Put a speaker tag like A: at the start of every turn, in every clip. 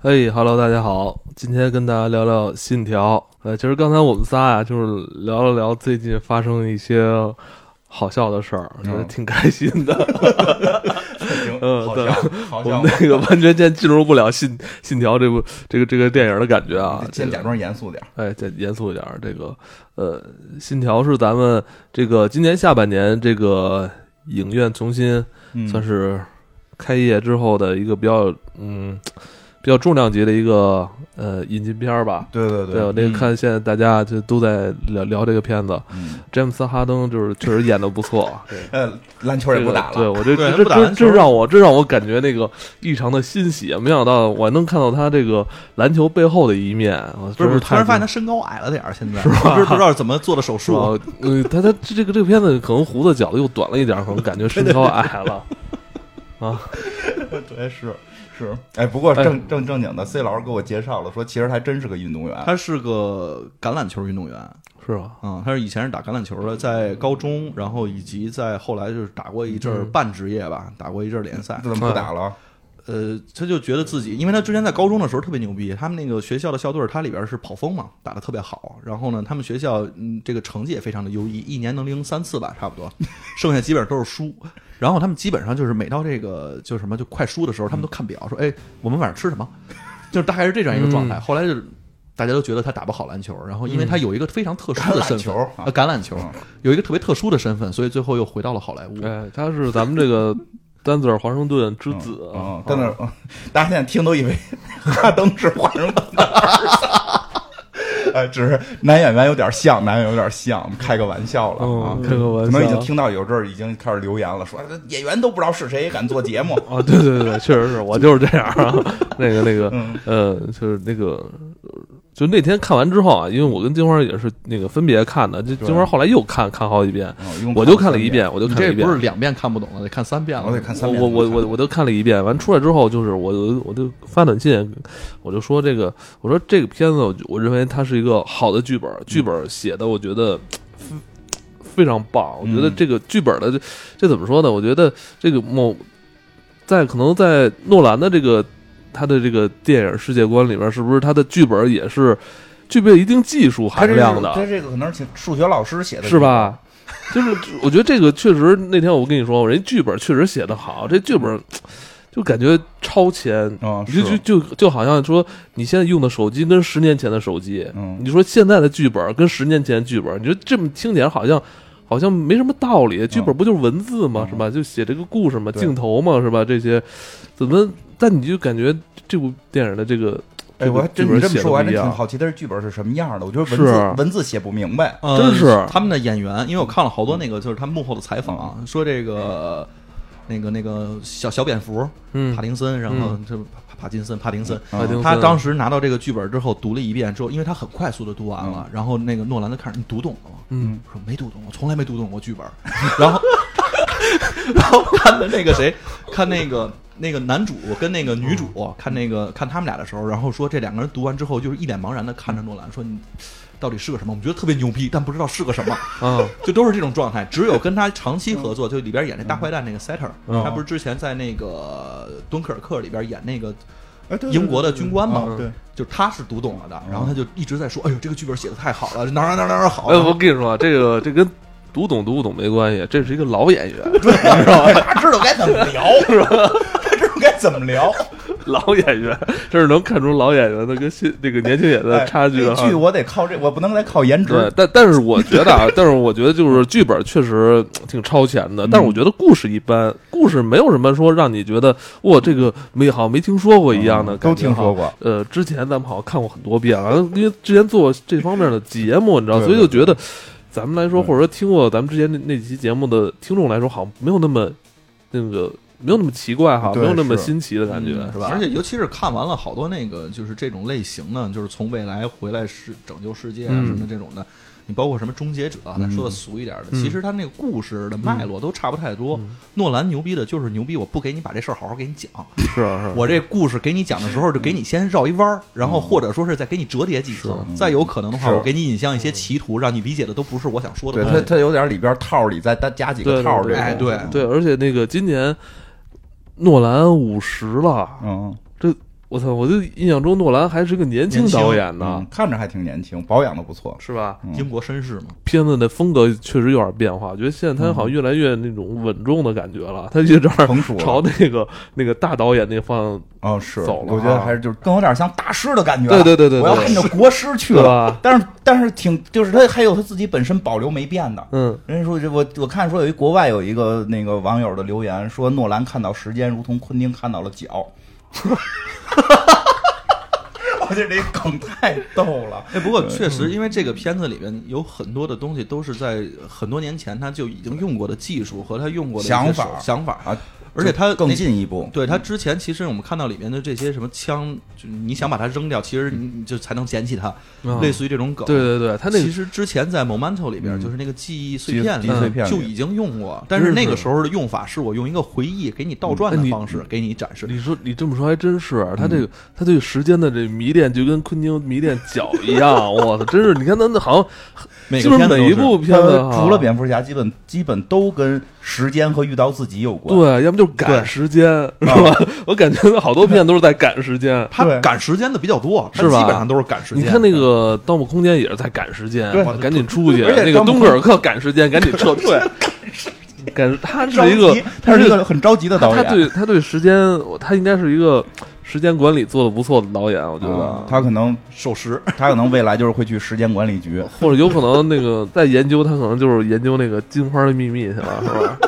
A: 嘿哈喽，大家好，今天跟大家聊聊《信条》。呃，其实刚才我们仨呀、就是聊了聊最近发生的一些好笑的事儿，觉得
B: 嗯
A: 挺开心的。
B: 行
A: 嗯
B: 好
A: 对
B: 像好
A: 我
B: 像
A: 们那个完全现在进入不了信《 信条》这部这个这个电影的感觉啊。
B: 先
A: 这个
B: 假装严肃点儿。
A: 哎，再严肃一点儿，这个呃，《信条》是咱们这个今年下半年这个影院重新
B: 嗯
A: 算是开业之后的一个比较嗯比较重量级的一个呃引进片儿吧。
B: 对对
A: 对，我那个
B: 嗯
A: 看现在大家就都在聊聊这个片子，
B: 嗯
A: 詹姆斯哈登就是确实演的不错，
B: 呃，篮球也 不打
A: 这个
B: 了，
A: 对我这
C: 对
A: 这
C: 不打篮
A: 这
C: 球
A: 这让我这让我感觉那个异常的欣喜，没想到我还能看到他这个篮球背后的一面，我
C: 不是不是，
A: 太
C: 突然发现他身高矮了点儿，现在是不是不知道怎么做的手术？
A: 啊，呃，他他这个这个片子可能胡子绞的又短了一点儿，可能感觉身高矮 了。啊
B: 对是是。哎，不过
A: 哎
B: 正正正经的，C 老师给我介绍了，说其实还真是个运动员。
C: 他是个橄榄球运动员啊、
A: 是吧？
C: 嗯他是以前是打橄榄球的，在高中，然后以及在后来就是打过一阵儿
A: 嗯
C: 半职业吧，打过一阵儿联赛
B: 这。怎么不打了？嗯
C: 呃，他就觉得自己，因为他之前在高中的时候特别牛逼，他们那个学校的校队儿，他里边是跑锋嘛，打得特别好。然后呢，他们学校嗯这个成绩也非常的优异，一年能赢三次吧，差不多，剩下基本上都是输。然后他们基本上就是每到这个就是什么就快输的时候，他们都看表说，哎，我们晚上吃什么？ 就是大概是这样一个
B: 嗯
C: 状态。后来就是大家都觉得他打不好篮球，然后因为他有一个非常特殊的
B: 橄榄
C: 身份，
B: 球啊
C: 呃，橄榄球
B: 嗯
C: 有一个特别特殊的身份，所以最后又回到了好莱坞。
A: 哎，他是咱们这个丹泽尔华盛顿之
C: 哦
A: 子啊
B: 嗯，但是嗯大家现在听都以为 哈登是华盛顿的儿子，哎， 只是男演员有点像，男演员有点像，开个玩笑了啊
C: 哦
A: 嗯，。开个玩
B: 可
A: 笑，
B: 能已经听到有这儿已经开始留言了，说哎演员都不知道是谁，也敢做节目。
A: 啊，对对对，确实是我就是这样啊。那个那个
B: 嗯，
A: 呃，就是那个，就那天看完之后啊，因为我跟金花也是那个分别看的，这金花后来又看看好几遍，
B: 嗯一共
A: 我就
B: 看
A: 看
B: 了
A: 了
B: 三
A: 一
B: 遍，
A: 遍，我就
C: 你
A: 看了
C: 这
A: 一遍
C: 不是。两遍看不懂了，得看三遍了。
B: 我得看三
A: 我
B: 遍。
A: 我我我我都看了一遍，完出来之后就是我就我就发短信，我就说这个我说这个片子我就我认为它是一个好的剧本，
B: 嗯
A: 剧本写的我觉得嗯非常棒，我觉得
B: 嗯
A: 这个剧本的这这怎么说呢？我觉得这个某在可能在诺兰的这个他的这个电影世界观里边，是不是他的剧本也是具备一定技术
B: 他
A: 含
B: 这
A: 量
B: 他
A: 的，
B: 这个可能是数学老师写的，
A: 是？吧？ 就是我觉得这个确实，那天我跟你说，人家剧本确实写得好，这剧本就感觉超前，
B: 嗯，
A: 你就是就就就好像说你现在用的手机跟十年前的手机，
B: 嗯
A: 你说现在的剧本跟十年前的剧本，你说这么听起来好像好像没什么道理，剧本不就是文字吗？
B: 嗯
A: 是吧？就写这个故事嘛，
B: 对
A: 镜头嘛，是吧？这些怎么？但你就感觉这部电影的这个，
B: 哎，我还真
A: 剧本
B: 你这么
A: 写得
B: 说，我还
A: 不一
B: 真挺
A: 样
B: 好奇他这剧本是什么样的。我觉得文
A: 是
B: 字文字写不明白。
C: 呃
A: 真是
C: 他们的演员，因为我看了好多那个，就是他幕后的采访啊，说这个那个那个小小蝙蝠
A: 嗯
C: 帕，丁森，然后这帕帕金森帕丁森。
A: 帕丁森
C: 他当时拿到这个剧本之后，读了一遍之后，因为他很快速的读完了，然后那个诺兰就看着你读懂了吗？
A: 嗯，
C: 我说没读懂，我从来没读懂过剧本。然后，然后看的那个谁，看那个那个男主跟那个女
A: 嗯
C: 主，看那个看他们俩的时候，然后说这两个人读完之后，就是一脸茫然的看着诺兰说你到底是个什么？我们觉得特别牛逼，但不知道是个什么。
A: 啊，
C: 就都是这种状态。只有跟他长期合作，就里边演那大坏蛋那个 Setter，、
B: 嗯
C: 他不是之前在那个敦刻尔克里边演那个
B: 哎对对
C: 英国的军官嘛？
B: 对对对嗯
C: 就是他是读懂了的，然后他就一直在说：“哎呦，这个剧本写的太好了，哪儿哪儿哪儿哪儿好。
A: 哎，我跟你说，这个这跟读懂读不懂没关系，这是一个老演员， 你知道吧？
B: 他知道该怎么 聊，是吧？他知道该怎么聊。
A: 老演员，这是能看出老演员的跟新那个年轻演员
B: 哎
A: 的差距
B: 这
A: 的哈。
B: 剧我得靠这，我不能再靠颜
A: 对
B: 值，。
A: 但但是我觉得啊，但是我觉得就是剧本确实挺超前的，
B: 嗯
A: 但是我觉得故事一般，故事没有什么说让你觉得哇这个没好像没听说过一样的
B: 嗯都
A: 感觉
B: 听
A: 哈
B: 说过。
A: 呃，之前咱们好像看过很多遍了，因为之前做这方面的节目，你知道，
B: 对
A: 所以
B: 对
A: 就觉得咱们来说，
B: 对
A: 或者说听过咱们之前那那几期节目的听众来说，好像没有那么那个没有那么奇怪哈，
B: 对
A: 没有那么
B: 是嗯
A: 新奇的感觉，是吧
C: 而？且尤其是看完了好多那个，就是这种类型呢，就是从未来回来是拯救世界啊
A: 嗯
C: 什么这种的。你包括什么终结者啊，咱说的俗一点的，
A: 嗯
C: 其实它那个故事的脉络都差不太多。诺兰牛逼的就是牛逼，我不给你把这事儿好好给你讲，
A: 是啊，
B: 嗯
A: 是啊
C: 我这故事给你讲的时候，就给你先绕一弯儿，然后或者说是再给你折叠几次，再有可能的
B: 嗯
C: 话，
B: 是
C: 我给你引向一些歧途，让你理解的都不是我想说的
B: 对
C: 东
B: 他
C: 西。
B: 他有点里边套里再加加几
A: 对
B: 个套这
A: 对
B: 种。
C: 哎对
A: 对，而且那个今年诺兰五十了，
B: 嗯，
A: 这我操，我就印象中诺兰还是个年轻导演呢
B: 嗯，看着还挺年轻，保养的不错。
A: 是吧？
B: 嗯
C: 英国绅士嘛，
A: 片子的风格确实有点变化，我觉得现在他好像越来越那种稳重的感觉了，他有点儿
B: 嗯成熟了
A: 朝那个那个大导演那方向
B: 哦，是，
A: 走了啊
B: 我觉得还是就是更有点像大师的感觉。
A: 对对对对对
B: 我要按照国师去
A: 对
B: 了
A: 吧。
B: 但是但是挺就是他还有他自己本身保留没变的。
A: 嗯，
B: 人家说这我我看说有一国外有一个那个网友的留言说诺兰看到时间如同昆汀看到了脚。 我觉得这梗太逗了。
C: 哎，不过确
B: 嗯
C: 实，因为这个片子里面有很多的东西都是在很多年前他就已经用过的技术和他用过的一些
B: 想
C: 手
B: 法
C: 想法
B: 啊，
C: 而且他
B: 更
C: 那
B: 进一步，
C: 对他之前，其实我们看到里面的这些什么枪，就你想把它扔掉，其实你你就才能捡起它，
A: 嗯
C: 类似于这种梗。
A: 对对对，他那
C: 其
A: 个
C: 实之前在 Momento 里边，就是那个记忆碎片里
B: 记忆碎
C: 面
B: 片里
C: 就已经用过，但是那个时候的用法是我用一个回忆给你倒
A: 嗯
C: 转
A: 哎
C: 的
A: 你
C: 方式给你展示。
A: 你说你这么说还真是，啊他这
B: 嗯
A: 个他对时间的这迷恋就跟昆汀迷恋脚一样，我操，真是你看他那好像
C: 每
A: 基
C: 个
A: 本
C: 片子都
A: 每一
C: 是
A: 部片子
B: 他
A: 哈
B: 除了蝙蝠侠，基本基本都跟时间和遇到自己有关。
A: 对，要么就赶
C: 对
A: 时间是吧？
B: 啊
A: 我感觉他好多片都是在赶时间。
C: 他
B: 对
C: 赶时间的比较多，他
A: 是吧
C: 基本上都是赶时间。
A: 你看那个《盗梦空间》也是在赶时间
B: 对，
A: 哇赶紧出去。
B: 而且
A: 那个
B: 盗梦
A: 敦刻尔克赶时间，赶紧 撤退。赶他是
B: 着急
A: 一个，
B: 他是
A: 是
B: 一个很着急 的导
A: 他
B: 演。
A: 对他对时间，他应该是一个时间管理做的不错的导演，我觉
B: 啊
A: 得，
B: 他可能
C: 守时，
B: 他可能未来就是会去时间管理局。
A: 或者有可能那 个在研究，他可能就是研究那个《金花的秘密》去了，是吧？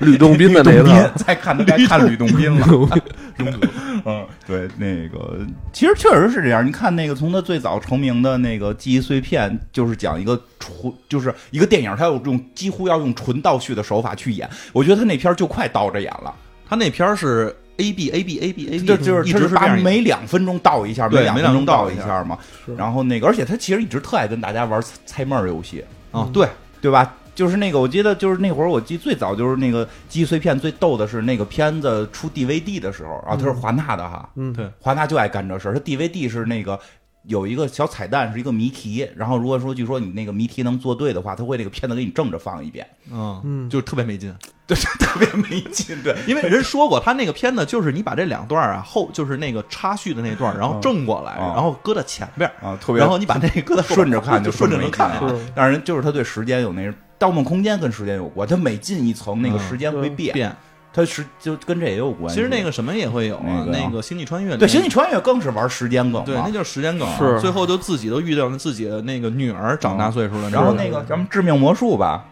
A: 吕洞宾的那一
B: 吕洞宾
A: 套，
B: 再看他该看吕洞宾了。 嗯，对，那个其实确实是这样。你看那个从他最早成名的那个《记忆碎片》，就是讲一个纯，就是一个电影，他有用几乎要用纯倒叙的手法去演。我觉得他那片儿就快倒着演了，
C: 他那片儿是 A B A B A B A B，
B: 就就是
C: 一
B: 他
C: 直是这
B: 把
C: 样一个
B: 每两分钟倒一下，
C: 对
B: 两
C: 每
B: 分
C: 两
B: 钟
C: 分钟
B: 倒
C: 倒
B: 一
C: 一下
B: 下嘛。然后那个，而且他其实一直特爱跟大家玩猜猜闷儿游戏。
C: 啊，对，
B: 对吧？就是那个，我记得就是那会儿，我记得最早就是那个记忆碎片最逗的是那个片子出 DVD 的时候啊，他是华纳的哈，
A: 嗯，
C: 对
B: 华纳就爱干这事儿。他 DVD 是那个有一个小彩蛋，是一个谜题，然后如果说据说你那个谜题能做对的话，他会那个片子给你正着放一遍，
C: 嗯
A: 嗯
C: 就特别没劲。
B: 对，就特别没劲， 对，
C: 因为人说过，他那个片子就是你把这两段啊后就是那个插叙的那段，然后正过来，
B: 啊
C: 然后搁到前边儿，
B: 啊，特别
C: 然后你把那个搁到后边儿
B: 顺着看
C: 就
B: 顺
C: 顺
B: 着
C: 着
B: 没
C: 能看
B: 劲
C: 啊。
A: 了
B: 了当然，就是他对时间有那《盗梦空间》跟时间有关，他每进一层那个
C: 嗯
B: 时间会
A: 嗯
B: 变，
C: 变，
B: 他时就跟这也有关
C: 其
B: 系。
C: 实那个什么也会有
B: 那
C: 啊，
B: 个啊
C: 那个《星际穿越》里面
B: 对《星际穿越》更是玩时间梗嘛，
C: 对，那就是时间梗啊，
A: 是
C: 最后就自己都遇到了自己的那个女儿长大岁数了，
B: 嗯然后那个咱们致命魔术吧，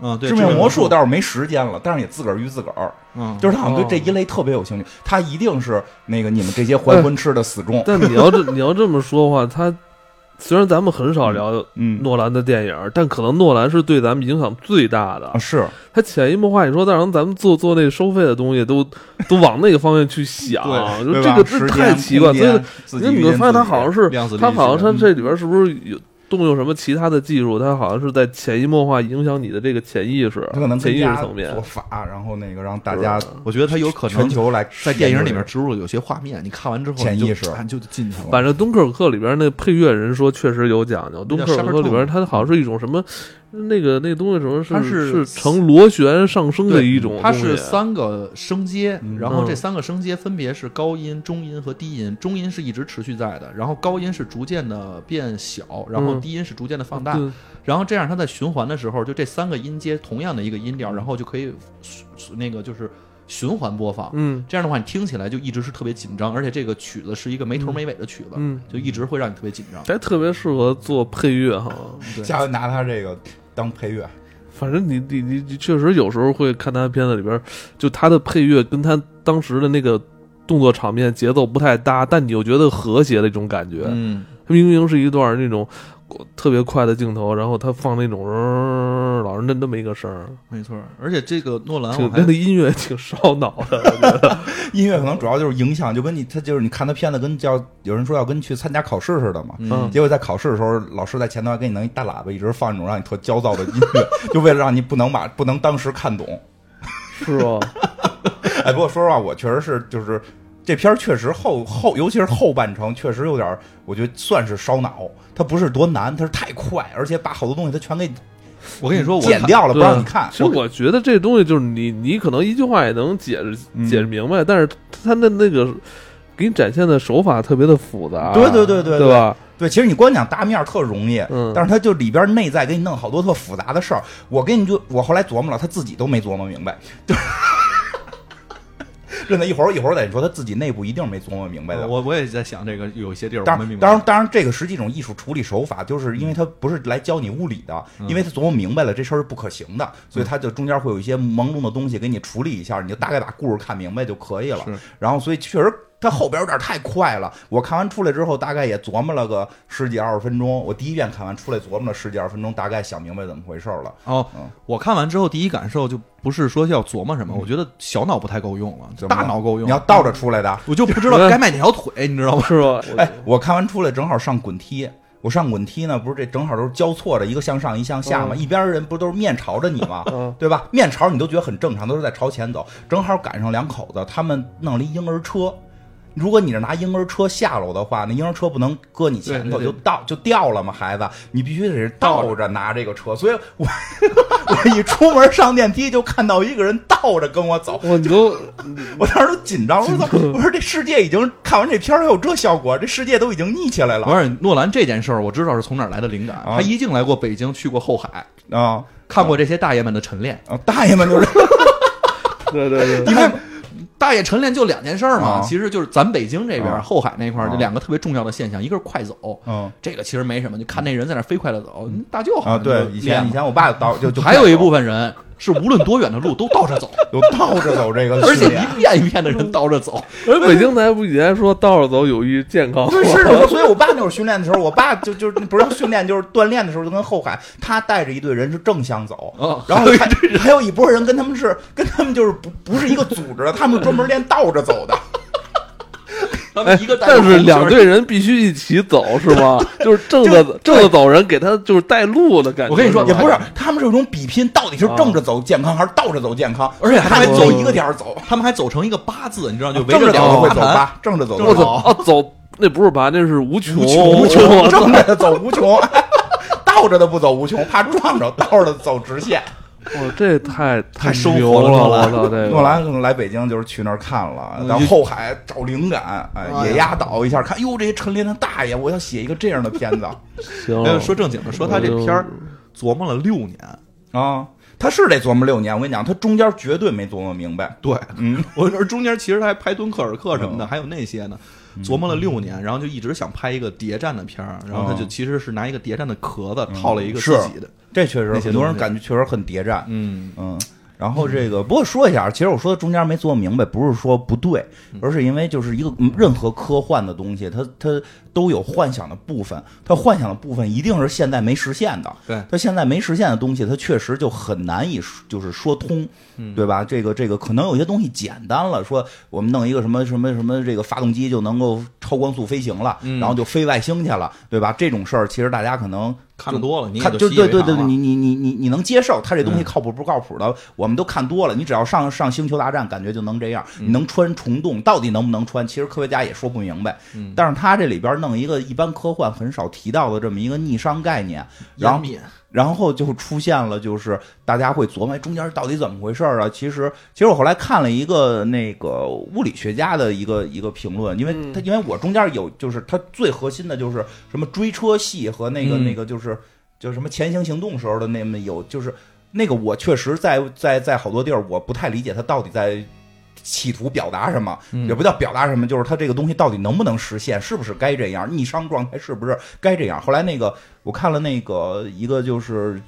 C: 嗯，对，
B: 致命魔术倒是哦没时间了，但是也自个儿娱自个儿，
C: 嗯，
B: 就是他好像对这一类特别有兴趣，他一定是那个你们这些还魂痴的死忠。
A: 但你要这你要这么说的话，他虽然咱们很少聊
B: 嗯，
A: 诺兰的电影，但可能诺兰是对咱们影响最大的
B: 啊。是，
A: 他潜移默化，你说让咱们做做那收费的东西，都都往那个方面去想，就
B: 对
A: 啊这
B: 吧
A: 个
B: 时
A: 这
B: 间
A: 太奇怪。
B: 空
A: 所以
B: 间自己
A: 那你
B: 遇
A: 会
B: 见
A: 发现
B: 自
A: 他
B: 己
A: 好像是
C: 量子力
A: 他好像
C: 学嗯
A: 他这里边是不是有动用什么其他的技术？他好像是在潜移默化影响你的这个潜意识
B: 他可能，
A: 潜
B: 跟
A: 意识
B: 家
A: 层面
B: 做。法，然后那个让大家
C: 我觉得他有可
B: 啊全
C: 能
B: 球来
C: 在电影里面
B: 吃。
C: 植入有些画面，你看完之后
B: 潜
C: 你就
B: 意识
C: 啊你就进去了。
A: 反正敦刻尔克里边那配乐人说确实有讲究，敦刻尔克里边它好像是一种什么，那个那东西什么
C: 它
A: 是
C: 是
A: 呈螺旋上升的一种
C: 它
A: 东西，
C: 是三个声阶，然后
A: 嗯
C: 这三个声阶分别是高音、中音和低音。中音是一直持续在的，然后高音是逐渐的变小，然后
A: 嗯
C: 低音是逐渐的放大。
A: 对嗯
C: 然后这样它在循环的时候，就这三个音阶同样的一个音调，然后就可以那个就是循环播放。
A: 嗯
C: 这样的话，你听起来就一直是特别紧张，而且这个曲子是一个没头没尾的曲子，
A: 嗯，
C: 就一直会让你特别紧张。
A: 还特别适合做配乐哈。
B: 下回拿他这个当配乐，
A: 反正你你你你确实有时候会看他的片子里边，就他的配乐跟他当时的那个动作场面节奏不太搭，但你又觉得和谐的一种感觉。
C: 嗯，
A: 他明明是一段那种特别快的镜头，然后他放那种、呃老是那那么一个声儿，
C: 没错。而且这个
B: 啊
C: 诺兰，我
A: 挺
C: 还
A: 那音乐挺烧脑 的。我觉得
B: 音乐可能主要就是影响，就跟你他就是你看他片子跟叫有人说要跟去参加考试似的嘛，
A: 嗯
B: 结果在考试的时候，老师在前头还给你弄一大喇叭，一直放那种让你特焦躁的音乐， 就为了让你不能把不能当时看懂。
A: 是吧？
B: 哎，不过说实话，我确实是就是这片儿确实后后，尤其是后半程，确实有点儿，我觉得算是烧脑。它不是多难，它是太快，而且把好多东西它全给
C: 我跟你说，我
B: 剪
C: 看
B: 掉了，不
A: 对
B: 让你看
A: 其。实我觉得这东西就是你，你可能一句话也能解释
B: 嗯
A: 解释明白，但是他那那个给你展现的手法特别的复杂，
B: 对对对对
A: 对吧？
B: 对，其实你光讲大面儿特容易，
A: 嗯
B: 但是他就里边内在给你弄好多特复杂的事儿。我给你就我后来琢磨了，他自己都没琢磨明白。 就是，真的，一会儿一会儿我得说他自己内部一定没琢磨明白的。
C: 我我也在想这个，有一些地儿我
B: 当
C: 没
B: 然，
C: 明
B: 当然，
C: 白。嗯
B: 当然，这个是一种艺术处理手法，就是因为他不是来教你物理的，因为他琢磨明白了这事儿是不可行的，所以
C: 嗯
B: 他就中间会有一些朦胧的东西给你处理一下，你就大概把故事看明白就可以了
C: 是。
B: 然后，所以确实他后边有点太快了。我看完出来之后，大概也琢磨了个十几二十分钟。我第一遍看完出来琢磨了十几二十分钟，大概想明白怎么回事了。
C: 哦
B: 嗯，
C: 我看完之后第一感受就不是说要琢磨什么，我觉得小脑不太够用嗯了，
B: 怎么
C: 大
B: 了
C: 脑够用。
B: 你要倒着出来的，
C: 我就不知道该迈哪条腿，你知道吗？
A: 是吧？
B: 哎，我看完出来正好上滚梯，我上滚梯呢，不是这正好都是交错着，一个向上，一向下嘛，
A: 嗯
B: 一边人不都是面朝着你吗？
A: 嗯
B: 对吧？面朝你都觉得很正常，都是在朝前走，正好赶上两口子，他们弄了一婴儿车。如果你是拿婴儿车下楼的话，那婴儿车不能搁你前头，
C: 对对对
B: 就倒就掉了嘛，孩子，你必须得是倒着拿这个车。所以我 我一出门上电梯就看到一个人倒着跟我走，
A: 我你都
B: 我当时都紧张，我说怎么我说这世界已经看完这片儿还有这效果，这世界都已经腻起来了
C: 不是诺兰这件事儿，我知道是从哪儿来的灵感。
B: 啊
C: 他一定来过北京，去过后海，
B: 啊
C: 看过这些大爷们的晨练。
B: 啊！大爷们就是
A: 对对 对，
B: 因为
C: 大爷晨练就两件事儿嘛，
B: 啊
C: 其实就是咱北京这边
B: 啊
C: 儿后海那块儿
B: 啊
C: 就两个特别重要的现象，一个是快走，
B: 嗯
C: 这个其实没什么，就看那人在那儿飞快的走，嗯大舅
B: 啊，
C: 好像就
B: 对，以前
C: 练
B: 以前我爸倒就就
C: 还有一部分人是无论多远的路都 倒着走，
B: 有倒着走这个
C: 而且
B: 训练，
C: 一片一片的人倒 着走，
A: 而北京台不以前说倒着走有益健康吗？
B: 对，是的，我所以我爸那会儿训练的时候，我爸就就是不是训练就是锻炼的时候，就跟后海，他带着一队人是正向走，
C: 哦
B: 然后还还有一波人跟他们是跟他们就是不不是一个组织的，他们是专门练倒着走的。
C: 他
A: 哎
C: 们一个，带着
A: 但是
C: 红
A: 两
C: 圈儿
A: 队人必须一起走是 吧？就是正着正着走人给他就是带路的感觉。
C: 我跟你说
A: 吧
B: 也不是，他们是有一种比拼，到底是正着走健康还是倒着走健康，
C: 而且还
B: 还得走
C: 走
B: 一个点儿走，
C: 他们还走成一个八字，你知道，就围
B: 啊正着
C: 两
B: 走
C: 个
B: 会
C: 花
B: 走
C: 坛，
B: 吧，正着走
A: 我
B: 会
A: 走
B: 走，
A: 啊走，那不是拔，那是无穷
B: 无穷无穷，
C: 啊
A: 我操
B: 正着走无穷，倒着的不走无穷，怕撞着，倒着的走直线。
A: 哇这太太
C: 生
A: 牛
C: 活了诺
A: 我
C: 兰
A: 操这
B: 诺
A: 个。
B: 兰可能来北京就是去那儿看了，
C: 嗯
B: 然后
C: 哎就
B: 后海找灵感，哎，
C: 哎呀
B: 野鸭岛一下看，哟，这些陈列的大爷，我要写一个这样的片子
C: 哎
A: 行，
C: 说正经的，说他这
B: 哦
C: 片儿琢磨了六年，
B: 啊。他是得琢磨六年，我跟你讲，他中间绝对没琢磨明白。
C: 对，
B: 嗯，
C: 我说中间其实他还拍敦刻尔克什么的，
B: 嗯
C: 还有那些呢，琢磨了六年，然后就一直想拍一个谍战的片儿，然后他就
B: 嗯
C: 其实是拿一个谍战的壳子套了一个自己的，
B: 这确实
C: 那些
B: 很多人
C: 东西
B: 感觉确实很谍战。
C: 嗯，
B: 嗯，然后这个不过说一下，其实我说的中间没做明白，不是说不对，而是因为就是一个嗯任何科幻的东西，它它都有幻想的部分，它幻想的部分一定是现在没实现的。
C: 对
B: 它现在没实现的东西，它确实就很难以就是说通，对吧？这个这个可能有些东西简单了，说我们弄一个什么什么什么这个发动机就能够超光速飞行了，然后就飞外星去了，对吧？这种事儿其实大家可能
C: 看得多了，你也
B: 他
C: 习以
B: 对
C: 为
B: 对
C: 常
B: 对对，
C: 了嗯
B: 你你你你你能接受他这东西靠谱不靠谱的，我们都看多了。你只要上上星球大战，感觉就能这样。你
C: 嗯
B: 能穿虫洞，到底能不能穿？其实科学家也说不明白。
C: 嗯
B: 但是他这里边弄一个一般科幻很少提到的这么一个逆商概念，然
C: 杨
B: 后
C: 敏
B: 然后就出现了，就是大家会琢磨哎中间到底怎么回事儿啊？其实，其实我后来看了一个那个物理学家的一个一个评论，因为他因为我中间有就是他最核心的就是什么追车戏和那个、
C: 嗯
B: 那个就是就是什么前行行动时候的那么有就是那个我确实在在在好多地儿我不太理解他到底在。企图表达什么，也不叫表达什么，就是他这个东西到底能不能实现，是不是该这样，逆商状态是不是该这样？后来那个我看了那个一个就是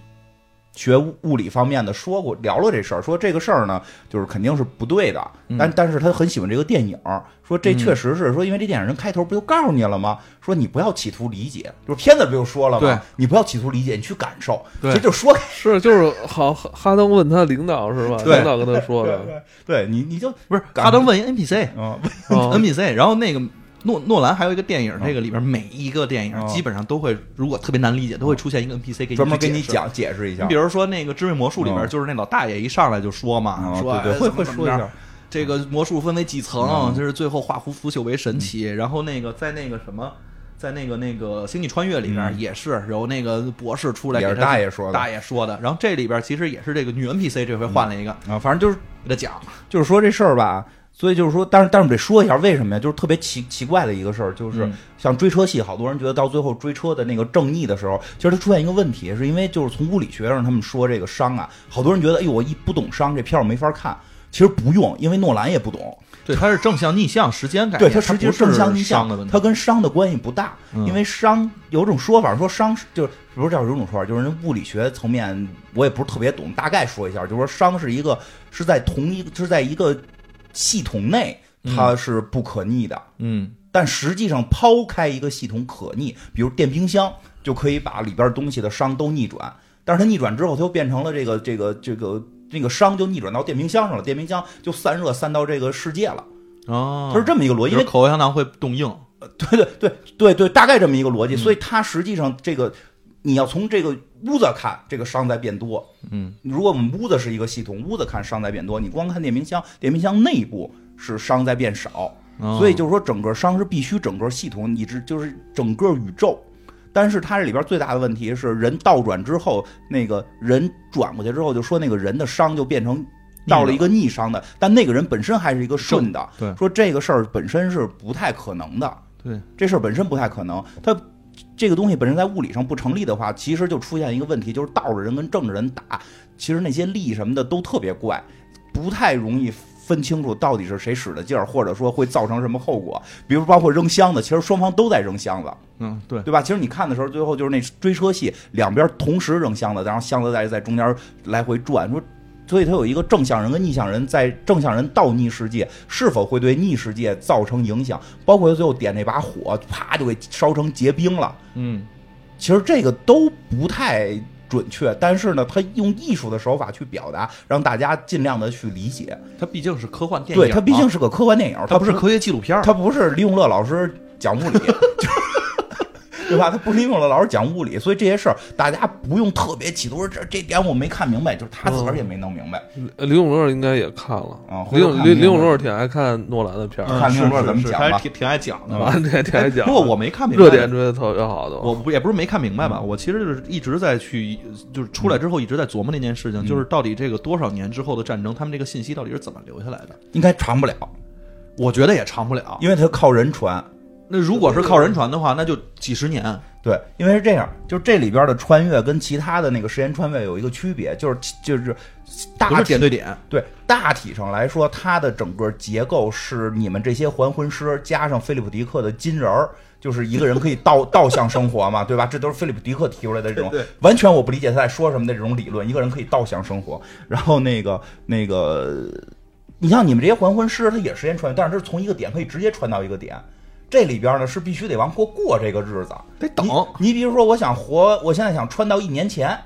B: 学物理方面的说过聊了这事儿，说这个事儿呢就是肯定是不对的，但但是他很喜欢这个电影，说这确实是说因为这电影人开头不就告诉你了吗？说你不要企图理解，就是片子不就说了
C: 对
B: 吗？你不要企图理解，你去感受，
C: 对
B: 这就说
A: 是就是好哈哈登问他领导是吧？
B: 对
A: 领导跟他说的，
B: 对你你就
C: 不是
B: 感
C: 哈登问一 NPC，
B: 啊
A: 啊
C: NPC，然后那个诺诺兰还有一个电影，这个里边每一个电
B: 哦
C: 影基本上都会，如果特别难理解，都会出现一个 NPC 给你
B: 专门
C: 去
B: 给你
C: 解释。
B: 讲解释一下
C: 你比。如说那个《致命魔术》里
B: 哦
C: 边，就是那老大爷一上来就说嘛，
B: 啊
C: 说
B: 对对
C: 哎
B: 会
C: 怎么
B: 会
C: 怎么
B: 说一
C: 着
B: 下嗯
C: 这个魔术分为几层，就是最后化腐腐朽为神奇。然后那个在那个什么。在那个那个《星际穿越》里边也是有那个博士出
B: 嗯
C: 来
B: 也是
C: 给他
B: 大爷说的
C: 大爷说的。然后这里边其实也是这个女 NPC 这回换了一个
B: 啊，反正就是
C: 给他讲，
B: 就是说这事儿吧，所以就是说，但是但是我得说一下为什么呀？就是特别奇奇怪的一个事儿，就是
C: 嗯
B: 像追车戏，好多人觉得到最后追车的那个正义的时候，其实它出现一个问题，是因为就是从物理学上他们说这个伤啊，好多人觉得哎呦我一不懂伤这片儿我没法看，其实不用，因为诺兰也不懂，
C: 对，它是正向逆向时间概
B: 对，
C: 念，
B: 它
C: 它
B: 实际
C: 不
B: 上
C: 是
B: 正向逆
C: 伤的问
B: 向，
C: 题。
B: 它跟伤的关系不大，
C: 嗯
B: 因为伤有种说法说伤是就是不是叫有种说法，就是人物理学层面我也不是特别懂，大概说一下，就是说伤是一个是在同一是在一个系统内它是不可逆的，
C: 嗯，
B: 但实际上抛开一个系统可逆，比如电冰箱就可以把里边东西的伤都逆转，但是它逆转之后，它又变成了这个这个这个那个伤就逆转到电冰箱上了，电冰箱就散热散到这个世界了，
C: 哦，
B: 它是这么一个逻辑，因为
C: 就是口香糖会冻硬，
B: 对对对对对，大概这么一个
C: 嗯
B: 逻辑。所以它实际上这个，你要从这个屋子看，这个伤在变多。
C: 嗯，
B: 如果我们屋子是一个系统，屋子看伤在变多，你光看电冰箱，电冰箱内部是伤在变少。
C: 哦
B: 所以就是说，整个伤是必须整个系统，你这就是整个宇宙。但是它这里边最大的问题是，人倒转之后，那个人转过去之后，就说那个人的伤就变成到了一个逆伤的，但那个人本身还是一个顺的。
C: 对
B: 说这个事儿本身是不太可能的。
C: 对，
B: 这事儿本身不太可能，它这个东西本身在物理上不成立的话，其实就出现一个问题，就是倒着人跟正着人打，其实那些力什么的都特别怪，不太容易。分清楚到底是谁使的劲儿，或者说会造成什么后果，比如包括扔箱子，其实双方都在扔箱子，
C: 嗯对，
B: 对吧？其实你看的时候，最后就是那追车戏，两边同时扔箱子，然后箱子在在中间来回转，说，所以它有一个正向人跟逆向人在正向人到逆世界是否会对逆世界造成影响，包括他最后点那把火，啪就给烧成结冰了。
C: 嗯
B: 其实这个都不太准确，但是呢，他用艺术的手法去表达，让大家尽量的去理解。
C: 它毕竟是科幻电影嘛，啊
B: 对，它毕竟是个科幻电影，
C: 它不是
B: 科。
C: 科学纪录片儿，
B: 他不是李永乐老师讲物理，就 对吧？他不是李永乐老师讲物理，所以这些事儿大家不用特别企图。这这点我没看明白，就是他
C: 嗯
B: 自个儿也没弄明白。
A: 呃李永乐应该也看了
B: 啊，回
A: 李
B: 头
A: 永
B: 看
A: 李
B: 看
A: 李永乐挺爱看诺兰的片儿，
B: 看
C: 嗯
B: 评论怎么
C: 是是
B: 讲
C: 是还
B: 吧
C: 是挺挺爱讲的吧
A: 啊，。这还挺爱讲的。
C: 不过我没看明白
A: 热点追的特别好的，
C: 我不也不是没看明白
B: 嗯
C: 吧，我其实就是一直在去，就是出来之后一直在琢磨那件事情，
B: 嗯
C: 就是到底这个多少年之后的战争，他们这个信息到底是怎么留下来的？
B: 应该传不了，
C: 我觉得也长不了。
B: 因为他靠人传。
C: 那如果是靠人传的话，那就几十年。
B: 对，因为是这样，就是这里边的穿越跟其他的那个时间穿越有一个区别，就是就是
C: 不
B: 大
C: 是
B: 体
C: 点对点，
B: 对大体上来说，它的整个结构是你们这些还魂师加上菲利普迪克的金人儿，就是一个人可以倒 倒向生活嘛，对吧？这都是菲利普迪克提出来的这种，
C: 对对
B: 完全我不理解他在说什么的这种理论，一个人可以倒向生活。然后那个那个，你像你们这些还魂师，他也时间穿越，但是这是从一个点可以直接穿到一个点。这里边呢是必须得往过过这个日子，
C: 得等
B: 你。你比如说，我想活，我现在想穿到一年前，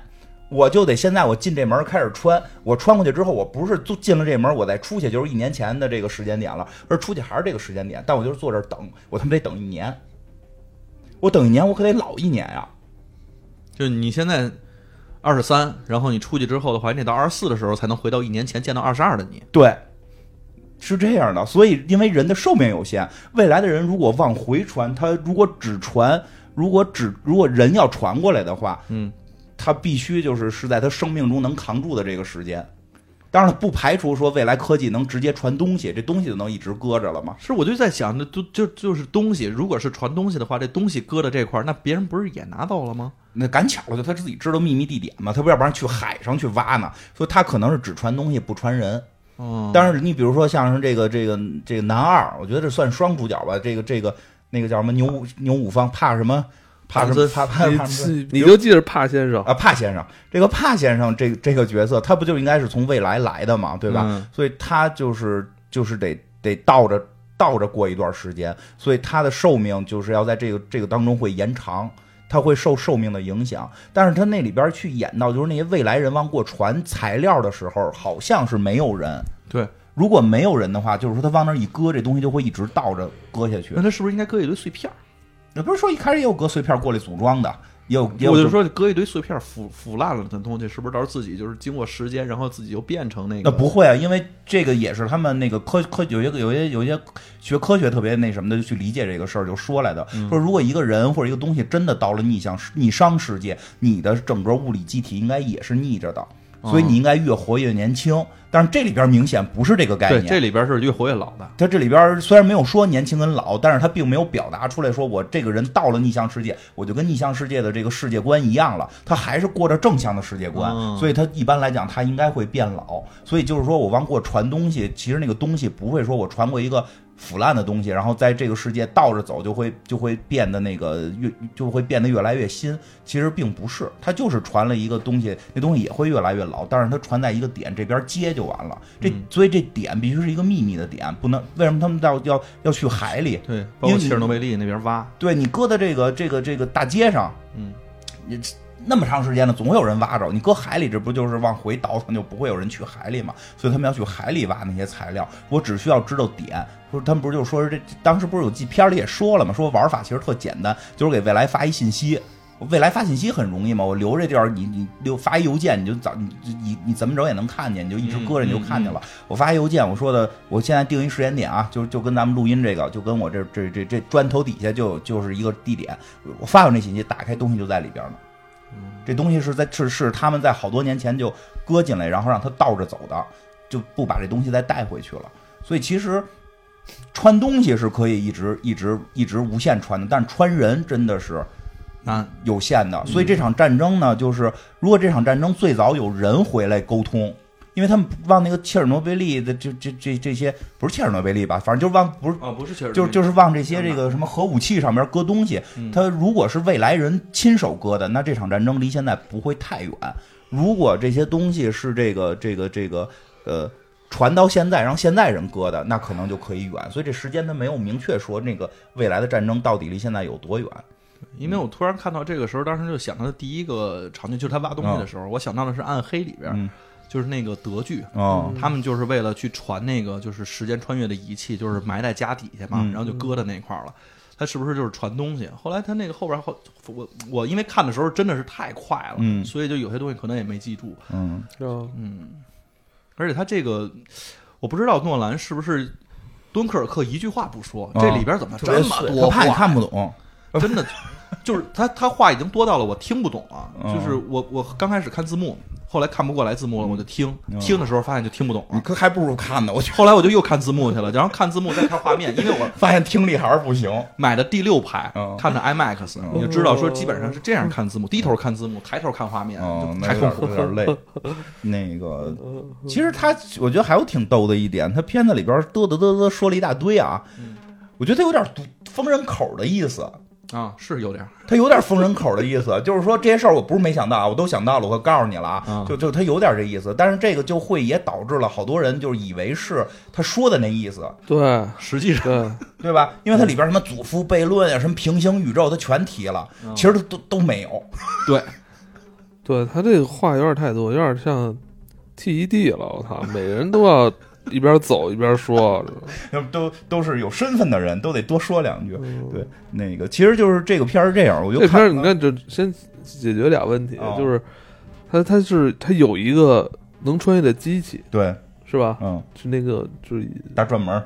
B: 我就得现在我进这门开始穿。我穿过去之后，我不是就进了这门，我再出去就是一年前的这个时间点了，而出去还是这个时间点，但我就是坐这儿等，我他妈得等一年。我等一年，我可得老一年呀、
C: 就是你现在二十三，然后你出去之后的话，你得到二十四的时候才能回到一年前见到二十二的你。
B: 对，是这样的。所以，因为人的寿命有限，未来的人如果往回传，他如果只传，如果只如果人要传过来的话，
C: 嗯，
B: 他必须就是是在他生命中能扛住的这个时间。当然，不排除说未来科技能直接传东西，这东西就能一直搁着了嘛。
C: 是，我就在想，那都就就是东西，如果是传东西的话，这东西搁到这块儿，那别人不是也拿到了吗？
B: 那赶巧了，就他自己知道秘密地点嘛，他不要不然去海上去挖呢，所以他可能是只传东西不传人。
C: 嗯，
B: 当然，你比如说像是这个这个这个男二，我觉得这算双主角吧。这个这个那个叫什么牛五牛五方怕什么怕什么怕怕
A: 你
B: 怕什么
A: 记你就记着帕先生，
B: 啊帕先生，这个帕先生这这个角色，他不就应该是从未来来的嘛，对吧？
C: 嗯
B: 所以他就是就是得得倒着倒着过一段时间，所以他的寿命就是要在这个这个当中会延长。他会受寿命的影响，但是他那里边去演到，就是那些未来人往过传材料的时候，好像是没有人，
C: 对，
B: 如果没有人的话，就是说他往那儿一搁，这东西就会一直倒着搁下去
C: 那。他是不是应该搁一堆碎片儿？
B: 也不是说一开始也有搁碎片过来组装的，也有也有
C: 我就说搁一堆碎片儿腐腐烂了的东西，是不是到时候自己就是经过时间，然后自己就变成那个？
B: 那不会啊，因为这个也是他们那个科科有些有些有些学科学特别那什么的，就去理解这个事儿，就说来的，
C: 嗯
B: 说如果一个人或者一个东西真的到了逆向世逆商世界，你的整个物理机体应该也是逆着的。
C: 哦
B: 所以你应该越活越年轻。但是这里边明显不是这个概
C: 对，
B: 念，
C: 这里边是越活越老的。
B: 他这里边虽然没有说年轻跟老，但是他并没有表达出来说我这个人到了逆向世界，我就跟逆向世界的这个世界观一样了，他还是过着正向的世界观，
C: 嗯
B: 所以他一般来讲他应该会变老。所以就是说我往过传东西，其实那个东西不会说我传过一个腐烂的东西，然后在这个世界倒着走就会就会变得那个越就会变得越来越新，其实并不是，他就是传了一个东西，那东西也会越来越老，但是它传在一个点这边接就完了。这所以这点必须是一个秘密的点，不能为什么他们到要要去海里？
C: 对，包
B: 因为
C: 括啊
B: 你
C: 切尔诺贝利那边挖，
B: 对你搁在这个这个这个大街上，
C: 嗯
B: 你，那么长时间了，总有人挖着。你搁海里，这不就是往回倒腾，就不会有人去海里嘛？所以他们要去海里挖那些材料。我只需要知道点，不是他们不是就说是这当时不是有纪片里也说了嘛，说玩法其实特简单，就是给未来发一信息。未来发信息很容易嘛，我留这地儿，你你留发一邮件，你就早你你你怎么着也能看见，你就一直搁着你就看见了。我发一邮件，我说的，我现在定一时间点啊，就就跟咱们录音这个，就跟我这这这这砖头底下就有就是一个地点，我发过那信息，打开东西就在里边呢。这东西是在是是他们在好多年前就搁进来，然后让它倒着走的，就不把这东西再带回去了。所以其实穿东西是可以一直一直一直无限穿的，但是穿人真的是
C: 那
B: 有限的。所以这场战争呢，就是如果这场战争最早有人回来沟通，因为他们往那个切尔诺贝利的这这这这些不是切尔诺贝利吧，反正就是往不是
C: 啊不是切尔
B: 就是就是是往这些这个什么核武器上面搁东西。他如果是未来人亲手搁的，那这场战争离现在不会太远。如果这些东西是这个这个这个呃传到现在，让现在人搁的，那可能就可以远。所以这时间他没有明确说那个未来的战争到底离现在有多远。
C: 因为我突然看到这个时候，当时就想到的第一个场景就是他挖东西的时候，我想到的是《暗黑》里边，
B: 嗯
C: 就是那个德剧。
B: 哦，
C: 他们就是为了去传那个就是时间穿越的仪器，就是埋在家底下嘛，
B: 嗯
C: 然后就搁在那块儿了。他是不是就是传东西？后来他那个后边后，我我因为看的时候真的是太快了，
B: 嗯
C: 所以就有些东西可能也没记住。
B: 嗯，
A: 啊
C: 而且他这个，我不知道诺兰是不是敦刻尔克一句话不说，
B: 啊
C: 这里边怎么这么
B: 他
C: 多
B: 怕你
C: 话？嗯
B: 看不懂。
C: 真的就是他他话已经多到了我听不懂了。
B: 嗯
C: 就是我我刚开始看字幕，后来看不过来字幕了，我就听
B: 嗯
C: 听的时候发现就听不懂了。
B: 可还不如看呢，我觉得
C: 后来我就又看字幕去了，然后看字幕再看画面，因为我
B: 发现听力还是不行。
C: 买的第六排
B: 嗯
C: 看的 IMAX，你就知道说基本上是这样看字幕，低头看字幕，抬头看画面，
B: 嗯，
C: 就
B: 那
C: 太
B: 有
C: 痛
B: 点
C: 苦嗯
B: 有点 累。那个，其实他我觉得还有挺逗的一点，他片子里边嘚嘚嘚嘚说了一大堆啊，
C: 嗯
B: 我觉得他有点堵封人口的意思。
C: 啊，是有点儿。
B: 他有点封人口的意思，就是说这些事儿我不是没想到啊，我都想到了，我可告诉你了啊
C: 嗯，
B: 就就他有点这意思，但是这个就会也导致了好多人就是以为是他说的那意思，
A: 对
C: 实际上，
A: 对，
B: 对吧？因为它里边什么祖父悖论啊呀、什么平行宇宙，它全提了，
C: 嗯
B: 其实它都都没有。
C: 对，
A: 对他这个话有点太多，有点像 TED 了。我操，每人都要一边走一边说。
B: 要不都都是有身份的人，都得多说两句。
C: 嗯
B: 对，那个其实就是这个片儿是这样，我就
A: 这片儿
B: 看啊
A: 你看，这先解决俩问题，
B: 哦
A: 就是他他是他有一个能穿越的机器，
B: 对，
A: 是吧？
B: 嗯，
A: 是那个就是
B: 大转门儿，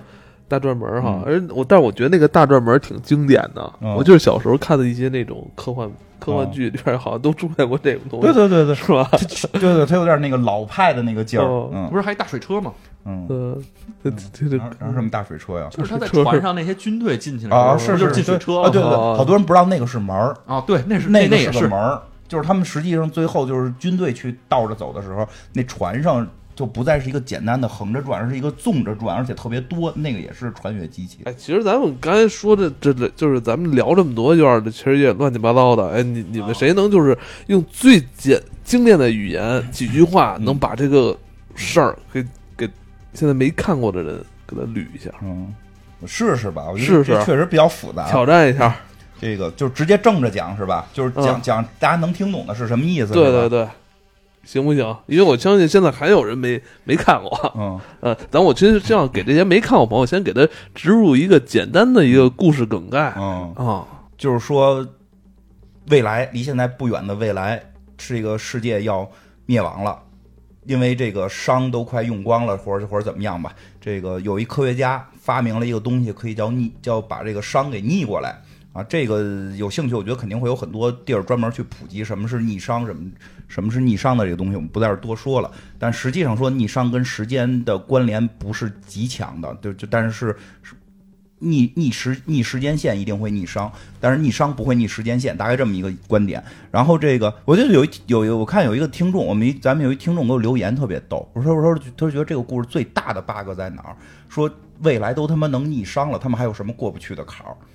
A: 大转门儿哈，而我但是我觉得那个大转门儿挺经典的，
B: 嗯
A: 我就是小时候看的一些那种科幻科幻
B: 哦
A: 剧里边儿好像都出现过这种东西，
B: 对对对对，
A: 是吧？
B: 对对， 他有点那个老派的那个劲儿，
A: 哦
B: 嗯
C: 不是还一大水车吗？
B: 嗯，
A: 嗯，这这这
B: 然后然后什么大水车呀？
C: 就是他在
A: 水车
C: 船上那些军队进去的时候
B: 啊，
C: 不
B: 是
C: 嗯就是
B: 是
C: 进水
B: 对
C: 车
B: 啊，对对，对
A: 哦
B: 好多人不知道那个是门儿，
C: 啊，对，那是
B: 那个
C: 那也
B: 是个
C: 是
B: 门儿，就是他们实际上最后就是军队去倒着走的时候，那船上就不再是一个简单的横着转，而是一个纵着转，而且特别多，那个也是穿越机器。
A: 哎，其实咱们刚才说的这这就是咱们聊这么多，有点儿其实有点乱七八糟的。哎，你你们谁能就是用最简精炼的语言几句话，
B: 嗯
A: 能把这个事儿给给现在没看过的人给他捋一下，
B: 嗯，我试试吧，我觉
A: 试
B: 得
A: 试
B: 这确实比较复杂。
A: 挑战一下？
B: 这个就直接正着讲是吧？就是讲、
A: 嗯
B: 讲大家能听懂的是什么意思？
A: 对
B: 嗯是吧
A: 对，对，行不行？因为我相信现在还有人没没看过。
B: 嗯，
A: 呃，咱我其实这样给这些没看过朋友，先给他植入一个简单的一个故事梗概啊、
B: 嗯，就是说，未来离现在不远的未来，这个世界要灭亡了，因为这个熵都快用光了，或者或者怎么样吧。这个有一科学家发明了一个东西，可以叫逆，叫把这个熵给逆过来。啊，这个有兴趣，我觉得肯定会有很多地儿专门去普及什么是逆商，什么什么是逆商的这个东西，我们不在这儿多说了。但实际上说逆商跟时间的关联不是极强的，就就但是是逆逆时逆时间线一定会逆商，但是逆商不会逆时间线，大概这么一个观点。然后这个，我觉得有一有有，我看有一个听众，我们一咱们有一听众给我留言特别逗，我说我说他觉得这个故事最大的 bug 在哪儿？说未来都他妈能逆商了，他们还有什么过不去的坎儿？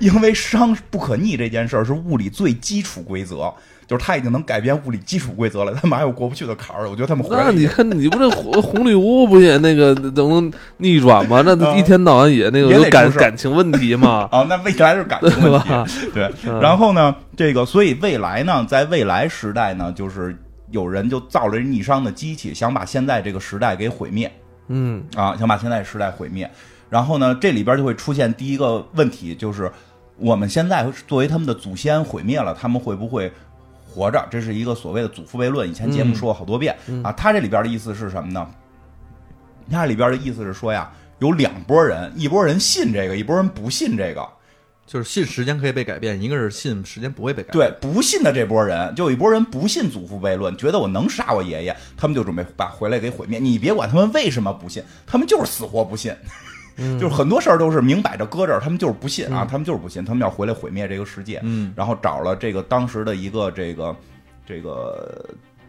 B: 因为商不可逆这件事儿是物理最基础规则，就是他已经能改变物理基础规则了，他们还有过不去的坎儿。我觉得他们回来
A: 那你看，你不这红红绿屋不也那个能逆转吗？那
B: 啊
A: 一天到晚也那个
B: 也得
A: 有感
B: 出事儿
A: 感情问题 嘛，
B: 啊，那未来是感情
A: 对
B: 问题，
A: 吧？
B: 对，
A: 嗯
B: 然后呢，这个所以未来呢，在未来时代呢，就是有人就造了逆商的机器，想把现在这个时代给毁灭
A: 嗯，
B: 啊，想把现在时代毁灭。然后呢，这里边就会出现第一个问题，就是我们现在作为他们的祖先毁灭了，他们会不会活着？这是一个所谓的祖父辈论，以前节目说过好多遍、啊。他这里边的意思是什么呢？他这里边的意思是说呀，有两拨人，一拨人信这个，一拨人不信这个。
C: 就是信时间可以被改变，一个是信时间不会被改变。
B: 对，不信的这波人，就有一波人不信祖父悖论，觉得我能杀我爷爷，他们就准备把回来给毁灭。你别管他们为什么不信，他们就是死活不信。 就是很多事儿都是明摆着搁这儿，他们就是不信
A: 嗯
B: 啊，他们就是不信，他们要回来毁灭这个世界。
C: 嗯，
B: 然后找了这个当时的一个这个这个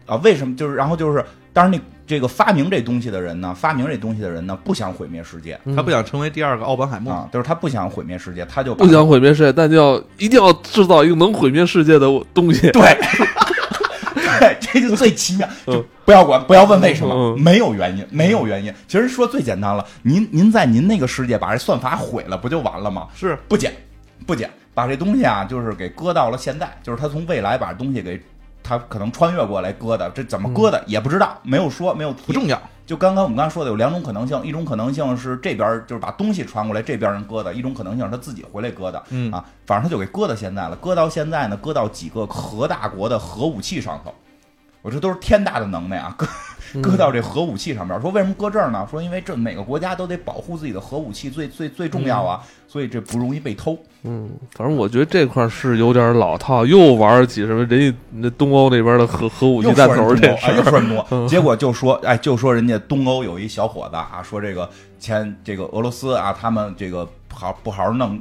B: 啊，为什么就是然后就是，当然那这个发明这东西的人呢，发明这东西的人呢，不想毁灭世界
C: 他不想成为第二个奥本海默。
B: 嗯啊，就是他不想毁灭世界，他就把
A: 不想毁灭世界，但就要一定要制造一个能毁灭世界的东西。
B: 对，对， 这就最奇妙，就
A: 嗯
B: 不要管，不要问为什么，
A: 嗯
B: 没有原因，没有原因。其实说最简单了，您您在您那个世界把这算法毁了，不就完了吗？
C: 是
B: 不减，不减，把这东西啊，就是给搁到了现在，就是他从未来把东西给他可能穿越过来搁的，这怎么搁的也不知道，没有说，没有提。
C: 不重要，
B: 就刚刚我们刚刚说的有两种可能性，一种可能性是这边儿就是把东西传过来，这边儿人搁的；一种可能性是他自己回来搁的。
C: 嗯
B: 啊，反正他就给搁到现在了，搁到现在呢，搁到几个核大国的核武器上头。我这都是天大的能耐啊，搁搁到这核武器上面。说为什么搁这儿呢？说因为这每个国家都得保护自己的核武器最最最重要啊，所以这不容易被偷。
A: 嗯，反正我觉得这块儿是有点老套，又玩儿起什么人家那东欧那边的核核武器
B: 又
A: 弹
B: 说
A: 头
B: 人
A: 这
B: 东欧
A: 事
B: 哎，又
A: 儿，嗯
B: 说人 多，结果就说，哎，就说人家东欧有一小伙子啊，说这个前这个俄罗斯啊，他们这个好不好好弄，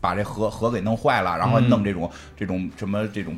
B: 把这河河给弄坏
A: 嗯
B: 了，然后弄这种、这种什么这种。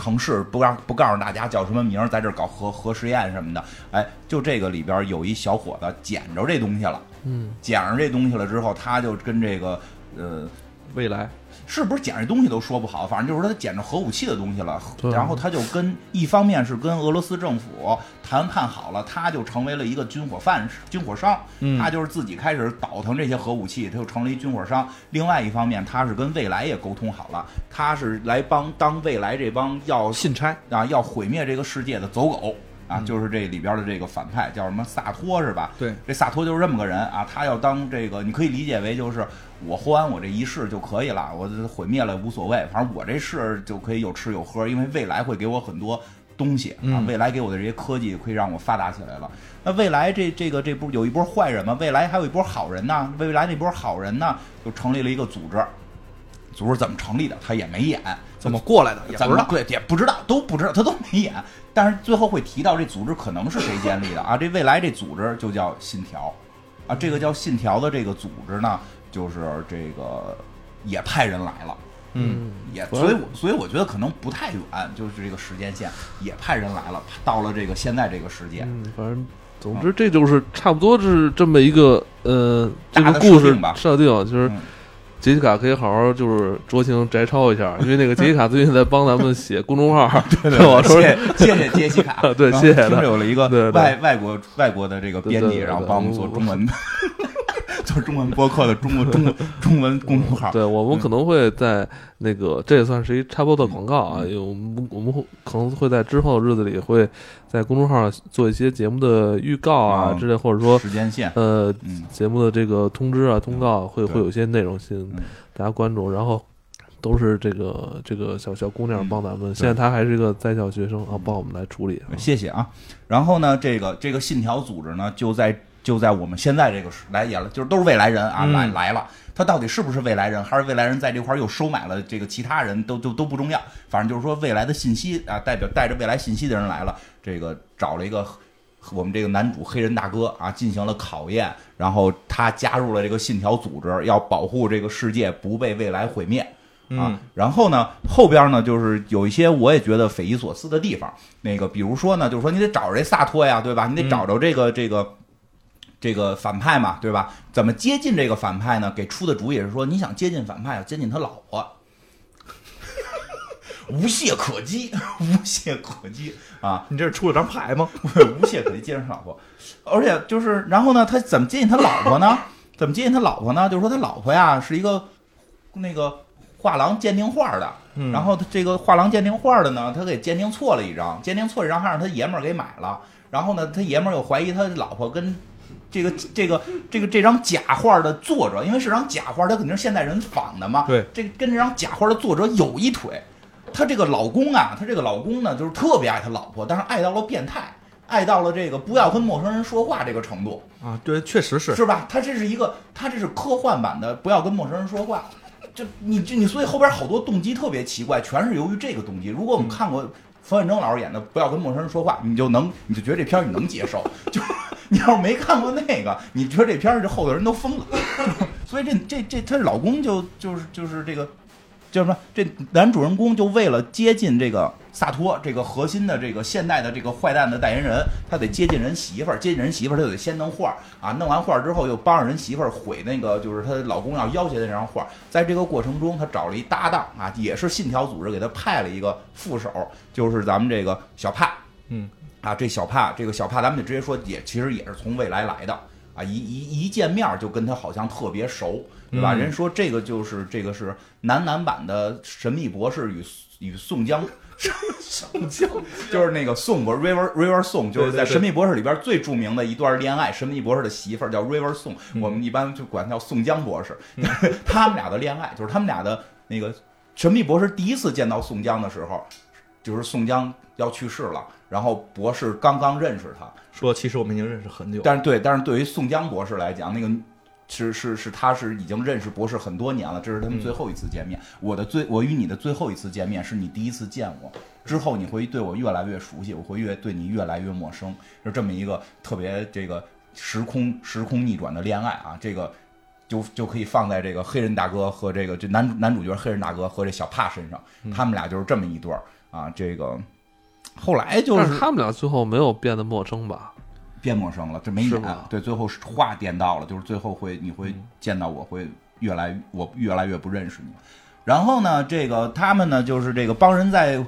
B: 城市不让不告诉大家叫什么名儿，在这儿搞核核实验什么的，哎，就这个里边有一小伙子捡着这东西了，嗯，捡着这东西了之后，他就跟这个呃
C: 未来
B: 是不是捡这东西都说不好，反正就是说他捡着核武器的东西了，
A: 对
B: 然后他就跟一方面是跟俄罗斯政府谈判好了，他就成为了一个军火贩、军火商，
C: 嗯
B: 他就是自己开始倒腾这些核武器，他就成了一军火商。另外一方面，他是跟未来也沟通好了，他是来帮当未来这帮要
C: 信差
B: 啊要毁灭这个世界的走狗啊，就是这里边的这个反派叫什么萨托是吧？
C: 嗯对
B: 这萨托就是这么个人啊，他要当这个，你可以理解为就是我活完我这一世就可以了，我毁灭了无所谓，反正我这世就可以有吃有喝，因为未来会给我很多东西啊，
C: 嗯
B: 未来给我的这些科技可以让我发达起来了。那未来这这个这不有一波坏人吗？未来还有一波好人呢，未来那波好人呢就成立了一个组织，组织怎么成立的他也没演，
C: 怎么过来的也
B: 咱
C: 不知
B: 们
C: 道。
B: 对也不知道，都不知道，他都没演。但是最后会提到这组织可能是谁建立的啊？这未来这组织就叫信条，啊，这个叫信条的这个组织呢，就是这个也派人来了，
C: 嗯，
B: 也所以我所以我觉得可能不太远，就是这个时间线也派人来了，到了这个现在这个世界，
A: 嗯，反正总之这就是差不多是这么一个呃这
B: 大
A: 个
B: 的
A: 故
B: 设
A: 事
B: 定吧
A: 设定，就是
B: 嗯
A: 杰西卡可以好好就是酌情摘抄一下，因为 那个杰西卡最近在帮咱们写公众号， 对我说
B: 啊谢谢谢谢杰西卡，
A: 对
B: 然后
A: 谢谢
B: 听
A: 他
B: 着有了一个
A: 对对
B: 外外国外国的这个编
A: 对
B: 辑，
A: 对对
B: 然后帮我们做 中文的，做中文播客的中文中文中文公众号，
A: 对，我们可能会在那个，这也算是一插播的广告啊。
B: 嗯
A: 有我们我们会可能会在之后的日子里，会在公众号做一些节目的预告啊
B: 嗯
A: 之类，或者说
B: 时间线，
A: 呃
B: 嗯
A: 节目的这个通知啊、通告，会
B: 对
A: 会有一些内容吸引
B: 嗯
A: 大家关注。然后都是这个这个小小姑娘
B: 嗯
A: 帮咱们，现在她还是一个在校学生啊，帮我们来处理啊。
B: 谢谢啊。然后呢，这个这个信条组织呢，就在就在我们现在这个时来也了，就是都是未来人啊，来来了。他到底是不是未来人，还是未来人在这块儿又收买了这个其他人，都都都不重要。反正就是说，未来的信息啊，代表带着未来信息的人来了，这个找了一个我们这个男主黑人大哥啊，进行了考验，然后他加入了这个信条组织，要保护这个世界不被未来毁灭。啊，然后呢，后边呢就是有一些我也觉得匪夷所思的地方。那个，比如说呢，就是说你得找着这萨托呀，对吧？你得找着这个、这个这个反派嘛，对吧？怎么接近这个反派呢？给出的主意是说，你想接近反派，要接近他老婆， 无懈可击，无懈可击啊！
C: 你这是出了张牌吗？
B: 无懈可击接近他老婆，而且就是，然后呢，他怎么接近他老婆呢？怎么接近他老婆呢？就是说他老婆呀是一个那个画廊鉴定画的，然后他这个画廊鉴定画的呢，他给鉴定错了一张，鉴定错一张还让他爷们儿给买了，然后呢，他爷们儿又怀疑他老婆跟。这个这个这个这张假画的作者，因为是张假画，他肯定是现代人仿的嘛。
C: 对，
B: 这个跟这张假画的作者有一腿。她这个老公啊，她这个老公呢，就是特别爱他老婆，但是爱到了变态，爱到了这个不要跟陌生人说话这个程度，
C: 啊，对，确实是
B: 是吧？他这是一个，他这是科幻版的不要跟陌生人说话。就你这你，所以后边好多动机特别奇怪，全是由于这个动机。如果我们看过冯远征老师演的《不要跟陌生人说话》，你就能你就觉得这片儿你能接受。就 你要是没看过那个，你觉得这片儿这后头人都疯了。 所以这这这她老公就就是就是这个叫什么？这男主人公就为了接近这个萨托这个核心的这个现代的这个坏蛋的代言人，他得接近人媳妇儿，接近人媳妇儿，他就得先弄画儿啊，弄完画儿之后又帮着人媳妇儿毁那个就是她老公要要挟的那张画儿。在这个过程中，他找了一搭档啊，也是信条组织给他派了一个副手，就是咱们这个小帕。
C: 嗯，
B: 啊，这小帕，这个小帕，咱们就直接说也，其实也是从未来来的啊，一一一见面儿就跟他好像特别熟，对吧？
C: 嗯
B: 人说这个就是这个是男男版的《神秘博士与》与宋江， 宋江就是那个宋博 River River 宋，就是在
C: 对
B: 《
C: 对对
B: 神秘博士》里边最著名的一段恋爱，《神秘博士》的媳妇儿叫 River 宋，
C: 嗯
B: 我们一般就管叫宋江博士， 他们俩的恋爱就是他们俩的那个神秘博士第一次见到宋江的时候，就是宋江要去世了，然后博士刚刚认识他，
C: 说其实我们已经认识很久，
B: 但是对，但是对于宋江博士来讲，那个是是是，他是已经认识博士很多年了，这是他
A: 嗯
B: 们最后一次见面。我的最，我与你的最后一次见面是你第一次见我，之后你会对我越来越熟悉，我会越对你越来越陌生，就这么一个特别这个时空时空逆转的恋爱啊，这个。就就可以放在这个黑人大哥和这个这男男主角黑人大哥和这小帕身上，
A: 嗯
B: 他们俩就是这么一对儿啊。这个后来就
A: 但
B: 是
A: 是他们俩最后没有变得陌生吧？
B: 变陌生了，这没
A: 是
B: 演
A: 吗
B: 对，最后是话颠到了，就是最后会你会见到我会越来我越来越不认识你。然后呢，这个他们呢就是这个帮人在，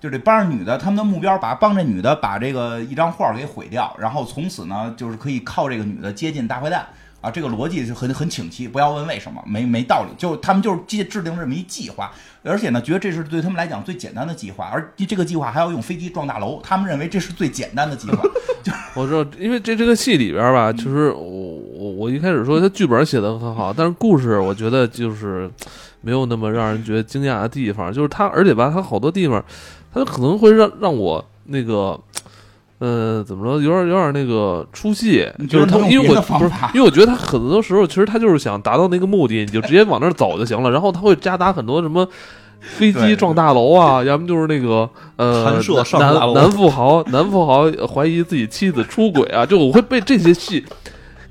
B: 就这帮着女的，他们的目标把帮这女的把这个一张画给毁掉，然后从此呢就是可以靠这个女的接近大坏蛋。啊，这个逻辑是很 很清晰，不要问为什么，没没道理。就他们就是制制定这么一计划，而且呢，觉得这是对他们来讲最简单的计划，而这个计划还要用飞机撞大楼，他们认为这是最简单的计划。
A: 我知道，因为这这个戏里边吧，其实
B: 嗯
A: 我我我一开始说他剧本写的很好，但是故事我觉得就是没有那么让人觉得惊讶的地方，就是他，而且吧，他好多地方，他可能会让让我那个。呃，怎么说？有点有点那个出戏
B: 你，觉
A: 就
B: 得
A: 是他
B: 他，用
A: 因为
B: 别
A: 我
B: 的
A: 不是
B: 方法，
A: 因为我觉得他很多时候其实他就是想达到那个目的，你就直接往那儿走就行了。然后他会加打很多什么飞
B: 对
A: 机撞大楼啊，要么就是那个呃
C: 弹射上大
A: 男
C: 楼
A: 男富豪男富豪怀疑自己妻子出轨啊，就我会被这些戏。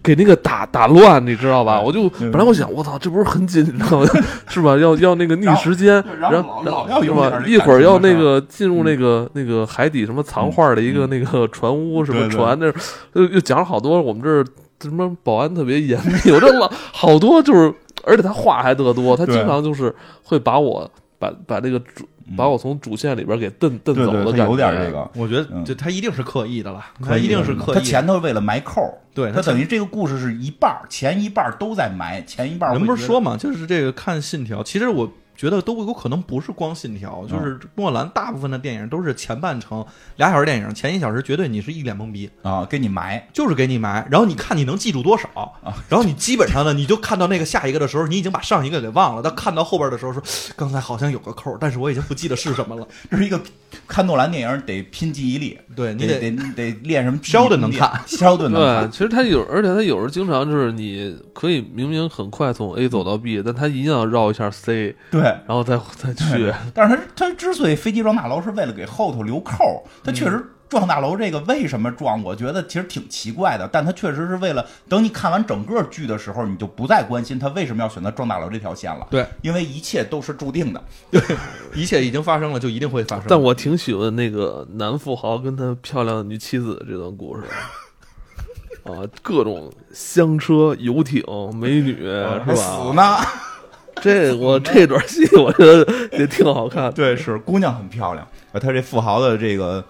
A: 给那个打打乱，你知道吧？我就本
B: 嗯
A: 来我想，我操，这不是很紧张， 是吧？要要那个逆时间，然
B: 然后对然后老老要有
A: 是
B: 点
A: 吧
B: 儿？那
A: 一会儿
B: 感
A: 要
B: 情的
A: 那
B: 事儿
A: 个进入那个那个海底什么藏画的一个
B: 嗯
A: 那个船屋，什么
B: 对对
A: 船那儿又又讲了好多我们这儿什么保安特别严密，我这老好多就是，而且他话还特多，他
B: 对
A: 经常就是会把我把把这个主把我从主线里边给蹬蹬
B: 对
A: 走的
B: 对，
A: 感
B: 他
A: 觉，啊
B: 有点这个。
C: 我觉得
B: 嗯
C: 这他一定是刻意的了，
B: 可
C: 他
B: 以
C: 一定是刻
B: 嗯
C: 意。
B: 他前头为了埋扣儿，
C: 对
B: 他
C: 他
B: 等于这个故事是一半儿，前一半儿都在埋，前一半儿
C: 人
B: 会
C: 不
B: 觉
C: 是
B: 得
C: 说嘛，就是这个看信条。其实我觉得都有可能不是光信条，
B: 嗯
C: 就是诺兰大部分的电影都是前半程俩小时电影，前一小时绝对你是一脸懵逼，
B: 啊，给你埋
C: 就是给你埋，然后你看你能记住多少，
B: 啊
C: 然后你基本上呢，你就看到那个下一个的时候，你已经把上一个给忘了，但看到后边的时候说，刚才好像有个扣，但是我已经不记得是什么了。
B: 这是一个看诺兰电影得拼记忆力，
C: 对你
B: 得
C: 得
B: 得得练什么记忆
C: Sheldon 能
B: 力
C: 看
B: ，Sheldon 能
A: 对，
B: 看，
A: 其实他有，而且他有时候经常就是你可以明明很快从 A 走到 B，但他一定要绕一下 C，
B: 对。
A: 然后再再去。
B: 但是他他之所以飞机撞大楼，是为了给后头留扣。他确
C: 嗯
B: 实撞大楼这个为什么撞，我觉得其实挺奇怪的。但他确实是为了等你看完整个剧的时候，你就不再关心他为什么要选择撞大楼这条线了。
C: 对，
B: 因为一切都是注定的。
C: 一切已经发生了，就一定会发生。
A: 但我挺喜欢那个男富豪跟他漂亮的女妻子这段 故事。啊，各种香车、游艇、美女，是
B: 哦还死
A: 吧？
B: 呢？
A: 这我这段戏我觉得也挺好看的。
B: 对，是姑娘很漂亮。呃，他这富豪的这个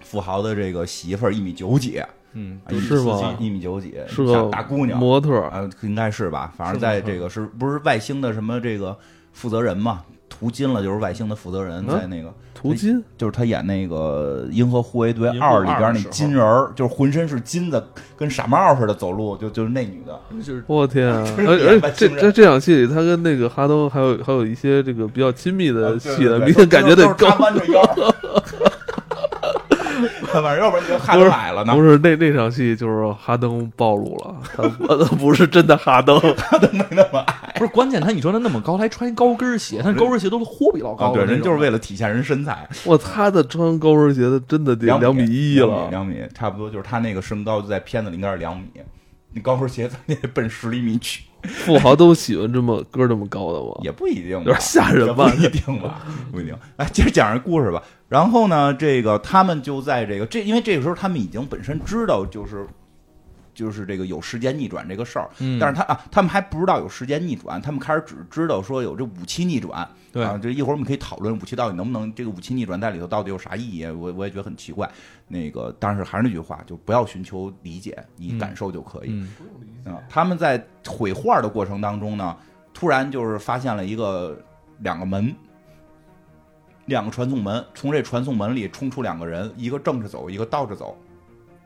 B: 富豪的这个媳妇儿一米九几，
C: 嗯，
B: 啊一米
A: 是
B: 四
A: 吗
B: 几一米九几，
A: 是个
B: 大姑娘，
A: 模特儿，
B: 啊，应该是吧？反正
A: 是
B: 在
A: 模特
B: 这个是不是外星的什么这个负责人嘛？途金了就是外星的负责人，
A: 嗯
B: 在那个
A: 图金
B: 就是他演那个《银河护卫队
C: 银河
B: 二》里
C: 二
B: 边
C: 的
B: 那
C: 时候
B: 金人儿，就是浑身是金的，跟傻帽似的走路，就就是那女的。
C: 就是
A: 我天 啊！
B: 这
A: 而
B: 是
A: 而
B: 外
A: 这
B: 星人
A: 这这场戏里，他跟那个哈登还有还有一些这个比较亲密
B: 啊
A: 的
B: 对
A: 戏
B: 对
A: 了，
B: 对
A: 明显感觉得
B: 都是
A: 高
B: 他弯着腰。 反正要不然就害
A: 不是
B: 买了呢
A: 不。是那那场戏就是哈登暴露 了，他他不是真的哈登，
C: 不是关键？他你说他那么高，他还穿高跟鞋，他高跟鞋都是货比老
B: 啊，
C: 高的
B: 对，
C: 那种、
B: 人就是为了体现人身材，
A: 我他的穿高跟鞋的真的得
B: 两
A: 米一了，
B: 两米两米差不多，就是他那个身高就在片子里应该是两米，你高跟鞋咱也得奔十厘米去，
A: 富豪都喜欢这么个儿这么高的吗？
B: 也不一定吧，
A: 有点吓人吧
B: 也不一定吧，不一定。哎，接着讲这故事吧。然后呢，这个他们就在这个这，因为这个时候他们已经本身知道就是。就是这个有时间逆转这个事儿，
C: 嗯
B: 但是他啊，他们还不知道有时间逆转，他们开始只知道说有这武器逆转，
C: 对
B: 啊，这一会儿我们可以讨论武器到底能不能这个武器逆转在里头到底有啥意义，我我也觉得很奇怪。那个，但是还是那句话，就不要寻求理解，你
C: 嗯
B: 感受就可以。
C: 嗯，
B: 啊，他们在毁画的过程当中呢，突然就是发现了一个两个门，两个传送门，从这传送门里冲出两个人，一个正着走，一个倒着走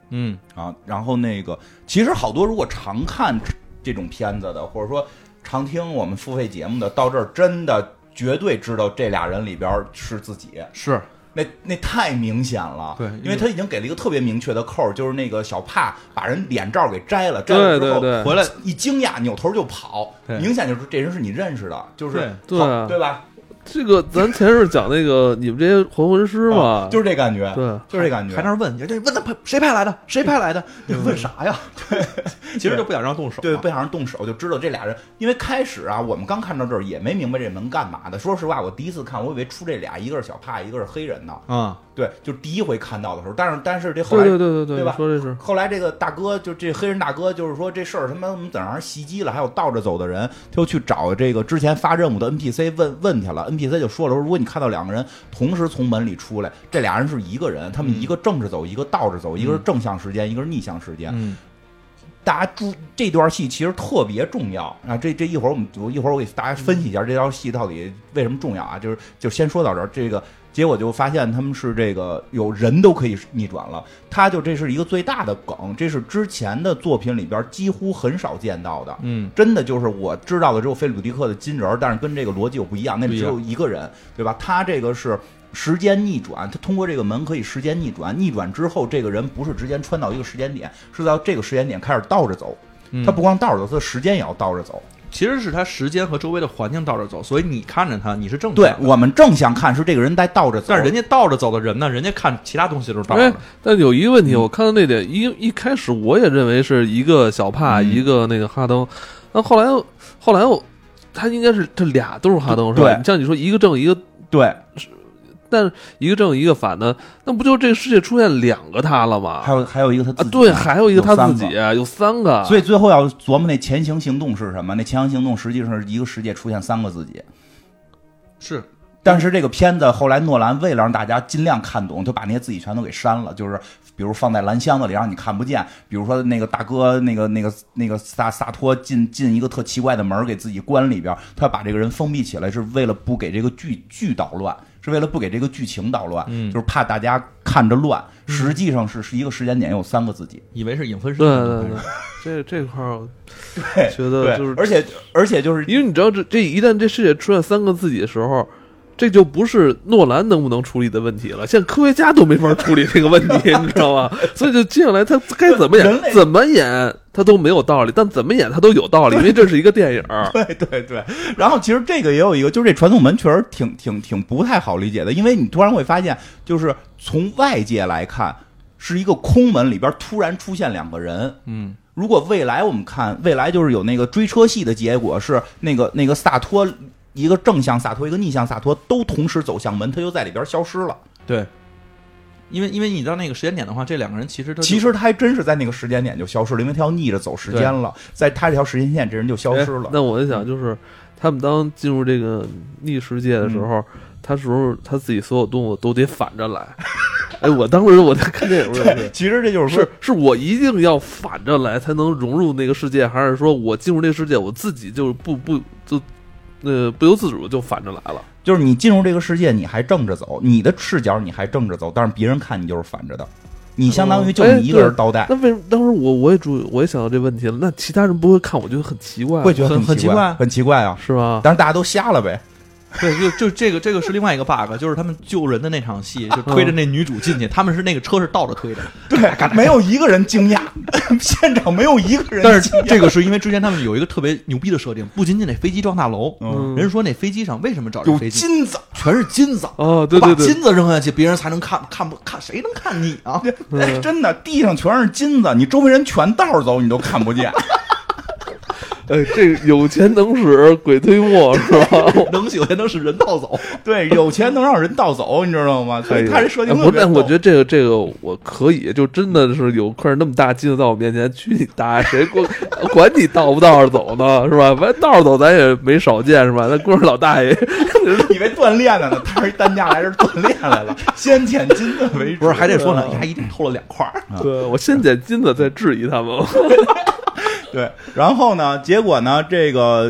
C: 嗯，
B: 啊。然后那个，其实好多如果常看这种片子的，或者说常听我们付费节目的，到这儿真的绝对知道这俩人里边是自己，
C: 是
B: 那那太明显了，
C: 对
B: 因为他已经给了一个特别明确的扣儿，就是那个小帕把人脸罩给摘了，摘
A: 对
B: 了之
A: 对
B: 后
A: 对，
C: 回来
B: 一惊讶扭头就跑，
C: 对
B: 明显就是这人是你认识的，就是
A: 对
B: 跑
A: 对
B: 对吧？
A: 这个咱前世讲那个你们这些还魂师嘛
B: 啊，就是这感觉，
A: 对
B: 就是这感
C: 还那
B: 觉。
C: 儿问，这问他派谁派来的？谁派来的？你问啥呀？ 对，其实就不想让动手、啊
B: 对，不想人动手就知道这俩人，因为开始啊，我们刚看到这儿也没明白这门干嘛的。说实话，我第一次看，我以为出这俩，一个是小帕，一个是黑人呢。
C: 啊、
B: 对，就是第一回看到的时候，但是但是这后
A: 对对
B: 来
A: 对对
B: 对
A: 你
B: 吧
A: 说这是
B: 后来这个大哥就这黑人大哥，就是说这事儿他妈我们在哪儿袭击了，还有倒着走的人，他就去找这个之前发任务的 NPC 问问去了。NPC 就说了，说如果你看到两个人同时从门里出来，这俩人是一个人，他
C: 嗯
B: 们一个正着走，一个倒着走，一个是正向时间，一个是逆向时间。
C: 嗯，
B: 大家注这段戏其实特别重要啊！这这一会儿我们我一会儿我给大家分析一下这条戏到底为什么重要啊！就是就先说到这儿，这个结果就发现他们是这个有人都可以逆转了，他就这是一个最大的梗，这是之前的作品里边几乎很少见到的。
C: 嗯，
B: 真的就是我知道的只有菲利普迪克的金人儿，但是跟这个逻辑又不一样，那里只有
C: 不
B: 一个人，对吧？他这个是时间逆转，他通过这个门可以时间逆转，逆转之后这个人不是直接穿到一个时间点，是到这个时间点开始倒着走。
C: 嗯
B: 他不光倒着走，他时间也要倒着走。
C: 其实是他时间和周围的环境倒着走，所以你看着他，你
A: 嗯
C: 是正
B: 对
C: 常的。
B: 我们正想看是这个人在倒着走，
C: 但是人家倒着走的人呢，人家看其他东西都是倒着
A: 哎
C: 的。，
A: 但有一个问
B: 嗯
A: 题，我看到那点一一开始我也认为是一个小帕，
B: 嗯
A: 一个那个哈登，但后来后来我他应该是这俩都是哈登是吧？
B: 对
A: 你像你说一个正一个，
B: 对，
A: 啊但是一个正一个反的，那不就这个世界出现两个他了吗
B: 还？有还有一个他
A: 啊
B: 自己，
A: 对，还有一个他自
B: 有
A: 己，啊有三个，
B: 所以最后要琢磨那前行行动是什么。那前行行动实际上是一个世界出现三个自己，
C: 是，
B: 但是这个片子后来诺兰为了让大家尽量看懂，就把那些字体全都给删了，就是比如放在蓝箱子里让你看不见，比如说那个大哥那个那个那个萨萨托进进一个特奇怪的门儿给自己关里边儿，他把这个人封闭起来是为了不给这个剧剧捣乱。是为了不给这个剧情捣乱，就是怕大家看着乱。实际上是是一个时间点有三个自己，
C: 以为是影分身
A: 对对对
C: 呢，还是，
A: 这这块儿我
B: 对
A: 觉得就是
B: 对，而且而且就是
A: 因为你知道这这一旦这世界出现三个自己的时候，这就不是诺兰能不能处理的问题了，现在科学家都没法处理这个问题， 你知道吗？所以就接下来他该怎么
B: 人
A: 演
B: 类
A: 怎么演他都没有道理，但怎么演他都有道理，因为这是一个电影儿。
B: 对 对对，然后其实这个也有一个，就是这传送门确实挺挺挺不太好理解的，因为你突然会发现，就是从外界来看，是一个空门里边突然出现两个人。
C: 嗯，
B: 如果未来我们看未来，就是有那个追车戏的结果是那个那个萨托，一个正向萨托，一个逆向萨托都同时走向门，他就在里边消失了。
C: 对。因为因为你到那个时间点的话，这两个人其实他就
B: 其实他还真是在那个时间点就消失了，因为他要逆着走时间了，在他这条时间线，这人就消失了
A: 哎。那我在想，就是他们当进入这个逆世界的时
B: 嗯
A: 候，他时候他自己所有动作都得反着来。 哎，我当时我在看电影的时候，
B: 对，其实这就是说
A: 是是我一定要反着来才能融入那个世界，还是说我进入那世界我自己就不不就呃不由自主就反着来了？
B: 就是你进入这个世界，你还正着走，你的视角你还正着走，但是别人看你就是反着的，你相当于就你一个人倒带，
A: 那为什么当时我我也注意我也想到这问题了？那其他人不会看，我觉得很奇怪，
B: 会觉得
C: 很
B: 很
C: 很奇怪
B: 很奇怪啊！
A: 是吧？
B: 但是大家都瞎了呗，
C: 对，就就这个这个是另外一个 bug，就是他们救人的那场戏，就推着那女主进去，他们是那个车是倒着推的，
B: 对，没有一个人惊讶， 现场没有一个人惊讶，
C: 但是这个是因为之前他们有一个特别牛逼的设定，不仅仅那飞机撞大楼，
B: 嗯
C: 人说那飞机上为什么找这
B: 有
C: 飞机，
B: 金子，
C: 全是金子，
A: 哦，对对
C: 把
A: 对，
C: 金子扔下去，别人才能看看不看，谁能看你啊？
B: 哎， 真的地上全是金子，你周围人全倒着走，你都看不见。
A: 哎，这个有钱能使 鬼推磨是 吧？
C: 能有才能使人倒走，
B: 对，有钱能让人倒走，你知道吗？所
A: 哎
B: 以
A: 呦
B: 他这设定
A: 哎
B: 特
A: 不，
B: 别
A: 但
B: 逗。
A: 我觉得这个这个我可以，就真的是有块那么大金子在我面前，去你大爷，谁管 管你倒不倒着走呢，是吧？反正倒着走咱也没少见，是吧？那光是老大爷，
B: 以为锻炼的呢，他是担架来这儿锻炼来了，先捡金子为主。
C: 不是还得 说呢，呀，一定偷了两块儿，
B: 啊
A: 对我先捡金子再质疑他 们。
B: 对，然后呢，结果呢，这个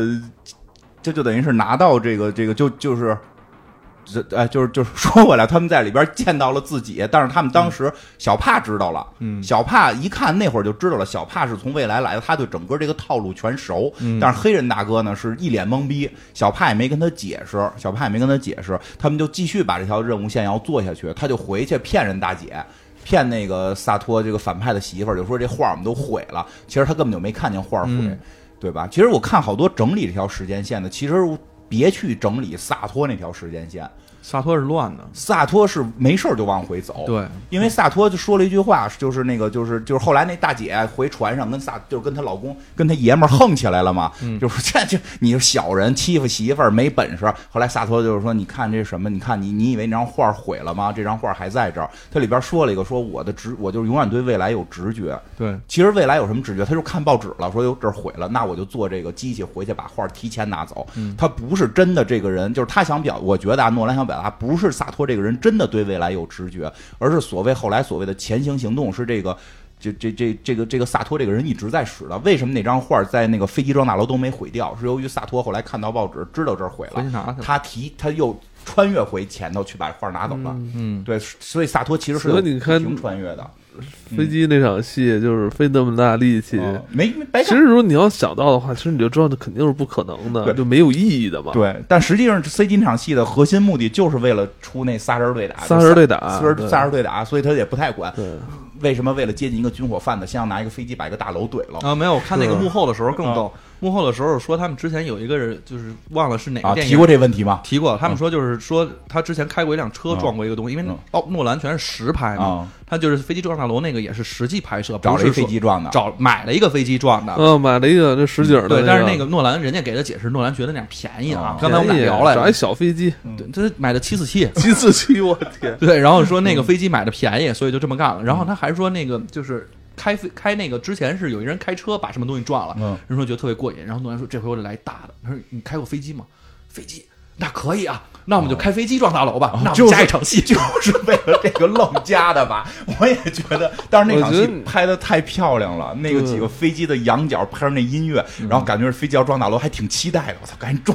B: 这就等于是拿到这个这个就就是。这哎，就是就是说回来，他们在里边见到了自己，但是他们当时小帕知道了，嗯，小帕一看那会儿就知道了，小帕是从未来来的，他对整个这个套路全熟。但是黑人大哥呢是一脸懵逼，小帕也没跟他解释，小帕也没跟他解释，他们就继续把这条任务线要做下去，他就回去骗人大姐，骗那个萨托这个反派的媳妇儿，就说这画儿我们都毁了。其实他根本就没看见画儿毁，对吧？其实我看好多整理这条时间线的，其实别去整理萨托那条时间线，
C: 萨托是乱的，
B: 萨托是没事儿就往回走，
C: 对，
B: 因为萨托就说了一句话，就是那个就是就是后来那大姐回船上跟萨就是跟她老公跟她爷们儿横起来了嘛，就是这就你是小人欺负媳妇儿没本事。后来萨托就是说，你看这是什么？你看你你以为那张画毁了吗？这张画还在这儿。它里边说了一个说我的直我就是永远对未来有直觉。
C: 对，
B: 其实未来有什么直觉，他就看报纸了，说哟这儿毁了，那我就做这个机器回去把画提前拿走。他不是真的这个人，就是他想表，我觉得啊，诺兰想表达不是萨托这个人真的对未来有直觉，而是所谓后来所谓的前行行动是这个。这这这这个这个萨托这个人一直在使的，为什么那张画在那个飞机撞大楼都没毁掉？是由于萨托后来看到报纸，知道这儿毁
C: 回去
B: 了，
C: 拿去了，
B: 他提他又穿越回前头去把画拿走了。
C: 嗯，
B: 对，所以萨托其实是
A: 所
B: 有
A: 以你看
B: 挺穿越的，
A: 飞机那场戏就是费那么大力气。
B: 嗯没没白
A: 其实，如果你要想到的话，其实你就知道这肯定是不可能的，
B: 对
A: 就没有意义的嘛。
B: 对，但实际上 CG 那场戏的核心目的就是为了出那仨人对打，
A: 仨人对打
B: 仨人
A: 对
B: 仨人对打，所以他也不太管
A: 对
B: 为什么为了接近一个军火贩子，先要拿一个飞机把一个大楼怼了
C: 啊，没有，我看那个
A: 是
C: 幕后的时候更逗，幕后的时候说他们之前有一个人就是忘了是哪
B: 啊！
C: 个电影
B: 提过这问题吗？
C: 提过，他们说就是说他之前开过一辆车
B: 嗯
C: 撞过一个东西，因为
B: 嗯
C: 奥诺兰全是实拍嘛
B: 啊，
C: 他就是飞机撞大楼那个也是实际拍摄，
B: 找
C: 不
B: 了
C: 是
B: 一
C: 说
B: 飞机撞的，
C: 找买了一个飞机撞的。
B: 啊
A: 嗯，买了一个那实景的、
C: 对，但是那
A: 个
C: 个诺兰人家给的解释，诺兰觉得那样便宜
B: 啊。
C: 啊刚才我们
A: 便宜
C: 俩聊来
A: 找一
C: 着，
A: 小飞机，
C: 对，他买的七四七，
B: 嗯
A: 七四七，我天！
C: 对，然后说那个飞机买的便宜，所以就这么干了。然后
B: 嗯
C: 他还说那个就是开飞开那个之前是有一人开车把什么东西撞了，
B: 嗯
C: 人说觉得特别过瘾。然后诺兰说这回我得来大的，他说你开过飞机吗？飞机那可以啊，那我们就开飞机撞大楼吧，那我
B: 就
C: 们
B: 是
C: 加一场 戏。
B: 就是为了这个愣加的吧？我也觉得，但是那场
A: 我觉
B: 戏
A: 得
B: 拍的太漂亮了，那个几个飞机的仰角配上那音乐，
A: 嗯
B: 然后感觉是飞机要撞大楼，还挺期待的。我操，赶紧撞！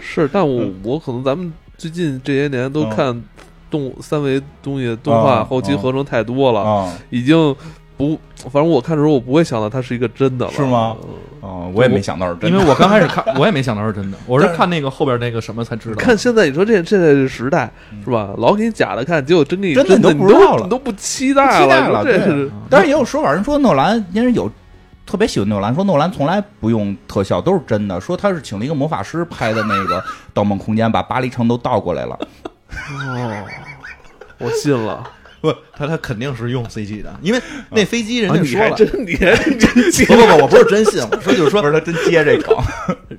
A: 是，但我我可能咱们最近这些年都
B: 嗯
A: 看动三维东西动画
B: 嗯
A: 后期
B: 嗯
A: 合成太多了，
B: 啊
A: 已经不，反正我看的时候我不会想到它是一个真的了，
B: 是吗
A: 嗯？
B: 啊！我也没想到是真
C: 因
B: 的，
C: 为我刚开始看，我也没想到是真的，我是
B: 但是
C: 看那个后边那个什么才知道。
A: 看现在你说这现在这时代是吧？老给你假的看，结嗯果真给你
B: 真的
A: 的
B: 你
A: 你都
B: 都不知道了
A: 你都不期待
B: 期待
A: 了，啊
B: 了。
A: 这
B: 对
A: 是，
B: 但是也有说法，人说诺兰，人家有特别喜欢诺兰，说诺兰从来不用特效，都是真的。说他是请了一个魔法师拍的那个《盗梦空间》，把巴黎城都倒过来了。
A: 哦，我信了。
C: 不，他他肯定是用 CG 的，因为那飞机人
A: 啊
C: 家
A: 你
C: 说
A: 还
C: 了，
A: 真你还真信
C: 不不不，我不是真信，我说就是说
B: 不是他真接这梗，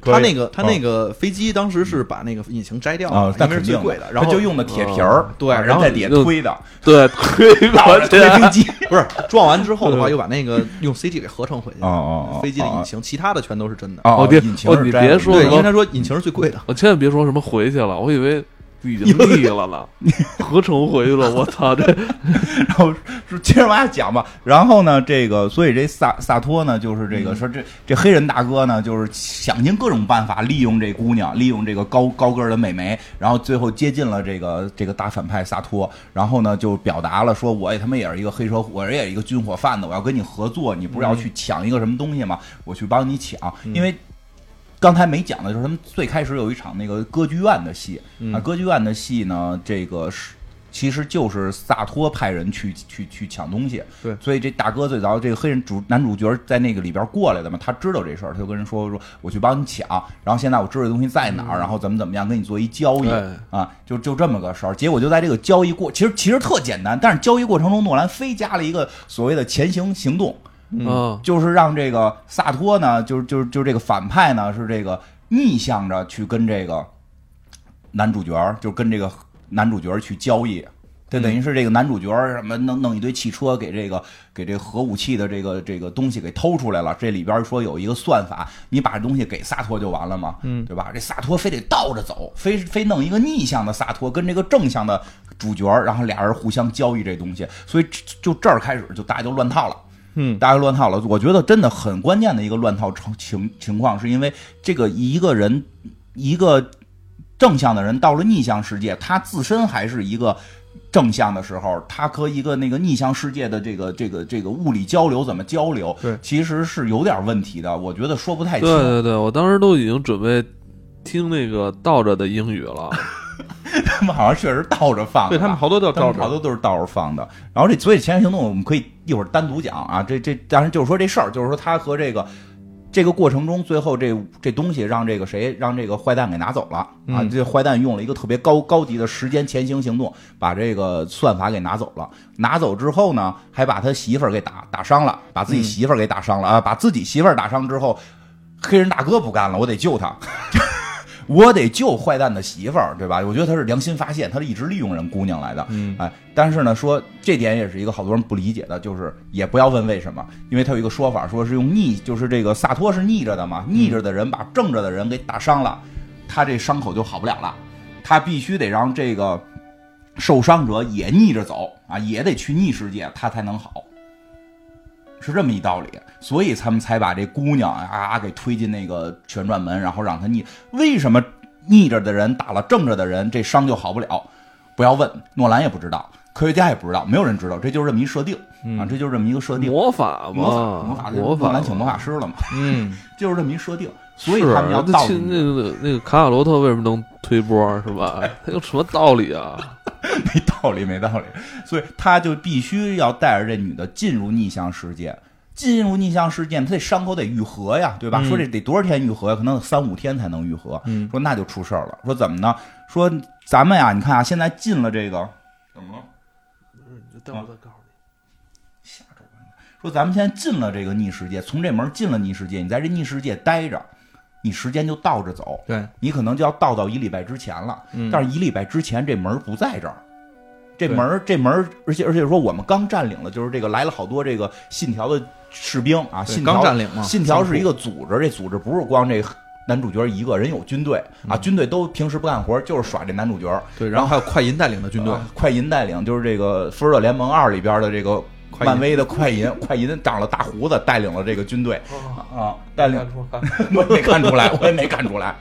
C: 他那个他那
B: 个
C: 个飞机当时是把那个引擎摘掉
B: 啊
C: 了，，
B: 那
C: 因为
B: 肯
C: 是最
B: 定
C: 贵
B: 的
C: 的，然后
B: 他就 用的铁皮儿，
C: 对
B: 人
C: 然后
B: 在底下
A: 就
B: 推的，
A: 对， 推
B: 倒
A: 过
B: 着
A: 去
B: 推飞机。
C: 不是撞完之后的话，又把那个用 CG 给合成回去
B: 哦哦哦
C: 了，飞机的引擎，其他的全都是真的。
B: 哦
A: 哦对
B: 引擎
A: 哦
B: 是
A: 你
B: 这样
A: 别
B: 的
A: 说
C: 对，
A: 了
C: 因为他啊说引擎是最贵的，
A: 我千万别说什么回去了，我以为已经腻了 呢，合成回去了，我操， 这
B: 然后说接着往下讲吧。然后呢，这个所以这萨萨托呢，就是这个说这这黑人大哥呢，就是想尽各种办法利用这姑娘，利用这个高高个儿的美眉，然后最后接近了这个这个大反派萨托。然后呢，就表达了说我也他妈也是一个黑社会，我也是一个军火贩子，我要跟你合作，你不是要去抢一个什么东西吗？我去帮你抢，因为。刚才没讲的就是他们最开始有一场那个歌剧院的戏、啊，歌剧院的戏呢，这个是其实就是萨托派人去去去抢东西。
C: 对
B: 所以这大哥最早这个黑人主男主角在那个里边过来的嘛，他知道这事儿，他就跟人说说我去帮你抢，然后现在我知道这东西在哪儿，然后怎么怎么样跟你做一交易、
C: 哎
B: 啊，就就这么个事儿。结果就在这个交易过，其实其实特简单，但是交易过程中，诺兰非加了一个所谓的前行行动。
C: 嗯
A: 啊，
B: 就是让这个萨托呢，就是就是就是这个反派呢，是这个逆向着去跟这个男主角儿，就跟这个男主角儿去交易。这等于是这个男主角儿什么弄弄一堆汽车给这个给这核武器的这个这个东西给偷出来了，这里边儿说有一个算法，你把这东西给萨托就完了嘛，嗯，对吧？这萨托非得倒着走，非非弄一个逆向的萨托跟这个正向的主角儿，然后俩人互相交易这东西，所以就就这儿开始就大家就乱套了。大家乱套了。我觉得真的很关键的一个乱套情情情况，是因为这个一个人一个正向的人到了逆向世界，他自身还是一个。正向的时候，他和一个那个逆向世界的这个这个这个物理交流怎么交流？
C: 对
B: 其实是有点问题的，我觉得说不太
A: 对
B: 清。
A: 对对，我当时都已经准备听那个倒着的英语了，
B: 他 们好像确实倒着放的吧，
C: 对他们好多都要
B: 他
C: 照
B: 们好
C: 着。
B: 多都是道士放的。然后这所以前行动我们可以一会儿单独讲啊，这这当然就是说这事儿，就是说他和这个这个过程中，最后这这东西让这个谁让这个坏蛋给拿走了啊，这坏蛋用了一个特别高高级的时间前行行动，把这个算法给拿走了。拿走之后呢，还把他媳妇儿给打打伤了，把自己媳妇儿给打伤了啊，把自己媳妇儿打伤之后，黑人大哥不干了，我得救他。 我得救坏蛋的媳妇儿，对吧？我觉得他是良心发现，他是一直利用人姑娘来的。
C: 嗯，
B: 哎，但是呢，说这点也是一个好多人不理解的，就是也不要问为什么，因为他有一个说法，说是用逆，就是这个萨托是逆着的嘛，逆着的人把正着的人给打伤了，他这伤口就好不了了，他必须得让这个受伤者也逆着走啊，也得去逆世界，他才能好。是这么一道理，所以他们才把这姑娘啊给推进那个旋转门，然后让她逆。为什么逆着的人打了正着的人，这伤就好不了？不要问，诺兰也不知道，科学家也不知道，没有人知道，这就是这么一设定啊，这就是这么一个设定。
A: 魔法
B: 魔
A: 嘛，
B: 法，魔法，
A: 啊魔
B: 诺
A: 法
B: 兰，请魔法师了嘛，
C: 嗯，
B: 就是这么一设定，
A: 是
B: 所以他们要啊
A: 那
B: 倒
A: 去
B: 进
A: 那
B: 去
A: 个那个卡卡罗特为什么能推波是吧？ 他有什么道理啊？
B: 没道理，没道理。所以他就必须要带着这女的进入逆向世界，进入逆向世界，他这伤口得愈合呀，对吧？
A: 嗯
B: 说这得多少天愈合呀？可能三五天才能愈合。
C: 嗯
B: 说那就出事儿了。说怎么呢？说咱们呀，你看啊，现在进了这个怎么了？
A: 待
B: 会儿
A: 再告诉你。
B: 下周吧说咱们现在进了这个逆世界，从这门进了逆世界，你在这逆世界待着，你时间就倒着走，
C: 对，
B: 你可能就要倒到一礼拜之前了。
C: 嗯
B: 但是一礼拜之前这门儿不在这儿，这
C: 对
B: 门儿这门儿，而且而且说我们刚占领了，就是这个来了好多这个信条的士兵啊，
C: 对
B: 信条
C: 刚占领嘛，
B: 信条是一个组织，这组织不是光这男主角一个人有军队
C: 嗯
B: 啊，军队都平时不干活，就是耍这男主角。
C: 对，然后还有快银带领的军队，
B: 啊快银带领就是这个《复仇者联盟二》里边的这个
C: 快银
B: 漫威的快银，快银长了大胡子，带领了这个军队啊，带领
A: 出来。
B: 我也没看出来，我也没看出来，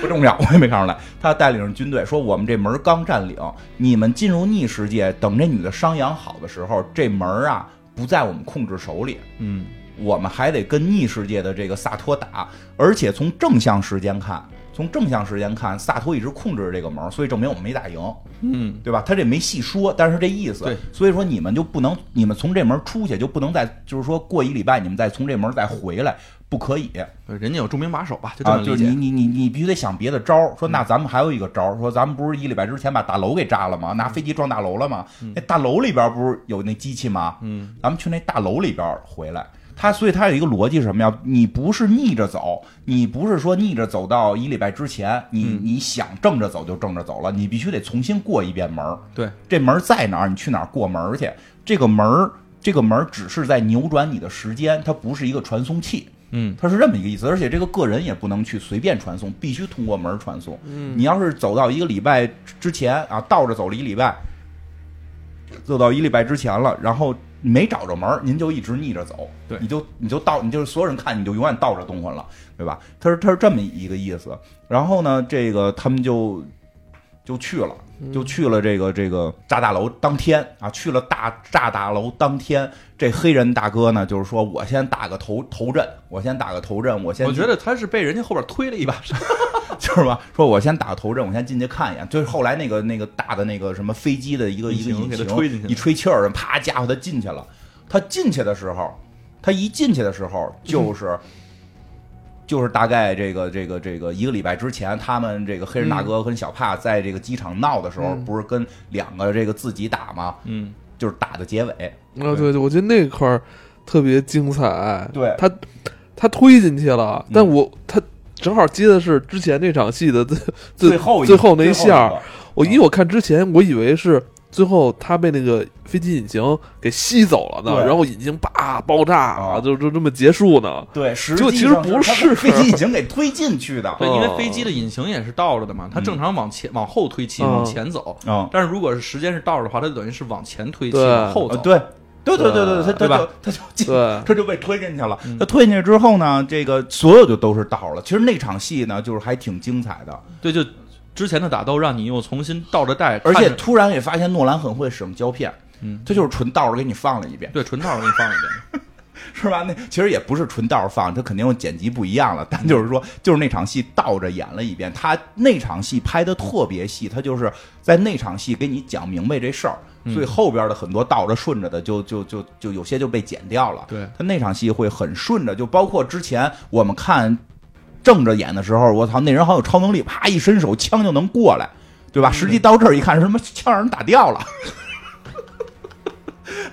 B: 不重要，我也没看出来。他带领着军队说：“我们这门刚占领，你们进入逆世界，等这女的伤养好的时候，这门啊不在我们控制手里，
C: 嗯，
B: 我们还得跟逆世界的这个萨托打。而且从正向时间看，从正向时间看，萨托一直控制着这个门，所以证明我们没打赢，
C: 嗯，
B: 对吧？他这没细说，但是这意思。
C: 对，
B: 所以说你们就不能，你们从这门出去就不能再，就是说过一礼拜你们再从这门再回来，不可以。
C: 人家有著名把手吧，就这
B: 啊，
C: 么
B: 就
C: 理
B: 是你
C: 解。嗯
B: 你你你必须得想别的招儿。说那咱们还有一个招儿，说咱们不是一礼拜之前把大楼给炸了吗？
C: 嗯
B: 拿飞机撞大楼了吗？那大楼里边儿不是有那机器吗？
C: 嗯，
B: 咱们去那大楼里边儿回来。他所以他有一个逻辑是什么呀？你不是逆着走，你不是说逆着走到一礼拜之前，你、
C: 嗯
B: 你想正着走就正着走了，你必须得重新过一遍门儿。
C: 对，
B: 这门儿在哪儿，你去哪儿过门儿去。这个门儿，这个门儿只是在扭转你的时间，它不是一个传送器。
C: 嗯，
B: 它是这么一个意思，而且这个个人也不能去随便传送，必须通过门儿传送。嗯，你要是走到一个礼拜之前啊，倒着走了一礼拜，走到一礼拜之前了，然后没找着门儿，您就一直逆着走，
C: 对
B: 你就你就倒，你就是所有人看你就永远倒着动换了，对吧？他是他是这么一个意思。然后呢，这个他们就就去了。
C: 嗯
B: 就去了这个这个炸大楼当天啊，去了大炸大楼当天，这黑人大哥呢，就是说我先打个头头阵，我先打个头阵，我先
C: 我觉得他是被人家后边推了一把，
B: 就是吧，说我先打个头阵，我先进去看一眼。就是后来那个那个大的那个什么飞机的一个一个
C: 引擎
B: 引
C: 给
B: 擎
C: 它吹进去了
B: 一吹气儿，啪，家伙他进去了。他进去的时候，他一进去的时候就是。就是大概这个这个这个一个礼拜之前，他们这个黑人大
A: 嗯
B: 哥跟小帕在这个机场闹的时候，不是跟两个这个自己打吗？
C: 嗯，
B: 就是打的结尾，
A: 啊，对对，我觉得那块儿特别精彩。
B: 对
A: 他他推进去了，但
B: 嗯
A: 我、他正好接的是之前那场戏的最
B: 最后一
A: 最后那一
B: 一
A: 下儿。
B: 个嗯
A: 我因为我看之前，我以为是最后他被那个飞机引擎给吸走了呢，
B: 对
A: 然后引擎叭爆炸，
B: 啊
A: 就就这么结束呢。
B: 对，实
A: 就
B: 际
A: 其实
B: 上
A: 不
B: 他
A: 是
B: 飞机已经给推进去的，
C: 对，因为飞机的引擎也是倒着的嘛，它正常往前往后推气，
A: 嗯
C: 往前走。
B: 哦嗯，
C: 但是如果是时间是倒着的话，它就等于是往前推气，
A: 对
C: 往后
B: 呃，
C: 走。
B: 对，对对对对，
A: 对
B: 他
C: 对
B: 他
C: 吧嗯
B: 就他就进，
A: 对
B: 他就被推进去了。他推进去之后呢，这个所有就都是倒了。其实那场戏呢，就是还挺精彩的，
C: 对，就之前的打斗让你又重新倒着带，
B: 而
C: 看
B: 且
C: 着
B: 突然也发现诺兰很会使用胶片。
C: 嗯，
B: 他就是纯倒着给你放了一遍，
C: 对纯倒着给你放一遍。
B: 是吧？那其实也不是纯倒着放，他肯定剪辑不一样了。但就是
C: 嗯
B: 说，就是那场戏倒着演了一遍。他那场戏拍的特别细，他就是在那场戏给你讲明白这事儿，
C: 嗯
B: 所以后边的很多倒着顺着的就就就就有些就被剪掉了。
C: 对
B: 他那场戏会很顺着，就包括之前我们看正着演的时候，我操，那人好像有超能力，啪一伸手枪就能过来，对
C: 嗯
B: 吧？实际到这儿一看，什么枪让人打掉了，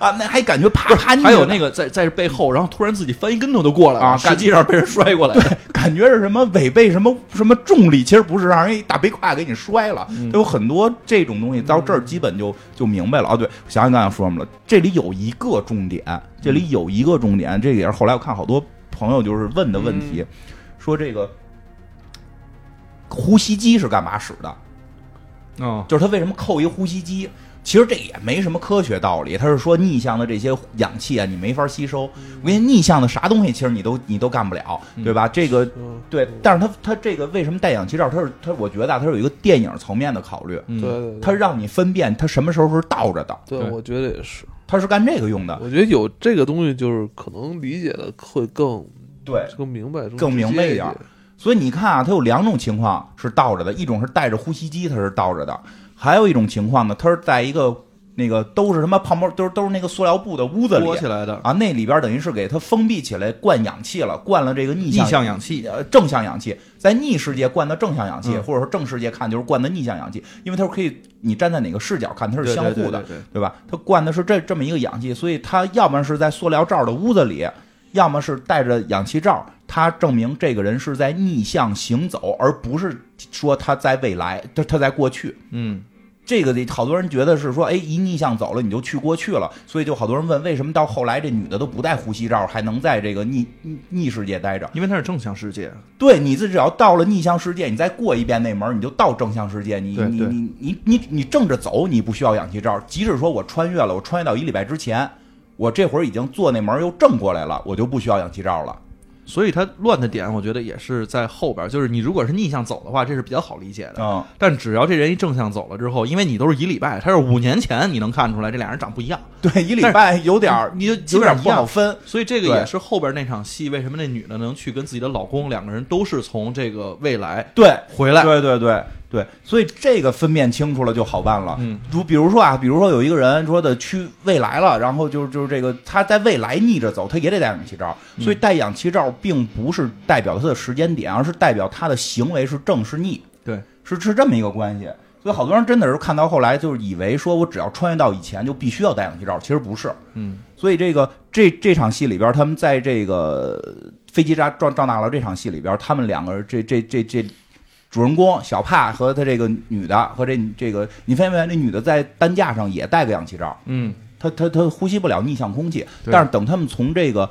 B: 啊，那还感觉啪啪
C: 还有
B: 那
C: 那个在在背后，然后突然自己翻一跟头就过来了，
B: 啊
C: 实际上被人摔过来了。
B: 感觉是什么违背什么什么重力，其实不是，让人一大背胯给你摔了。都有很多这种东西，到这儿基本就就明白了。哦，对，想想刚才说什么了，这里有一个重点，这里有一个重点，这个也是后来我看好多朋友就是问的问题，说这个呼吸机是干嘛使的？
C: 哦，
B: 就是他为什么扣一呼吸机？其实这也没什么科学道理，他是说逆向的这些氧气啊，你没法吸收。我跟你逆向的啥东西，其实你都你都干不了，对吧？这个
A: 嗯，
B: 对，但是他他这个为什么戴氧气罩？他是他，我觉得啊，他是有一个电影层面的考虑，
C: 嗯
A: 对对
B: 他
A: 对，
B: 让你分辨他什么时候是倒着的，
A: 对，我觉得也是。
B: 他是干这个用
C: 嗯
B: 的。
A: 啊我觉得有这个东西，就是可能理解的会更
B: 对，
A: 更明白，
B: 更明白一点儿所以你看啊，它有两种情况是倒着的，一种是带着呼吸机，它是倒着的；还有一种情况呢，它是在一个那个都是什么泡沫，都是都是那个塑料布的屋子里
C: 拨起来的
B: 啊，那里边等于是给它封闭起来，灌氧气了，灌了这个逆
C: 逆
B: 向
C: 向氧气，
B: 呃正向氧气，在逆世界灌的正向氧气，
C: 嗯
B: 或者说正世界看就是灌的逆向氧气，因为它是可以你站在哪个视角看，它是
C: 对
B: 相
C: 对对
B: 互的，
C: 对对
B: 对吧？它灌的是这这么一个氧气，所以它要么是在塑料罩的屋子里，要么是戴着氧气罩，它证明这个人是在逆向行走，而不是说他在未来，他他在过去。
C: 嗯，
B: 这个得好多人觉得是说，哎，一逆向走了你就去过去了，所以就好多人问，为什么到后来这女的都不戴护膝罩，还能在这个逆逆逆世界待着？
C: 因为它是正向世界，
B: 对，你自只要到了逆向世界，你再过一遍那门，你就到正向世界。你
C: 对
B: 你
C: 对
B: 你你你你正着走，你不需要氧气罩。即使说我穿越了，我穿越到一礼拜之前，我这会儿已经坐那门又正过来了，我就不需要氧气罩了。
C: 所以它乱的点，我觉得也是在后边儿。就是你如果是逆向走的话，这是比较好理解的。
B: 嗯，
C: 但只要这人一正向走了之后，因为你都是一礼拜，他是五年前，你能看出来这俩人长不一样，嗯
B: 对，一礼拜有点儿
C: 你就
B: 有点儿
C: 基本上一
B: 不好
C: 样。
B: 分。
C: 所以这个
B: 对
C: 也是后边那场戏，为什么那女的能去跟自己的老公，两个人都是从这个未来
B: 对，
C: 回来，
B: 对对对对，所以这个分辨清楚了就好办了。
C: 嗯，
B: 如比如说啊，比如说有一个人说的去未来了，然后就是就是这个他在未来逆着走，他也得戴氧气罩。
C: 嗯
B: 所以戴氧气罩并不是代表他的时间点，而是代表他的行为是正是逆，
C: 对，
B: 是是这么一个关系。所以好多人真的是看到后来就是以为说我只要穿越到以前就必须要戴氧气罩，其实不是。
C: 嗯，
B: 所以这个这这场戏里边，他们在这个呃飞机炸撞撞大楼这场戏里边，他们两个人这这这这主人公小帕和他这个女的和这这个，你发现没发现？那女的在担架上也戴个氧气罩，
C: 嗯，
B: 她她她呼吸不了逆向空气。
C: 对
B: 但是等他们从这个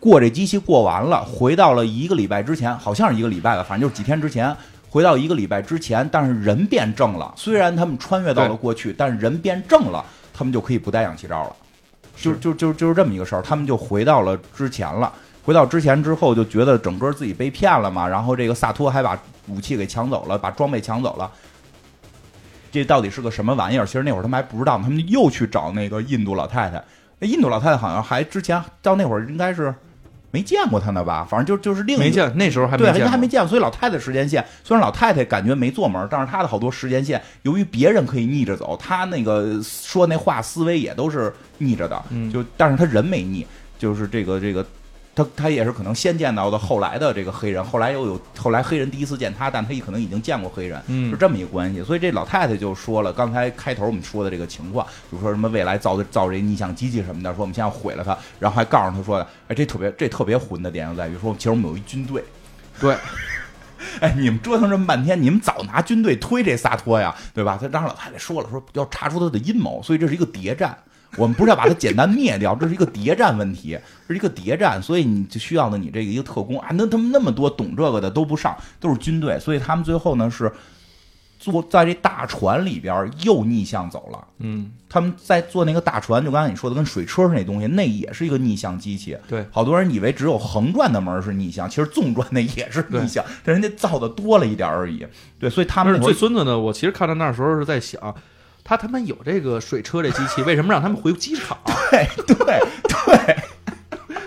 B: 过这机器过完了，回到了一个礼拜之前，好像是一个礼拜吧，反正就是几天之前。回到一个礼拜之前，但是人变正了。虽然他们穿越到了
C: 对
B: 过去，但是人变正了，他们就可以不戴氧气罩了。就是就就就是这么一个事儿，他们就回到了之前了。回到之前之后，就觉得整个自己被骗了嘛，然后这个萨托还把武器给抢走了，把装备抢走了。这到底是个什么玩意儿？其实那会儿他们还不知道，他们又去找那个印度老太太。那印度老太太好像还之前到那会儿应该是没见过她呢吧？反正就就是另一个
C: 没见，那时候还没
B: 对，
C: 见
B: 人家
C: 过，
B: 还没见过，所以老太太时间线，虽然老太太感觉没做门，但是她的好多时间线，由于别人可以逆着走，她那个说那话思维也都是逆着的，
C: 嗯
B: 就但是她人没逆，就是这个这个。她她也是可能先见到的后来的这个黑人，后来又有后来黑人第一次见她，但她也可能已经见过黑人，
C: 嗯
B: 是这么一个关系。所以这老太太就说了，刚才开头我们说的这个情况，就说什么未来造的造这逆向机器什么的，说我们现在要毁了它，然后还告诉她说，哎，这特别这特别混的点就在于说，其实我们有一军队，
C: 对，
B: 哎，你们折腾这么半天，你们早拿军队推这萨托呀，对吧？他当时老太太说了，说要查出他的阴谋，所以这是一个谍战。我们不是要把它简单灭掉，这是一个谍战问题，这是一个谍战，所以你就需要的你这个一个特工啊，那他们那么多懂这个的都不上，都是军队，所以他们最后呢是坐在这大船里边又逆向走了。
C: 嗯，
B: 他们在坐那个大船，就刚才你说的跟水车似的那东西，那也是一个逆向机器。
C: 对
B: 好多人以为只有横转的门是逆向，其实纵转的也是逆向，但人家造的多了一点而已。对，所以他
C: 他
B: 们
C: 是
B: 那
C: 最
B: 会儿
C: 孙子呢。我其实看到那儿时候是在想，他他妈有这个水车这机器，为什么让他们回机场？啊
B: 对对对，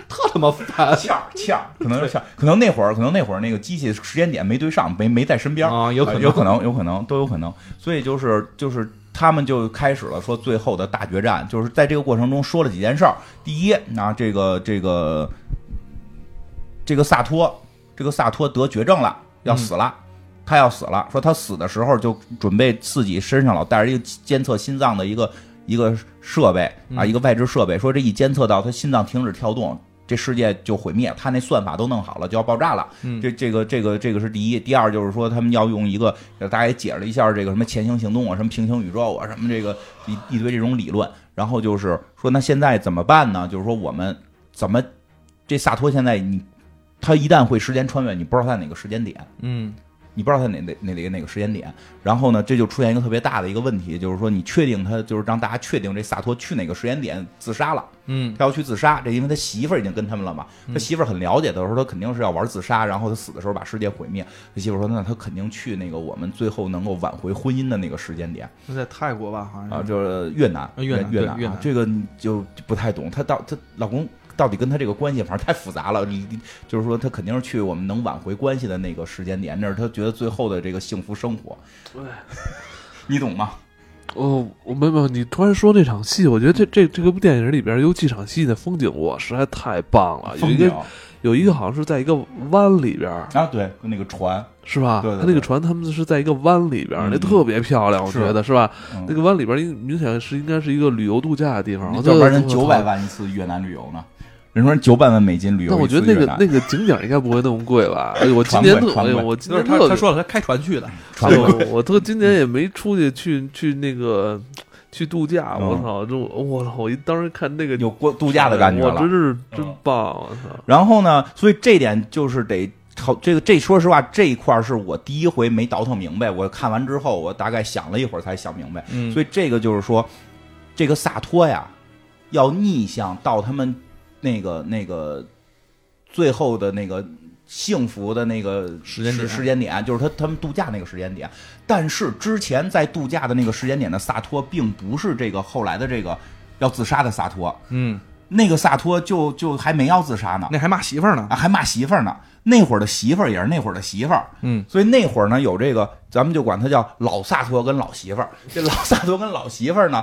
C: 特他妈烦
B: 欠儿欠儿，可能是欠儿，可能那会儿可能那会儿那个机器时间点没对上，没没在身边
C: 啊！有可
B: 呃
C: 能，
B: 有可能，有可能，都有可能。所以就是就是他们就开始了说最后的大决战，就是在这个过程中说了几件事儿。第一，啊，这个这个这个萨托，这个萨托得绝症了，要
C: 嗯
B: 死了。他要死了，说他死的时候就准备自己身上老带着一个监测心脏的一个一个设备啊，
C: 嗯
B: 一个外置设备，说这一监测到他心脏停止跳动，这世界就毁灭，他那算法都弄好了，就要爆炸了。
C: 嗯
B: 这这个这个这个是第一，第二就是说他们要用一个，呃大家也解释了一下这个什么前行行动啊，什么平行宇宙啊，什么这个一一堆这种理论。然后就是说，那现在怎么办呢？就是说我们怎么这萨托现在你他一旦会时间穿越，你不知道在哪个时间点。
C: 嗯，
B: 你不知道他哪哪哪哪哪个时间点，然后呢，这就出现一个特别大的一个问题，就是说你确定他就是让大家确定这萨托去哪个时间点自杀了，
C: 嗯，
B: 他要去自杀，这因为他媳妇儿已经跟他们了嘛，他媳妇儿很了解的，说他肯定是要玩自杀，然后他死的时候把世界毁灭。他媳妇儿说，那他肯定去那个我们最后能够挽回婚姻的那个时间点
C: 是在泰国吧？好
B: 啊，
C: 像是
B: 就是越南，
C: 嗯啊越南
B: 越
C: 对
B: 南啊
C: 越南
B: 这个你就不太懂，她到她老公。到底跟她这个关系，反正太复杂了。你你就是说，她肯定是去我们能挽回关系的那个时间点，那是她觉得最后的这个幸福生活。
A: 对，
B: 你懂吗？
A: 哦，我没有没有，你突然说这场戏，我觉得这这这个部电影里边有几场戏的风景，哇，实在太棒
C: 啊
A: 了。有
B: 风
A: 一
B: 景
A: 个有一个好像是在一个湾里边，
B: 啊，对，跟那个船，
A: 是吧？
B: 对对对
A: 他那个船他们是在一个湾里边，
B: 嗯
A: 那特别漂亮，我
B: 是
A: 觉得是吧？
B: 嗯
A: 那个湾里边应明显是应该是一个旅游度假的地方，我
B: 那要
A: 觉
B: 不
A: 得
B: 嗯然人
A: 我
B: 九
A: 操
B: 百万一次越南旅游呢？人说九百万美金旅游
A: 但我
B: 一次
A: 觉
B: 越
A: 得
B: 南，
A: 那个那个景点应该不会那么贵吧？哎呦，我今
B: 船
A: 年
B: 贵
A: 特
B: 船
A: 哎呦，
B: 贵
A: 我今
C: 就是
A: 年
C: 他
A: 特
C: 他说了，他开船去的，
B: 船贵
A: 对我我特今年也没出去去去那个去度假，
B: 嗯
A: 我操！这我我操！我一当时看那个
B: 有过度假的感觉
A: 我真
B: 了。
A: 是真棒！我操！
B: 然后呢，所以这点就是得。好，这个这说实话，这一块儿是我第一回没倒腾明白。我看完之后，我大概想了一会儿才想明白。
C: 嗯
B: 所以这个就是说，这个萨托呀，要逆向到他们那个那个最后的那个幸福的那个
C: 时间点
B: 时间点，就是他他们度假那个时间点。但是之前在度假的那个时间点的萨托，并不是这个后来的这个要自杀的萨托，
C: 嗯，
B: 那个萨托就就还没要自杀呢，
C: 那还骂媳妇儿呢
B: 啊，，还骂媳妇儿呢。那会儿的媳妇儿也是那会儿的媳妇儿，
C: 嗯，
B: 所以那会儿呢有这个，咱们就管他叫老萨托跟老媳妇儿。这老萨托跟老媳妇儿呢，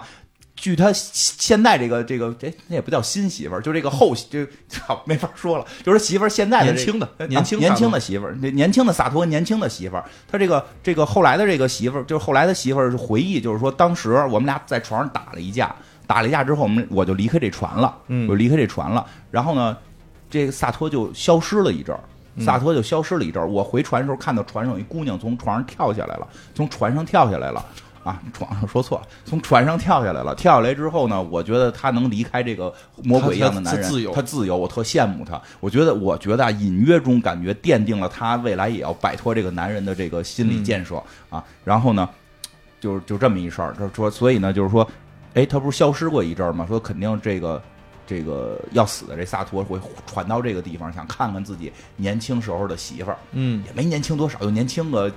B: 据他现在这个这个这那也不叫新媳妇儿，就这个后就好没法说了，就是媳妇儿现在的这个
C: 年轻的
B: 啊
C: 年轻
B: 年
C: 萨托
B: 轻的媳妇儿，那年轻的萨托年轻的媳妇儿，他这个这个后来的这个媳妇儿，就是后来的媳妇儿回忆，就是说当时我们俩在床上打了一架，打了一架之后，我们我就离开这船了，
C: 嗯
B: 我就离开这船了，然后呢，这个萨托就消失了一阵儿。萨托就消失了一阵儿。我回船的时候，看到船上有一姑娘从船上跳下来了，从船上跳下来了，啊，船上说错了，从船上跳下来了。跳下来之后呢，我觉得她能离开这个魔鬼一样的男人，
C: 她她她自由
B: 她自由，我特羡慕她。我觉得，我觉得啊，隐约中感觉奠定了她未来也要摆脱这个男人的这个心理建设、
C: 嗯
B: 啊。然后呢，就是就这么一事儿，就是说，所以呢，就是说，哎，他不是消失过一阵儿吗？说肯定这个这个要死的这萨托会传到这个地方，想看看自己年轻时候的媳妇儿，
C: 嗯，
B: 也没年轻多少，就年轻个，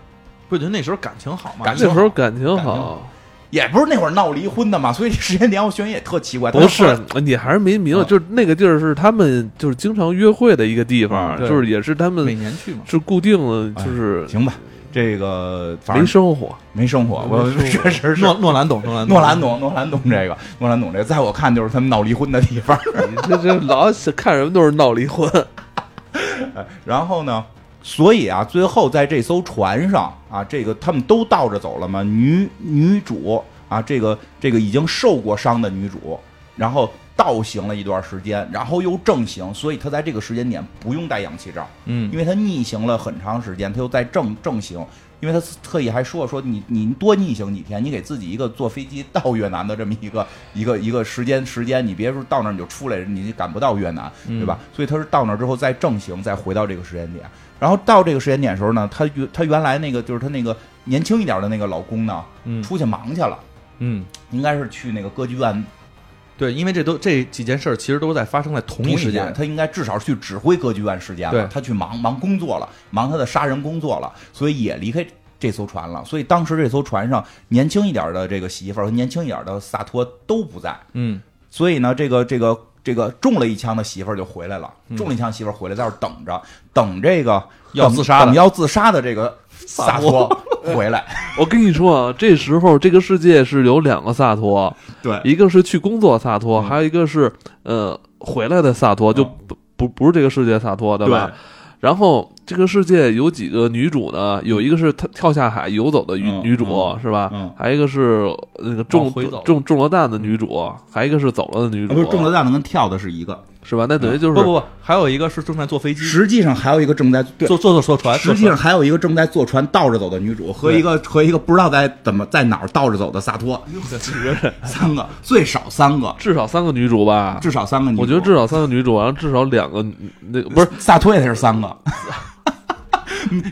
C: 不觉得那时候感情好吗？
B: 感情
A: 那时候感情
B: 感情
A: 好，
B: 也不是那会儿闹离婚的嘛，所以这时间点我选也特奇怪。
A: 不是，呃你还是没明白，
B: 啊
A: 就是那个地儿是他们就是经常约会的一个地方，
C: 嗯对
A: 就是也是他
C: 每
A: 们
C: 年去嘛，
A: 是固定的，
B: 哎
A: 就是
B: 行吧，这个反
A: 没
B: 正
A: 生活。
B: 没生活，我
A: 没生
B: 确实是
C: 诺诺兰懂，诺兰
B: 诺兰懂诺兰懂这个，诺兰懂这个，在我看就是他们闹离婚的地方。
A: 你这这老是看什么都是闹离婚，
B: 哎然后呢，所以啊，最后在这艘船上啊，这个他们都倒着走了嘛，女女主啊，这个这个已经受过伤的女主，然后倒行了一段时间，然后又正行，所以她在这个时间点不用戴氧气罩，
C: 嗯
B: 因为她逆行了很长时间，她又在正正行。因为她特意还说说你你多逆行几天，你给自己一个坐飞机到越南的这么一个一个一个时间时间，你别说到那儿你就出来，你赶不到越南，
C: 嗯
B: 对吧？所以他是到那儿之后再正行，再回到这个时间点。然后到这个时间点的时候呢，他原他原来那个就是他那个年轻一点的那个老公呢，
C: 嗯
B: 出去忙去了，
C: 嗯，
B: 应该是去那个歌剧院
C: 对，因为这都这几件事儿其实都在发生在同
B: 同
C: 一
B: 一
C: 时
B: 天
C: 间，
B: 他应该至少去指挥歌剧院事件了
C: 对。
B: 他去忙忙工作了，忙他的杀人工作了，所以也离开这艘船了。所以当时这艘船上年轻一点的这个媳妇儿和年轻一点的萨托都不在，
C: 嗯
B: 所以呢，这个这个这个中了一枪的媳妇儿就回来了，中了一枪媳妇儿回来，在这儿等着，等这个
C: 嗯要
B: 等
C: 自杀的
B: 等要自杀的这个萨
C: 萨
B: 托回来。
A: 我跟你说啊，这时候这个世界是有两个萨托，
B: 对
A: 一个是去工作萨托，
B: 嗯
A: 还有一个是呃回来的萨托，就
B: 嗯
A: 不不不是这个世界萨托，对吧？然后这个世界有几个女主呢？有一个是她跳下海游走的女、
B: 嗯
A: 女主，
B: 嗯
A: 是吧？
B: 嗯
A: 还有一个是那个中
C: 往回走
A: 中中了弹的女主，还有一个是走了的女主，
B: 啊 不是中了嗯弹的跟跳的是一个，
A: 是吧？那等于就是、
C: 不不不，还有一个是正在坐飞机，
B: 实际上还有一个正在对
C: 坐坐坐坐船，
B: 实际上还有一个正在坐船倒着走的女主啊和一个和一个不知道在怎么在哪儿倒着走的萨托，三个最少三个，
A: 至少三个女主吧？
B: 至少三个女主。
A: 我觉得至少三个女主，然后至少两个那个不是
B: 萨托也是三个，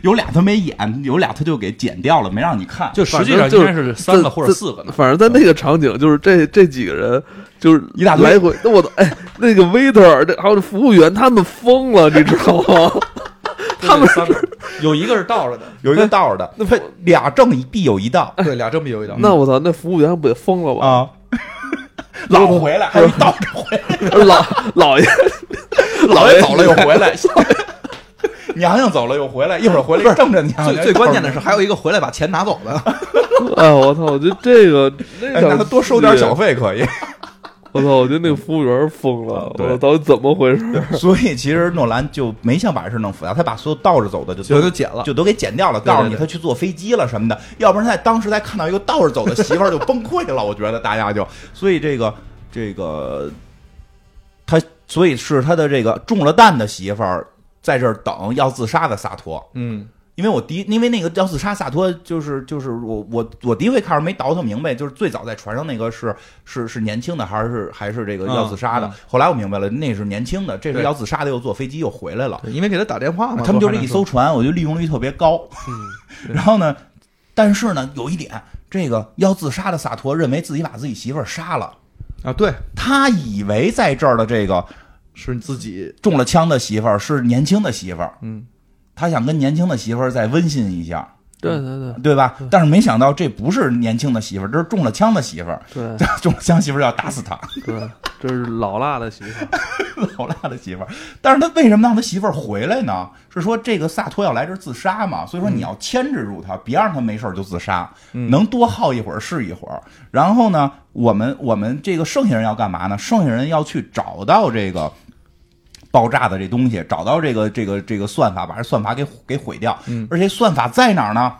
B: 有俩他没演，有俩他就给剪掉了，没让你看。
C: 就实际上
A: 反正就
C: 应该是三个或者
A: 在
C: 四个呢。
A: 反正在那个场景，就是这这几个人就是
B: 一大堆
A: 来回，那我都哎，那个 waiter 这还有这服务员，他们疯了，你知道吗？
C: 他们三个 有一个是倒着的，
B: 有一个倒着的，哎那哎不俩正必有一倒
C: 对，俩这么有一道。
A: 那我操，那服务员不得疯了吧？
B: 嗯 啊，老回来还有一倒着回来，
A: 老老爷
B: 老爷走了又回来， 娘娘走了又回来，一会儿回来正着娘娘。
C: 最最关键的是，还有一个回来把钱拿走的，
A: 哎，我操！我觉得这个那
B: 哎让
A: 场
B: 他多收点小。费可以。
A: 我操！我觉得那个服务员疯了，
B: 啊对
A: 我到底怎么回 事？
B: 所以其实诺兰就没想把这事弄复杂，他把所有倒着走的就
C: 就
B: 都
C: 就剪了。
B: 就都给剪掉了，
C: 对
B: 告诉你
C: 对
B: 他去坐飞机了什么的，要不然在当时再看到一个倒着走的媳妇儿就崩溃了，我觉得大家就所以这个这个他所以是他的这个中了弹的媳妇儿在这儿等要自杀的萨托。
C: 嗯
B: 因为我第一，因为那个要自杀萨托就是就是我我我第一回看时没倒腾明白，就是最早在船上那个是是是年轻的还是还是这个要自杀的？
C: 嗯嗯
B: 后来我明白了，那是年轻的，这是
C: 对嗯
B: 要自杀的，又坐飞机又回来了。
C: 对因为给他打电话嘛，
B: 他们就
C: 我
B: 是
C: 还
B: 一
C: 能说
B: 艘船，我觉得利用率特别高。
C: 嗯
B: 然后呢，但是呢，有一点，这个要自杀的萨托认为自己把自己媳妇儿杀了，
C: 啊，对，
B: 他以为在这儿的这个
C: 是你自己，
B: 中了枪的媳妇儿是年轻的媳妇儿，
C: 嗯，
B: 他想跟年轻的媳妇儿再温馨一下。
A: 对对对
B: 对吧？但是没想到这不是年轻的媳妇儿，这是中了枪的媳妇儿。
A: 对
B: 中了枪媳妇儿要打死他，
A: 对，这是老辣的媳妇儿，
B: 老辣的媳妇儿。但是他为什么让他媳妇儿回来呢？是说这个萨托要来这儿自杀嘛？所以说你要牵制住他，别让他没事儿就自杀，能多耗一会儿是一会儿。然后呢，我们我们这个剩下人要干嘛呢？剩下人要去找到这个。爆炸的这东西，找到这个这个这个算法，把这算法给给毁掉。而且算法在哪儿呢？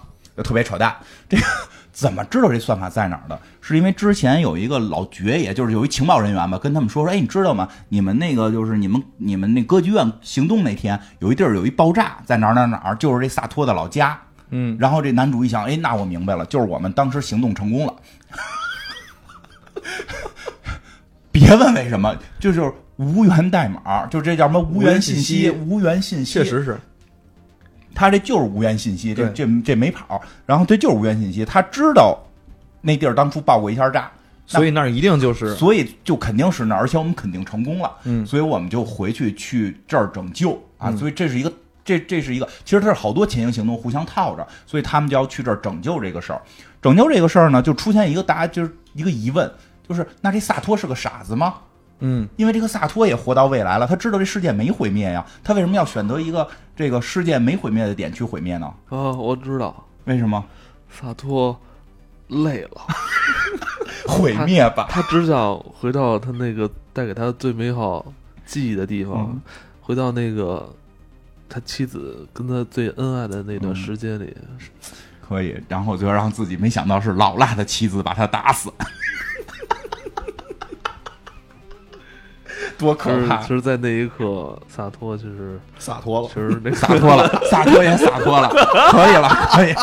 B: 特别扯淡，这个怎么知道这算法在哪儿的？是因为之前有一个老爵爷，就是有一情报人员吧，跟他们说说，哎，你知道吗？你们那个就是你们你们那歌剧院行动那天，有一地儿有一爆炸，在哪儿哪儿哪儿，就是这萨托的老家。
C: 嗯，
B: 然后这男主一想，哎，那我明白了，就是我们当时行动成功了。 别问为什么，这就是无源代码，就这叫什么无源信息，无源信息，
C: 确实是，
B: 他这就是无源信息，这这
C: 对
B: 这没跑，然后这就是无源信息，他知道那地儿当初爆过一下炸，
C: 所以那儿一定就是
B: 所以就肯定是那儿，而且我们肯定成功了，
C: 嗯
B: 所以我们就回去去这儿拯救啊，所以这是一个。这这是一个，其实它是好多潜行行动互相套着，所以他们就要去这儿拯救这个事儿。拯救这个事儿呢，就出现一个大家就是一个疑问，就是那这萨托是个傻子吗？
C: 嗯，
B: 因为这个萨托也活到未来了，他知道这世界没毁灭呀，他为什么要选择一个这个世界没毁灭的点去毁灭呢？
A: 啊，我知道，
B: 为什么？
A: 萨托累了，
B: 毁灭吧。
A: 他只想回到他那个带给他最美好记忆的地方，
B: 嗯
A: 回到那个他妻子跟他最恩爱的
B: 嗯
A: 那段时间里。
B: 可以，然后就让自己没想到是老辣的妻子把他打死， 多可
A: 就是
B: 怕
A: 其！实，在那一刻，萨托其实
C: 洒脱了
A: 其，实那
B: 洒脱了，洒脱也洒脱了，可以了，可以。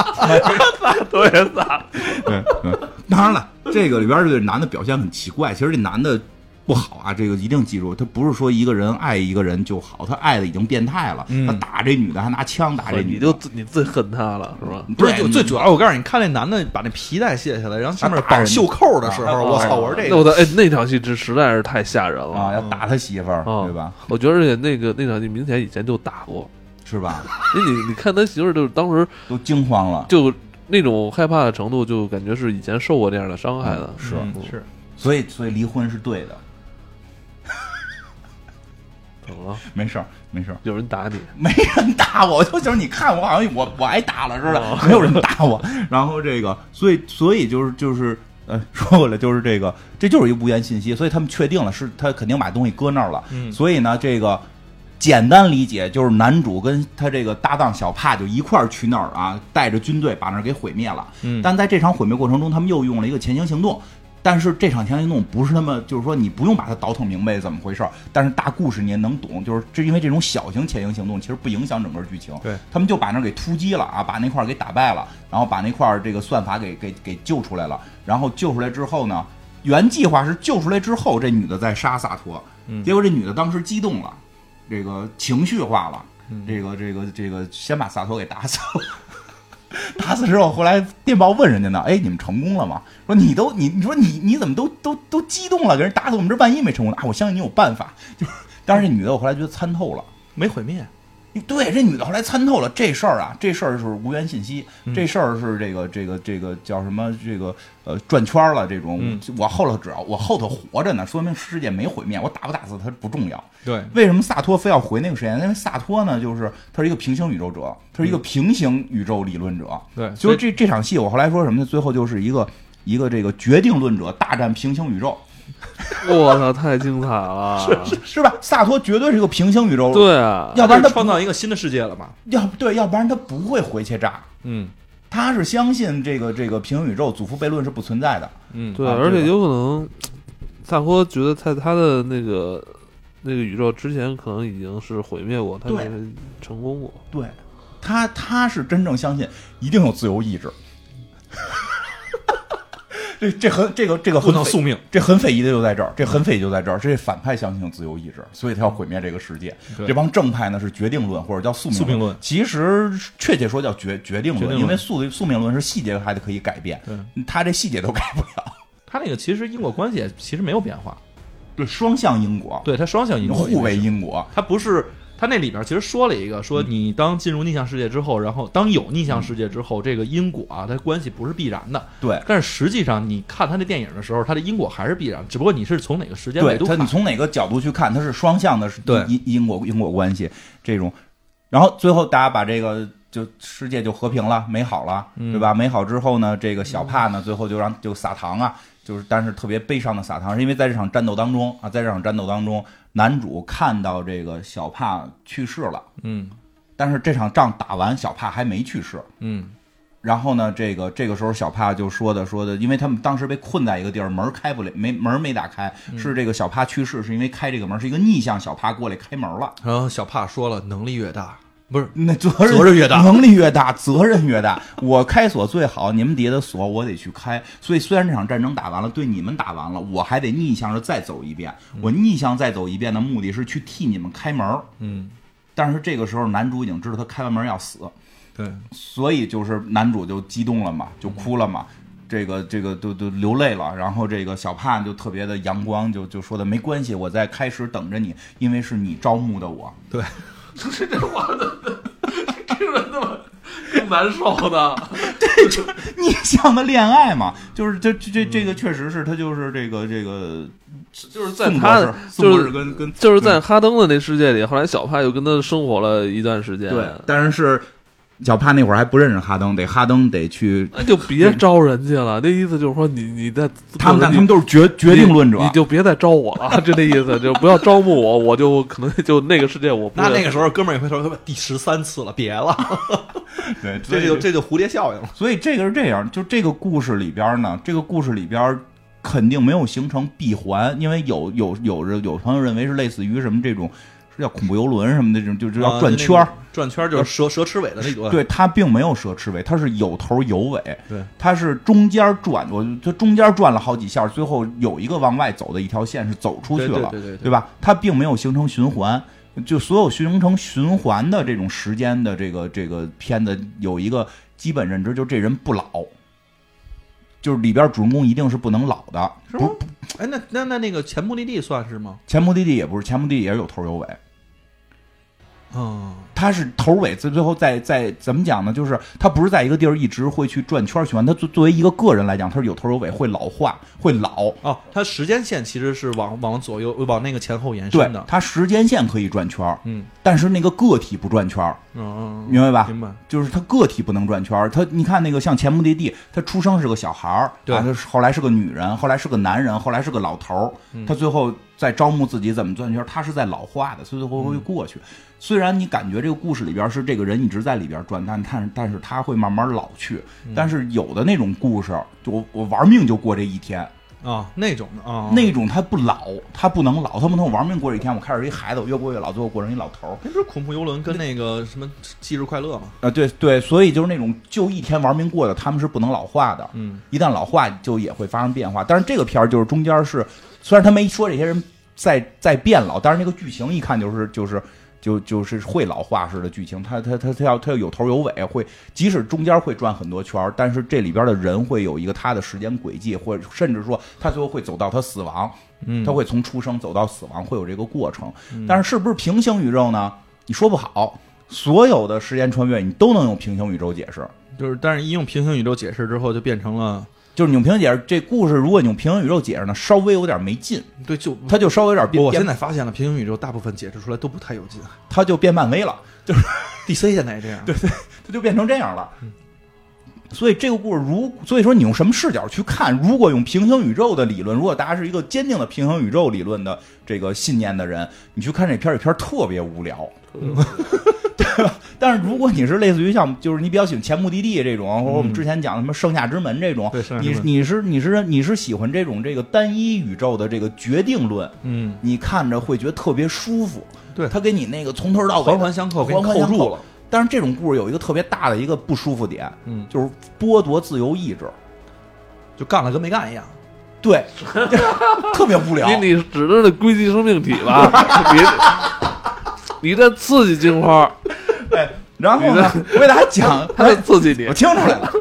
A: 对萨
B: 对，对当然了，这个里边儿这个男的表现很奇怪，其实这男的不好啊，这个一定记住，他不是说一个人爱一个人就好，他爱的已经变态了，
C: 嗯
B: 他打这女的还拿枪打这
A: 托，
B: 女
A: 哎你
B: 的，
A: 就自你最恨他了是吧？
C: 不是
B: 对
C: 就
B: 你
C: 最主要，我嗯哎告诉你，看那男的把那皮带卸下来，然后上面
B: 啊打
C: 哎绑
B: 人
C: 袖扣的时
B: 啊
C: 候，我操，我说这
A: 那我
C: 个
A: 的哎，那场戏真实在是太吓人了
B: 啊，要打他媳妇儿，
A: 啊
B: 对吧？
A: 我觉得而且那个那场戏明显以前就打过，
B: 是吧？
A: 因为你你看他媳妇儿就是当时
B: 都惊慌了。
A: 就那种害怕的程度，就感觉是以前受过这样的伤害的。
B: 是
C: 嗯是，
B: 所以，所以离婚是对的，
A: 怎么了？
B: 没事儿，没事儿，
A: 有人打你？
B: 没人打我，我就想你看我好像我我挨打了似
A: 哦
B: 的，没有人打我。然后这个，所以所以就是就是呃， 说回来就是这个，这就是一无源信息，所以他们确定了是他肯定把东西搁那儿了。
C: 嗯
B: 所以呢，这个简单理解就是男主跟他这个搭档小帕就一块儿去那儿啊，带着军队把那儿给毁灭了。
C: 嗯
B: 但在这场毁灭过程中，他们又用了一个潜行行动。但是这场潜行行动不是那么，就是说你不用把它倒腾明白怎么回事儿，但是大故事你也能懂，就是这因为这种小型潜行行动其实不影响整个剧情。
C: 对，
B: 他们就把那儿给突击了啊，把那块儿给打败了，然后把那块儿这个算法给给给救出来了。然后救出来之后呢，原计划是救出来之后这女的再杀萨托，结果这女的当时激动了，这个情绪化了，这个这个这个先把萨托给打死了。打死之后，后来电报问人家呢，哎，你们成功了吗？说你都你你说你你怎么都都都激动了，给人打死，我们这万一没成功呢？啊，我相信你有办法。就是，但是这女的我后来觉得参透了。
C: 没毁灭，
B: 对，这女的后来参透了这事儿啊，这事儿是无源信息，这事儿是这个这个这个叫什么？这个呃转圈儿了这种。
C: 嗯
B: 我后头只要我后头活着呢，说明世界没毁灭，我打不打死他不重要。
C: 对，
B: 为什么萨托非要回那个实验？因为萨托呢，就是他是一个平行宇宙者，他是一个平行宇宙理论者。
C: 对
B: 就是这这场戏，我后来说什么呢？最后就是一个一个这个决定论者大战平行宇宙，
A: 我操，太精彩了！
C: 啊
B: 是吧？萨托绝对是一个平行宇宙，，
A: 对啊，
B: 要不然他
C: 就创造一个新的世界了嘛，
B: 要不对，要不然他不会回去炸。
C: 嗯
B: 他是相信这个这个平行宇宙祖父悖论是不存在的，
C: 嗯，
A: 对，
B: 啊
A: 而
B: 对
A: 且
B: 吧
A: 有可能萨托觉得在他的那个那个宇宙之前可能已经是毁灭过，他
B: 对
A: 没成功过。
B: 对他，他是真正相信一定有自由意志。 这这很这个这个
C: 不
B: 很
C: 能
B: 匪
C: 宿命，
B: 这很匪夷的就在这儿，这
C: 嗯
B: 很匪夷就在这儿，这是反派相信有自由意志，所以他要毁灭这个世界。
C: 对
B: 这帮正派呢是决定论或者叫宿命
C: 宿命论
B: 其实确切说叫决决定论，
C: 决定论
B: 因为宿宿命论是细节还得可以改变，他这细节都改不了。
C: 他那个其实因果关系其实没有变化，
B: 对，双向因果，
C: 对他双向因果
B: 互为
C: 因果，
B: 因果，
C: 他不是他那里边其实说了一个说你当进入逆向世界之后，然后当有逆向世界之后，这个因果啊，它关系不是必然的。
B: 对。
C: 但是实际上，你看他那电影的时候，他的因果还是必然，只不过你是从哪个时间维
B: 对
C: 度
B: 他，
C: 看
B: 你。从哪个角度去看，它是双向的，是
C: 对
B: 因因果因果关系这种。然后最后大家把这个就世界就和平了，美好了，
C: 嗯
B: 对吧？美好之后呢，这个小帕呢，最后就让就撒糖啊，就是但是特别悲伤的撒糖，是因为在这场战斗当中啊，在这场战斗当中，男主看到这个小帕去世了，
C: 嗯
B: 但是这场仗打完，小帕还没去世，
C: 嗯，
B: 然后呢，这个这个时候小帕就说的说的，因为他们当时被困在一个地儿，门儿开不了，没门儿没打开，
C: 嗯
B: 是这个小帕去世，是因为开这个门儿是一个逆向小帕过来开门了。
C: 然后呃小帕说了，能力越大，不是
B: 那责任
C: 嗯责任越大
B: 能力越大，责任越大。我开锁最好，你们叠的锁我得去开。所以虽然这场战争打完了，对你们打完了，我还得逆向着再走一遍。我逆向再走一遍的目的是去替你们开门儿。
C: 嗯，
B: 但是这个时候男主已经知道他开完门儿要死，
C: 对，
B: 所以就是男主就激动了嘛，就哭了嘛，这个这个都都流泪了。然后这个小帕就特别的阳光，就就说的没关系，我在开始等着你，因为是你招募的我。
A: 这这话的，这人怎么更难受呢？
B: 逆向的恋爱嘛，就是这这这这个确实是他就是这个这个，
A: 就是在
B: 宋博
A: 他
B: 士，宋
A: 就
B: 博士
A: 是
B: 跟跟
A: 就是在哈登的那世界里，后来小帕又跟他生活了一段时间。
B: 对，但是小帕那会儿还不认识哈登，得哈登得去。
A: 那就别招人家了。那意思就是说你，你在
B: 他们，但他们
A: 你
B: 都是决决定论者
A: 你，，你就别再招我了，就那意思，就不要招募我，我就可能就那个世界我不
C: 那
A: 认
C: 那个时候哥们儿也回头，他妈第十三次了，别了，
B: 对，所
C: 这
B: 以
C: 就这就蝴蝶效应了。
B: 所以这个是这样，就这个故事里边呢，这个故事里边肯定没有形成闭环，因为有有有人有朋友认为是类似于什么这种，是叫恐怖游轮什么的这种，就是要转圈儿。
C: 啊，就那个转圈儿就是蛇蛇吃尾的那种。
B: 对，它并没有蛇吃尾，它是有头有尾。
C: 对，
B: 它是中间转，我它中间转了好几下，最后有一个往外走的一条线是走出去
C: 对对
B: 了，
C: 对对对
B: 吧？它并没有形成循环。就所有形成循环的这种时间的这个这个片子有一个基本认知，就是这人不老，就是里边主人公一定是不能老的，
C: 是
B: 不
C: 吗？哎，那那那那个前目的地算是吗？
B: 前目的地也不是，前目的地也是有头有尾，
C: 嗯，
B: 它是头尾最最后在在怎么讲呢？就是它不是在一个地儿一直会去转圈圈，它作作为一个个人来讲，它是有头有尾，会老化，会老。
C: 哦，它时间线其实是往往左右往那个前后延
B: 对
C: 伸的，。
B: 它时间线可以转圈儿，
C: 嗯
B: 但是那个个体不转圈儿，
C: 嗯，嗯
B: 明白吧？
C: 明白。
B: 就是他个体不能转圈儿，他你看那个像前目的地，他出生是个小孩儿，
C: 对
B: 啊他是后来是个女人，后来是个男人，后来是个老头儿，他最后在招募自己怎么转圈儿，他是在老化的，所以最后会过去。虽然你感觉这个故事里边是这个人一直在里边转，但但但是他会慢慢老去。但是有的那种故事，就我我玩命就过这一天，
C: 啊，那种的啊，
B: 那种他不老，他不能老，他不能我玩命过这一天，我开始一孩子，我越过越老，最后过成一老头儿。
C: 那不是恐怖游轮跟那个什么忌日快乐吗？
B: 啊，对对，所以就是那种就一天玩命过的，他们是不能老化的。
C: 嗯，
B: 一旦老化就也会发生变化。但是这个片儿就是中间是，虽然他没说这些人在在变老，但是那个剧情一看就是就是就就是会老化式的剧情，他他他他要他要有头有尾，会即使中间会转很多圈儿，但是这里边的人会有一个他的时间轨迹，或者甚至说他最后会走到他死亡，
C: 嗯
B: 他会从出生走到死亡，会有这个过程。但是是不是平行宇宙呢？你说不好。所有的时间穿越，你都能用平行宇宙解释。
C: 就是，但是一用平行宇宙解释之后，就变成了
B: 就是你用平行解释这故事，如果你用平行宇宙解释呢，稍微有点没劲，
C: 对，就
B: 它就稍微有点变，
C: 我现
B: 变
C: 在发现了，平行宇宙大部分解释出来都不太有劲。
B: 它就变漫威了，
C: DC 现在也这样，对，嗯
B: 它就变成这样了。所以这个故事如，所以说你用什么视角去看？如果用平行宇宙的理论，如果大家是一个坚定的平行宇宙理论的这个信念的人，你去看这片儿，这片儿特别无聊。
C: 嗯
B: 但是如果你是类似于像，就是你比较喜欢前目的地这种，或者我们之前讲的什么盛夏之门这种
C: 嗯对盛，夏之
B: 你
C: 门
B: 你是你是你是喜欢这种这个单一宇宙的这个决定论，
C: 嗯，
B: 你看着会觉得特别舒服。
C: 对
B: 他给你那个从头到尾
C: 环环相扣给你
B: 环环
C: 扣
B: 相
C: 住了。
B: 但是这种故事有一个特别大的一个不舒服点，
C: 嗯
B: 就是剥夺自由意志，
C: 就干了跟没干一样。
B: 对， 特别无聊。
A: 你你指的是硅基生命体 吧？你你这刺激金花，
B: 哎，然后呢，我给大家 讲，
A: 他在刺激你
B: 我。听出来了。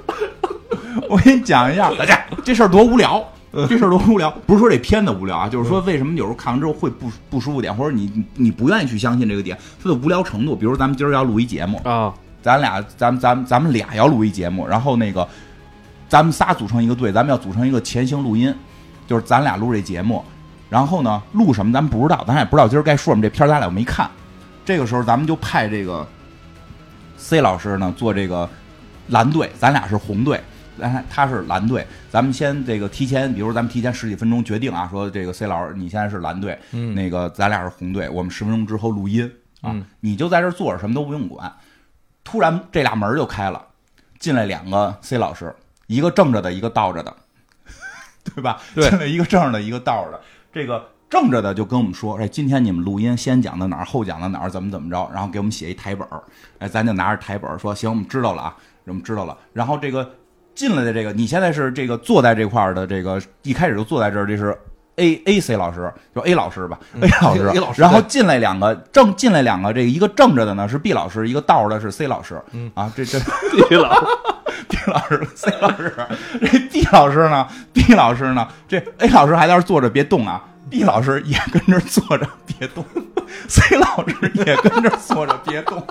B: 我给你讲一下， 大家这事儿多无聊，这事儿多无聊。不是说这片子无聊啊，就是说为什么有时候看完之后会不不舒服点，或者你你你不愿意去相信这个点，它的无聊程度。比如咱们今儿要录一节目，
A: 啊，
B: 咱俩咱们咱们咱们俩要录一节目，然后那个咱们仨组成一个队，咱们要组成一个前行录音，就是咱俩录这节目，然后呢录什么咱们不知道，咱也不知道今儿该说什么，这片儿咱俩又没看，这个时候咱们就派这个 C 老师呢做这个蓝队，咱俩是红队。咱俩他是蓝队，咱们先这个提前，比如咱们提前十几分钟决定啊，说这个 C 老师你现在是蓝队，
C: 嗯
B: 那个咱俩是红队，我们十分钟之后录音啊，
C: 嗯
B: 你就在这儿坐着，什么都不用管，突然这俩门儿就开了，进来两个 C 老师，一个正着的，一个倒着的， 对吧？
C: 对
B: 进来一个正着的，一个倒着的。这个正着的就跟我们说，哎，今天你们录音先讲到哪儿，后讲到哪儿，怎么怎么着，然后给我们写一台本儿，哎，咱就拿着台本儿说，行，我们知道了啊，我们知道了。然后这个进来的这个，你现在是这个坐在这块儿的这个，一开始就坐在这儿，这是 A A C 老师，就 A 老师吧、a 老师
C: 嗯 A 老师
B: 然后
C: 对
B: 进来两个正进来两个，这个一个正着的呢是 B 老师，一个倒着的是 C 老师，
C: 嗯
B: 啊，这这。
A: 你 老
B: B 老师，C 老师，这 B 老师呢？B 老师呢？这 A 老师还在那儿坐着别动啊，B 老师也跟着坐着别动，C 老师也跟着坐着别动。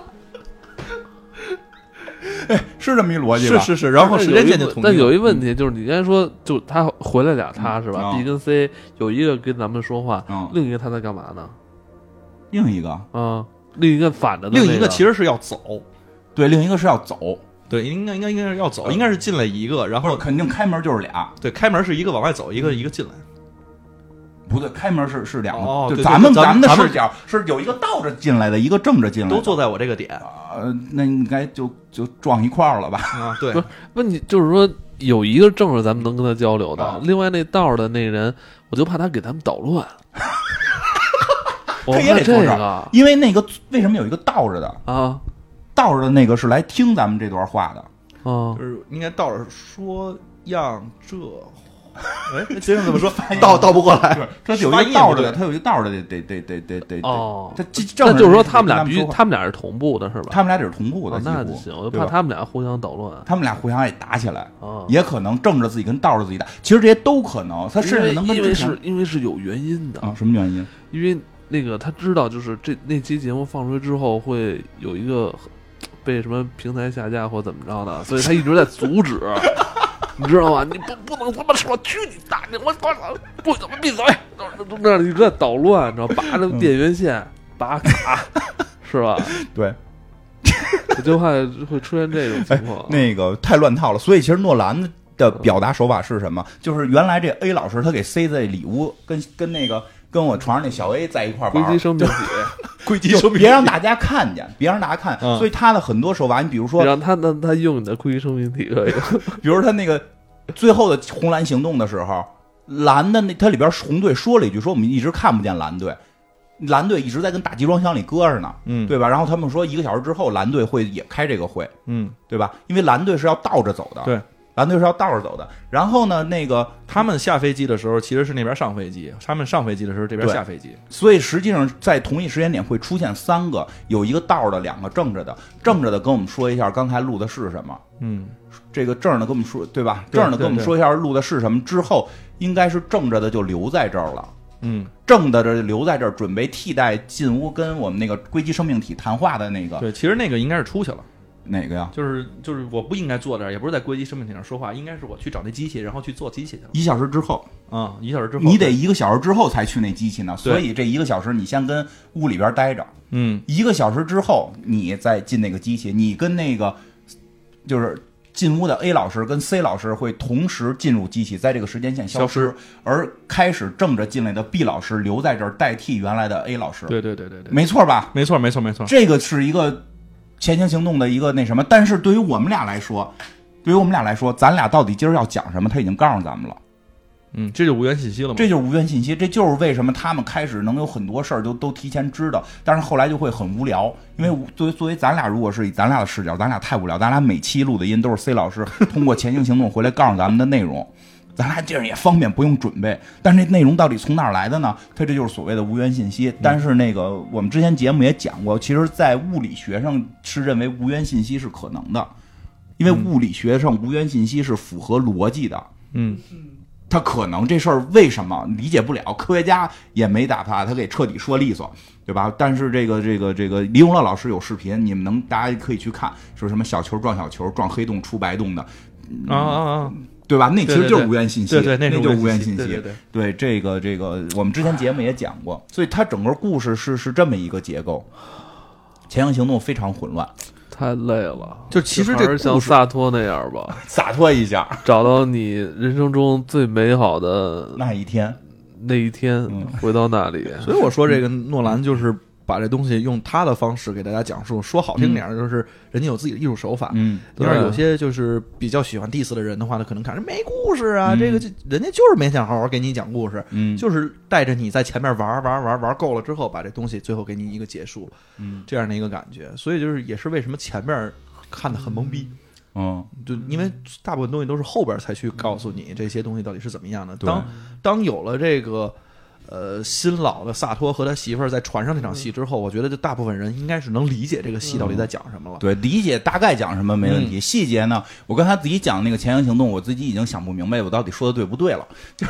B: 哎，是这么一逻辑吧？
C: 是是是，然后时间线就统一了。
A: 但有一问题就是，你刚才说，就他回来俩他是吧
B: 嗯
A: ？B 跟 C 有一个跟咱们说话
B: 嗯，
A: 另一个他在干嘛呢？
B: 另一个，
A: 啊，另一个反着的那，
C: 另一个其实是要走，
B: 对，另一个是要走，
C: 对，应该应该应该是要走，应该是进来一个，然后
B: 肯定开门就是俩，
C: 对，开门是一个往外走，一个一个进来。
B: 不对，开门是是两个。
C: 哦
B: 就
C: 对对
B: 咱们
C: 咱们
B: 们的
C: 咱们
B: 视角是有一个倒着进来的，一个正着进来的，
C: 都坐在我这个点
B: 呃，那应该就就撞一块儿了吧？
C: 啊，对
A: 不是问题就是说，有一个正是咱们能跟他交流的
B: 啊，
A: 另外那道儿的那人，我就怕他给咱们捣乱。我
B: 他也
A: 怕
B: 得
A: 这
B: 坐这
A: 个
B: 儿，因为那个为什么有一个倒着的？
A: 啊
B: 倒着的那个是来听咱们这段话的，
A: 啊
C: 就，是应该倒着说样这， 哎，这样怎么说？倒倒不过来，
B: 他有
C: 发
B: 一个
C: 音也
B: 倒
C: 不
B: 着的，
C: 对
B: 他有一个倒着的，得得得得得得，
A: 哦
B: 他这正
A: 那
B: 着
A: 就是说
B: 得
A: 他们俩
B: 跟
A: 必须，
B: 说话
A: 他们俩是同步的，是吧？
B: 他们俩得是同步的，
A: 哦，
B: 几
A: 那
B: 乎
A: 就行，我就
B: 对
A: 怕
B: 吧
A: 他们俩互相捣乱。
B: 他们俩互相也打起来，
A: 啊，
B: 也可能正着自己跟倒着自己打，其实这些都可能，他甚
A: 因
B: 至
A: 为
B: 能跟
A: 因
B: 之
A: 为
B: 前
A: 是因为是有原因的，
B: 啊什么原因？
A: 因为那个他知道，就是这那期节目放出去之后会有一个被什么平台下架或怎么着的，所以他一直在阻止，你知道吗？你不不能他妈说，去你大爷！我我操，不怎么闭嘴，都都那样一直在捣乱，你知道，拔着电源线，拔卡，是吧？
B: 对，
A: 我就怕会出现这种情况。
B: 那个太乱套了，所以其实诺兰的表达手法是什么？就是原来这 A 老师他给 C 的礼物跟跟那个跟我床上那小 A 在一块儿
A: 危
B: 玩儿
A: 机，生命体，
C: 规矩
B: 就别让大家看见，别让大家看，
C: 嗯
B: 所以他的很多手法，你比如说
A: 让他那他用你的危机生命体可以。
B: 比如他那个最后的红蓝行动的时候，蓝的那他里边红队说了一句，说我们一直看不见蓝队，蓝队一直在跟打集装箱里搁着呢，
C: 嗯
B: 对吧？然后他们说一个小时之后蓝队会也开这个会，
C: 嗯，
B: 对吧？因为蓝队是要倒着走的，
C: 对，
B: 蓝队是要倒着走的。然后呢，那个
C: 他们下飞机的时候其实是那边上飞机，他们上飞机的时候这边
B: 对
C: 下飞机，
B: 所以实际上在同一时间点会出现三个，有一个倒着的，两个正着的，正着的跟我们说一下刚才录的是什么。
C: 嗯，
B: 这个正着的跟我们说，对吧？
C: 对
B: 正着的跟我们
C: 对对
B: 说一下录的是什么，之后应该是正着的就留在这儿了。
C: 嗯，
B: 正的这留在这儿，准备替代进屋跟我们那个硅基生命体谈话的那个
C: 对，其实那个应该是出去了，
B: 哪个呀？
C: 就是就是我不应该坐这儿，也不是在硅基生命体上说话，应该是我去找那机器，然后去做机器去了。
B: 一小时之后，
C: 啊、一小时之后
B: 你得一个小时之后才去那机器呢，
C: 对
B: 所以这一个小时你先跟屋里边待着，
C: 嗯
B: 一个小时之后你再进那个机器，你跟那个就是进屋的 A 老师跟 C 老师会同时进入机器，在这个时间线消失，而开始正着进来的 B 老师留在这儿代替原来的 A 老师，
C: 嗯对对对对对，
B: 没错吧？
C: 没错没错没错，
B: 这个是一个前行行动的一个那什么，但是对于我们俩来说，对于我们俩来说，咱俩到底今儿要讲什么，他已经告诉咱们了。
C: 嗯，这就无源信息了嘛。
B: 这就是无源信息，这就是为什么他们开始能有很多事儿都都提前知道，但是后来就会很无聊。因为作为作为咱俩，如果是以咱俩的视角，咱俩太无聊，咱俩每期录的音都是 C 老师 通过前行行动回来告诉咱们的内容，咱俩这样也方便，不用准备。但是这内容到底从哪儿来的呢？它这就是所谓的无源信息。但是那个我们之前节目也讲过，其实，在物理学上是认为无源信息是可能的，因为物理学上无源信息是符合逻辑的。
C: 嗯，
B: 他可能这事儿为什么理解不了，科学家也没打把他给彻底说利索，对吧？但是这个这个这个李永乐老师有视频，你们能大家可以去看，说什么小球撞小球撞黑洞出白洞的，
C: 啊啊啊！
B: 对吧？那其实
C: 对对
B: 就是无源信息，
C: 对对，
B: 那就
C: 是
B: 是
C: 无
B: 无
C: 源
B: 源信息。
C: 对对对，
B: 对这个这个，我们之前节目也讲过，所以它整个故事是是这么一个结构。前行行动非常混乱，
A: 太累了。
C: 就其实这
A: 还是像
C: 故事
A: 萨托那样吧，
B: 洒脱一下
A: 找到你人生中最美好的
B: 那一天，
A: 那一天
B: 嗯，
A: 回到那里。
C: 所以我说这个诺兰就是把这东西用他的方式给大家讲述，说好听点儿就是人家有自己的艺术手法。
B: 嗯，
C: 要是
A: 对
C: 有些就是比较喜欢 diss 的人的话呢，可能看人没故事啊，
B: 嗯
C: 这个就人家就是没想好好给你讲故事，
B: 嗯
C: 就是带着你在前面玩儿玩儿玩儿玩儿够了之后，把这东西最后给你一个结束，
B: 嗯
C: 这样的一个感觉。所以就是也是为什么前面看的很懵逼，
B: 嗯
C: 就因为大部分东西都是后边才去告诉你这些东西到底是怎么样的。
B: 对
C: 当当有了这个呃新老的萨托和他媳妇儿在船上那场戏之后，我觉得这大部分人应该是能理解这个戏到底在讲什么了。
B: 对，理解大概讲什么没问题，细节呢，我刚才自己讲那个前行行动，我自己已经想不明白我到底说的对不对了。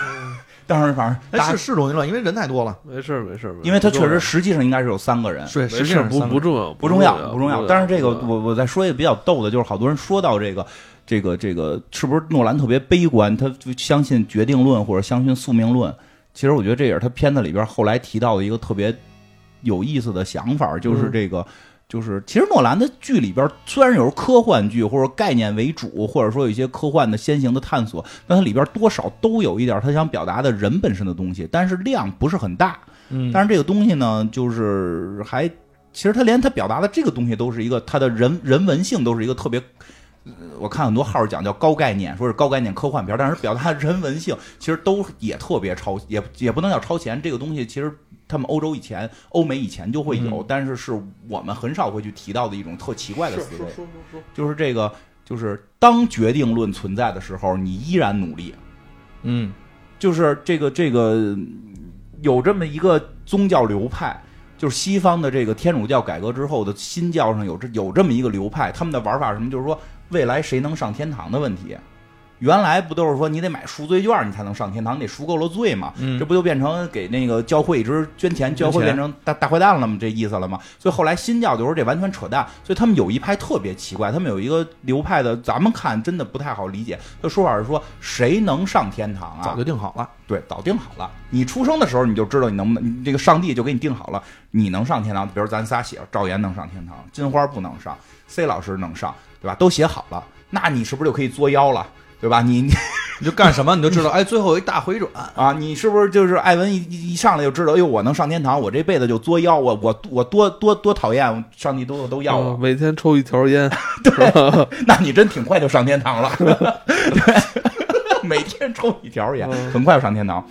B: 但是反正
C: 哎，
B: 大
C: 是
B: 家，
C: 是容易乱，因为人太多了。
A: 没事儿没事儿，没事儿
B: 因为他确实实际上应该是有三个人，
C: 对，
A: 没
C: 实际
A: 事儿
C: 上
A: 不
C: 三个
A: 不重要，
B: 不
A: 重
B: 重要，
A: 要，
B: 不重要。
A: 要。
B: 但是这个
A: 不重要
B: 我我再说一个比较逗的，就是好多人说到这个。这个这个是不是诺兰特别悲观？他就相信决定论或者相信宿命论？其实我觉得这也是他片子里边后来提到的一个特别有意思的想法，就是这个，就是其实诺兰的剧里边虽然有时候科幻剧或者概念为主，或者说有一些科幻的先行的探索，但它里边多少都有一点他想表达的人本身的东西，但是量不是很大。
C: 嗯，
B: 但是这个东西呢，就是还其实他连他表达的这个东西都是一个他的人人文性都是一个特别。呃我看很多号儿讲叫高概念，说是高概念科幻片儿，但是表达人文性其实都也特别超，也也不能叫超前。这个东西其实他们欧洲以前、欧美以前就会有，但是是我们很少会去提到的一种特奇怪的思维。就是这个，就是当决定论存在的时候，你依然努力。
C: 嗯，
B: 就是这个这个嗯有这么一个宗教流派，就是西方的这个天主教改革之后的新教上有这有这么一个流派，他们的玩法是什么？就是说未来谁能上天堂的问题。原来不都是说你得买赎罪券你才能上天堂，你得赎够了罪嘛？
C: 嗯
B: 这不就变成给那个教会一直捐钱，教会变成大大坏蛋了吗？这意思了吗？所以后来新教就说这完全扯淡，所以他们有一派特别奇怪，他们有一个流派的，咱们看真的不太好理解。他说法是说谁能上天堂啊？
C: 早就定好了。
B: 对，早定好了。你出生的时候你就知道你能不能，你这个上帝就给你定好了，你能上天堂。比如咱仨写，赵岩能上天堂，金花不能上，C 老师能上，对吧？都写好了，那你是不是就可以作妖了？对吧？你你
C: 你就干什么你就知道，哎，最后一大回转，
B: 啊，你是不是就是艾文一一一上来就知道，哎呦，我能上天堂，我这辈子就作妖，我我我多多多讨厌上帝都都要
A: 嗯
B: 我，
A: 每天抽一条 烟，啊
B: 那你真挺快就上天堂了。 对，每天抽一条烟，
A: 嗯
B: 很快就上天堂。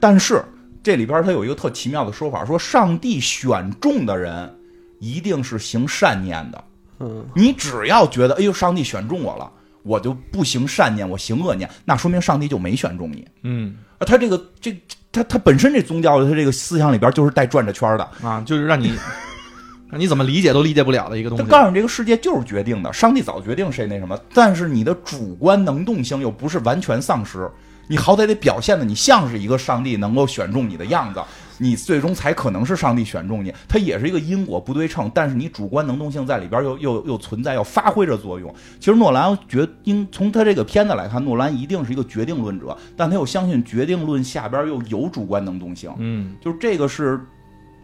B: 但是这里边它有一个特奇妙的说法，说上帝选中的人一定是行善念的。
A: 嗯，
B: 你只要觉得，哎呦，上帝选中我了，我就不行善念，我行恶念，那说明上帝就没选中你。
C: 嗯
B: 啊，他这个这他他本身这宗教他这个思想里边就是带转着圈的，
C: 啊，就是让 你让你怎么理解都理解不了的一个东
B: 他
C: 西。
B: 告诉你这个世界就是决定的，上帝早决定谁那什么，但是你的主观能动性又不是完全丧失，你好歹得表现的你像是一个上帝能够选中你的样子，你最终才可能是上帝选中你。它也是一个因果不对称，但是你主观能动性在里边又又又存在，要发挥着作用。其实诺兰决应从他这个片子来看，诺兰一定是一个决定论者，但他又相信决定论下边又有主观能动性，
C: 嗯，
B: 就是这个是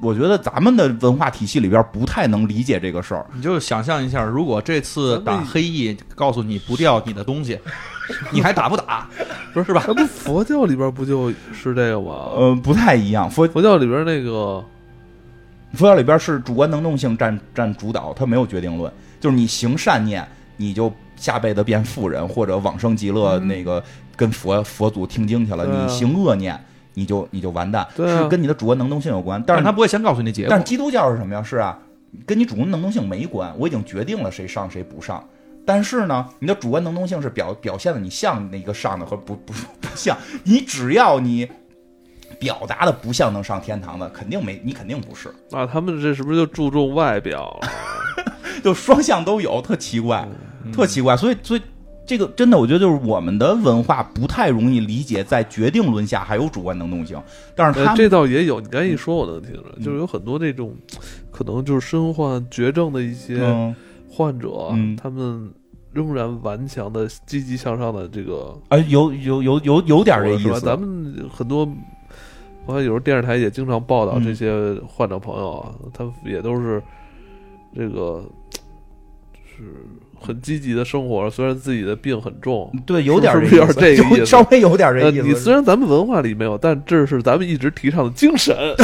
B: 我觉得咱们的文化体系里边不太能理解这个事儿。
C: 你就想象一下，如果这次打黑翼，告诉你不掉你的东 西，你还打不打？不是吧？
A: 那不佛教里边不就是这个吗？
B: 呃，不太一样。佛
A: 佛教里边那个
B: 佛教里边是主观能动性占占主导，它没有决定论。就是你行善念，你就下辈子变富人或者往生极乐，那个跟佛佛祖听经去了。
A: 嗯对啊
B: 你行恶念，你就你就完蛋，
A: 对啊
B: 是跟你的主观能动性有关。但
C: 但
B: 是
C: 是他不会先告诉你结
B: 但
C: 果
B: 是。基督教是什么呀？是啊，跟你主观能动性没关，我已经决定了谁上谁不上。但是呢，你的主观能动性是表表现的你像那个上的和不不不像，你只要你表达的不像能上天堂的，肯定没你肯定不是，
A: 啊，他们这是不是就注重外表 哎了？
B: 就双向都有，特奇怪，特奇怪。所以所以这个真的，我觉得就是我们的文化不太容易理解，在决定论下还有主观能动性，但是他
A: 呃，
B: 们嗯
A: 这倒也有，你刚才一说我能听着，就是有很多那种可能就是身患绝症的一些
B: 嗯
A: 患者，
B: 嗯
A: 他们仍然顽强的、积极向上的这个
B: 啊有有有有有点这
A: 是
B: 意
A: 吧？
B: 思，
A: 咱们很多，我看有时候电视台也经常报道
B: 嗯
A: 这些患者朋友啊，他们也都是这个就是很积极的生活，虽然自己的病很重。
B: 对，有点
A: 是不
B: 这
A: 是
B: 意
A: 有
B: 思，
A: 点这个意
B: 就
A: 思
B: 稍微有点这
A: 呃，
B: 嗯意
A: 你
B: 思。
A: 虽然咱们文化里没有，但这是咱们一直提倡的精神，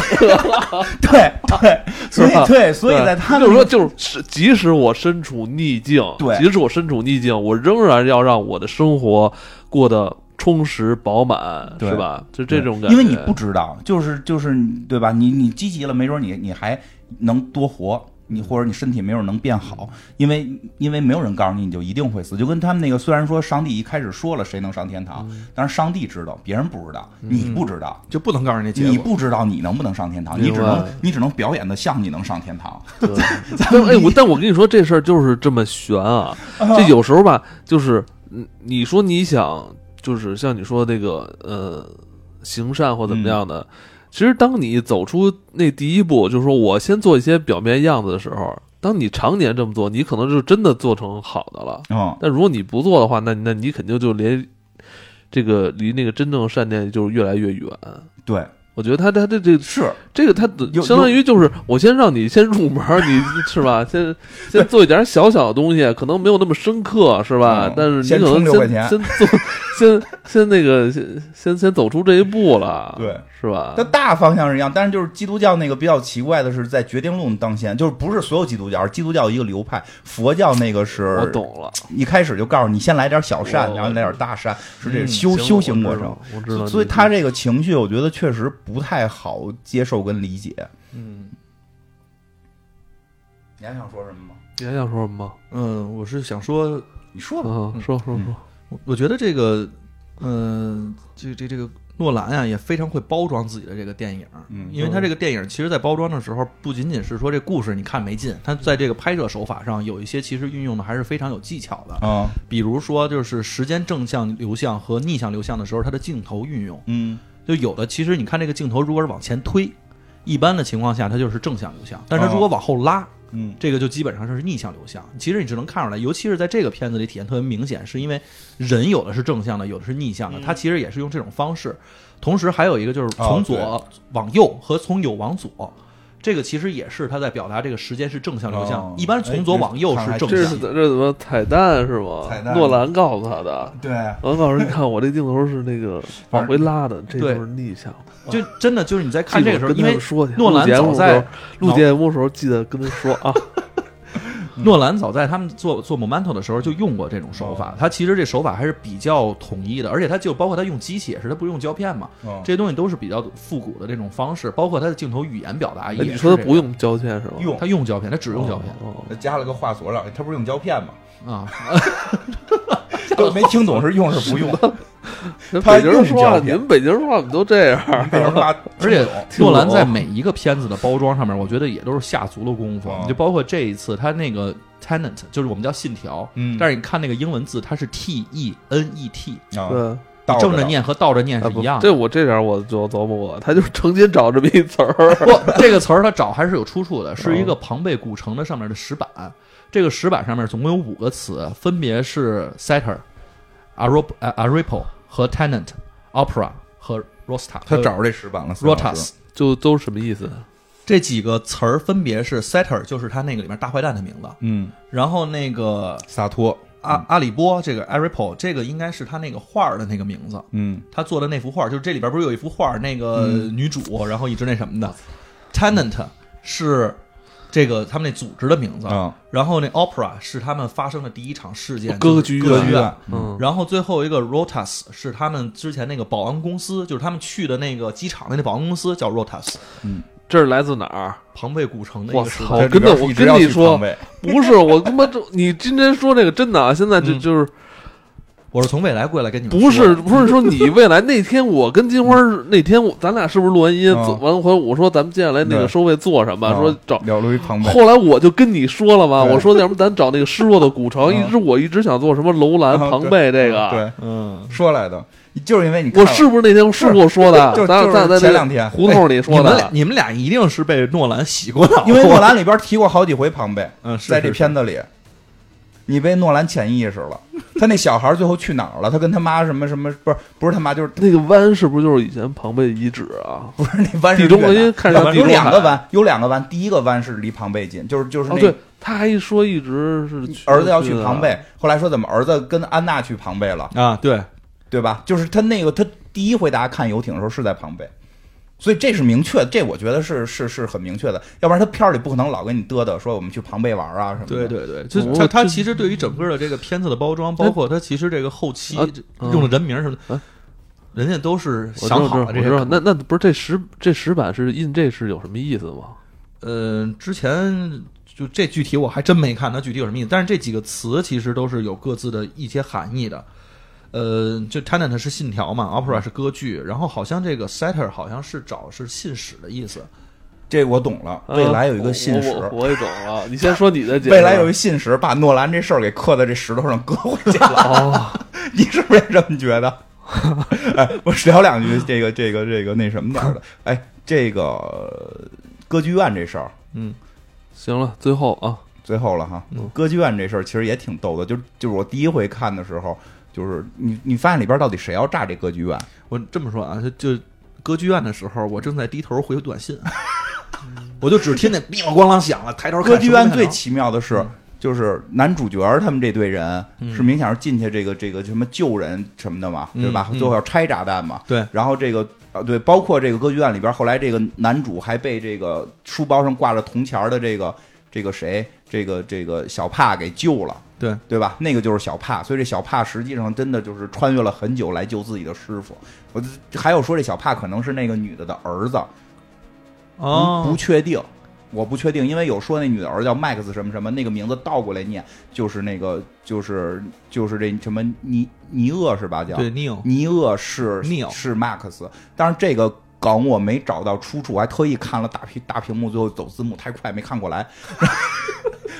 B: 对 对，所
A: 是吧
B: 以对， 所以
A: 对
B: 在他
A: 就是
B: 们
A: 说，就是即使我身处逆境，
B: 对
A: 即使我身处逆境，我仍然要让我的生活过得充实饱满，
B: 对
A: 是吧？就这种感觉，
B: 因为你不知道，就是就是对吧？你你积极了，没准你你还能多活。你或者你身体没准能变好，因为因为没有人告诉你你就一定会死，就跟他们那个虽然说上帝一开始说了谁能上天堂，
A: 嗯
B: 但是上帝知道，别人不知道，你不知道，
C: 就不能告诉你结
B: 你
C: 果，
B: 不知道你能不能上天堂，
A: 明
B: 你
A: 白
B: 只能你只能表演的像你能上天堂，
A: 对但哎，我但我跟你说，这事儿就是这么悬啊！这有时候吧，就是嗯你说你想，就是像你说那个呃，行善或怎么样的，其实当你走出那第一步，就是说我先做一些表面样子的时候，当你常年这么做，你可能就真的做成好的了。
B: 嗯，
A: 但如果你不做的话，那那你肯定就连这个离那个真正善念就是越来越远。
B: 对，
A: 我觉得他他这这
B: 是
A: 这个他
B: 有
A: 相当于就是我先让你先入门， 你是吧？先先做一点小小的东西，可能没有那么深刻，是吧
B: 嗯？
A: 但是
B: 先
A: 你可
B: 充
A: 能
B: 6块钱
A: 先先做 先先那个先先先走出这一步了，
B: 对，
A: 是吧
B: 它？大方向是一样，但是就是基督教那个比较奇怪的是，在决定论当先，就是不是所有基督教，而基督教有一个流派，佛教那个是
A: 我，懂了，
B: 一开始就告诉你先来点小善，
A: 我
B: 然后来点大善，是这
C: 嗯
B: 个修、
A: 行了
B: 修行过
A: 我知
B: 程
A: 道。我知道，
B: 所以他这个情绪，我觉得确实不太好接受跟理解。
C: 嗯
B: 你还想说什么吗？
A: 你还想说什么吗？
C: 嗯，我是想说，
B: 你说吧。
A: 嗯，说说说，
C: 我我觉得这个，嗯、这这这个诺兰啊，也非常会包装自己的这个电影，
B: 嗯
C: 因为他这个电影其实，在包装的时候，不仅仅是说这故事你看没劲，他在这个拍摄手法上有一些其实运用的还是非常有技巧的，
B: 啊，
C: 比如说就是时间正向流向和逆向流向的时候，它的镜头运用，
B: 嗯，
C: 就有的其实你看这个镜头如果是往前推，一般的情况下它就是正向流向，但是它如果往后拉，
B: 嗯，
C: 这个就基本上是逆向流向。其实你只能看出来，尤其是在这个片子里体现特别明显，是因为人有的是正向的，有的是逆向的，它其实也是用这种方式。同时还有一个就是从左往右和从右往左。这个其实也是他在表达这个时间是正向流向，
B: 哦
C: 一般从左往右是正
A: 这
B: 哎
A: 是
C: 向，
A: 怎这是怎么彩蛋是吗？
B: 彩蛋
A: 诺兰告诉他的。
B: 对，
A: 我告诉你看，我这镜头是那个往回拉的，这
C: 对
A: 就是逆向。
C: 就真的就是你在看这个时候，
A: 记住跟
C: 因
A: 他
C: 为
A: 们说去
C: 诺兰
A: 录节
C: 早
A: 目的时
C: 在
A: 候录节目的时候记得跟他说啊，
C: 嗯诺兰早在他们做做 Momento 的时候就用过这种手
A: 哦
C: 法，他其实这手法还是比较统一的，而且他就包括他用机器也是，他不是用胶片嘛，
A: 哦
B: 嗯
C: 这些东西都是比较复古的这种方式，包括他的镜头语言表达 也
A: 哎
C: 是、
A: 你说他不，用胶片是吗？
B: 用
C: 他用胶片，他只用胶片、
A: 哦，
B: 加了个话索了，他不是用胶片 吗？
C: 啊，
B: 都没听懂是用是不 用，
A: 那
B: 他
A: 北京人说话，
B: 用胶片
A: 你们北京人说话怎么都这样？
B: 被人拉，
C: 而且
A: 听不懂
C: 诺兰在每一个片子的包装上面，我觉得也都是下足了功夫，
B: 哦
C: 你就包括这一次他那个 Tenant，就是我们叫信
A: 哦
C: 条，
B: 嗯
C: 但是你看那个英文字，它是 T E N E T，
B: 啊
A: 对，
B: 倒
C: 正
B: 的
C: 着念和倒着念
A: 哎
C: 是
A: 不
C: 一样的。
A: 这我这点我就琢磨过，他就成天找这么一词 儿，
C: 不，这个词儿它找还是有出处的，是一个庞贝古城的上面的石板。这个石板上面总共有五个词，分别是 setter、arop、呃 aripo 和 tenant、opera 和 rosta。
B: 他找着这石板了。
C: 呃 rotas，
A: 就都什么意思？
C: 这几个词儿分别是 Setter，就是他那个里面大坏蛋的名字，
B: 嗯，
C: 然后那个
B: 洒脱，
C: 阿阿里波这个 a r i p o 这个应该是他那个画儿的那个名字，
B: 嗯，
C: 他做的那幅画，就是这里边不是有一幅画，那个
A: 嗯
C: 女主，然后一直那什么的，Tenant 是这个他们那组织的名字，
A: 哦
B: 啊，
C: 然后那 Opera 是他们发生的第一场事件，
A: 歌
C: 就是
A: 剧
C: 歌
A: 院
C: 剧院。
A: 嗯，
C: 然后最后一个 Rotas 是他们之前那个保安公司，就是他们去的那个机场的那保安公司叫 Rotas，
A: 这是来自哪儿？
C: 庞贝古城的一
A: 我
C: 个时
A: 操
C: 代。
A: 哦
B: 这里边
A: 真的我
B: 一直要
A: 跟你
B: 去
A: 说
B: 防卫
A: 不是我他妈这，你今天说这个真的啊？现在就
C: 嗯
A: 就是
C: 我是从未来过来跟你们
A: 不
C: 说
A: 是
C: 的
A: 不是说你未来那天我跟金花儿那天我咱俩是不是录完 音
B: 啊
A: 走完回我说咱们接下来那个
B: 对
A: 收费做什么？
B: 啊
A: 说找
B: 了如于庞贝，
A: 后来我就跟你说了嘛，
B: 对
A: 我说要不咱找那个失落的古城，
B: 嗯
A: 一直我一直想做什么楼兰、
B: 啊
A: 庞贝这个，
B: 对，
C: 嗯，
B: 说来的，就是因为你看
A: 我
B: 了
A: 是不是那天是跟我说的？
B: 就
A: 咱俩
B: 就是
A: 咱俩在
B: 前
A: 那
B: 两天
A: 胡同里
C: 你
A: 说
C: 们
A: 的，
C: 俩你们俩一定是被诺兰洗过脑，
B: 因为诺兰里边提过好几回庞贝，
C: 嗯是
B: 在这
C: 是
B: 片子里，你被诺兰潜意识了。他那小孩最后去哪儿了？他跟他妈什么什么？不是不是他妈，就是
A: 那个湾是不是就是以前庞贝遗址啊？
B: 不是那湾是
A: 地中
B: 越南
A: 因为看上
B: 有
A: 地中
B: 有两
A: 海
B: 个湾，有两个湾，第一个湾是离庞贝近，就是就是
A: 哦，
B: 那
A: 对，他还一说一直是去
B: 儿子要去
A: 的
B: 庞贝，后来说怎么儿子跟安娜去庞贝了，
C: 啊，对，
B: 对吧？就是他那个他第一回大家看游艇的时候是在庞贝。所以这是明确的，这我觉得是是是很明确的，要不然他片儿里不可能老跟你嘚嘚说我们去庞贝玩啊什么的。
C: 对对对，就
A: 哦
C: 他他
A: 这
C: 其实对于整个的这个片子的包装，包括他其实这个后期
A: 哎啊
C: 这
A: 嗯
C: 用的人名什么的
A: 啊，
C: 人家都是
A: 我知道
C: 想好
A: 我
C: 了
A: 知道
C: 这些
A: 我知道
C: 梗。
A: 那那不是这石这石板是印这是有什么意思吗？
C: 呃，之前就这具体我还真没看它具体有什么意思，但是这几个词其实都是有各自的一些含义的。呃，就 tenant 是信条嘛，opera 是歌剧，然后好像这个 setter 好像是找是信使的意思。
B: 这我懂了。未来有一个信使，
A: 啊我我我也懂了。你先说你的解释。
B: 未来有一信使把诺兰这事儿给刻在这石头上搁回去了，
A: 哦，
B: 你是不是也这么觉得？哎，我聊两句这个这个这个那什么点儿的，哎，这个呃歌剧院这事儿。
C: 嗯，
A: 行了，最后啊，
B: 最后了哈
C: 嗯，
B: 歌剧院这事儿其实也挺逗的，就就是我第一回看的时候，就是你你发现里边到底谁要炸这歌剧院？
C: 我这么说啊，就就歌剧院的时候，我正在低头回短信，我就只听那叮咣啷响了，抬头看
B: 歌剧
C: 什么都
B: 院
C: 没看
B: 最
C: 着
B: 奇妙的是，
C: 嗯
B: 就是男主角他们这队人是明显是进去这个这个什么救人什么的嘛，对吧？
C: 嗯嗯
B: 最后要拆炸弹嘛。
C: 对
B: 然后这个啊，对，包括这个歌剧院里边，后来这个男主还被这个书包上挂着铜钱儿的这个这个谁，这个这个小帕给救了。
C: 对
B: 对吧？那个就是小帕，所以这小帕实际上真的就是穿越了很久来救自己的师傅。我还有说这小帕可能是那个女的的儿子，
C: 哦，
B: 不不确定，我不确定，因为有说那女的儿子叫 Max 什么什么，那个名字倒过来念就是那个就是就是这什么尼尼厄是吧？叫
C: 对 Neil，
B: 尼厄是
C: Neil
B: 是 Max，但是这个。梗我没找到出处，还特意看了大屏大屏幕，最后走字幕太快没看过来，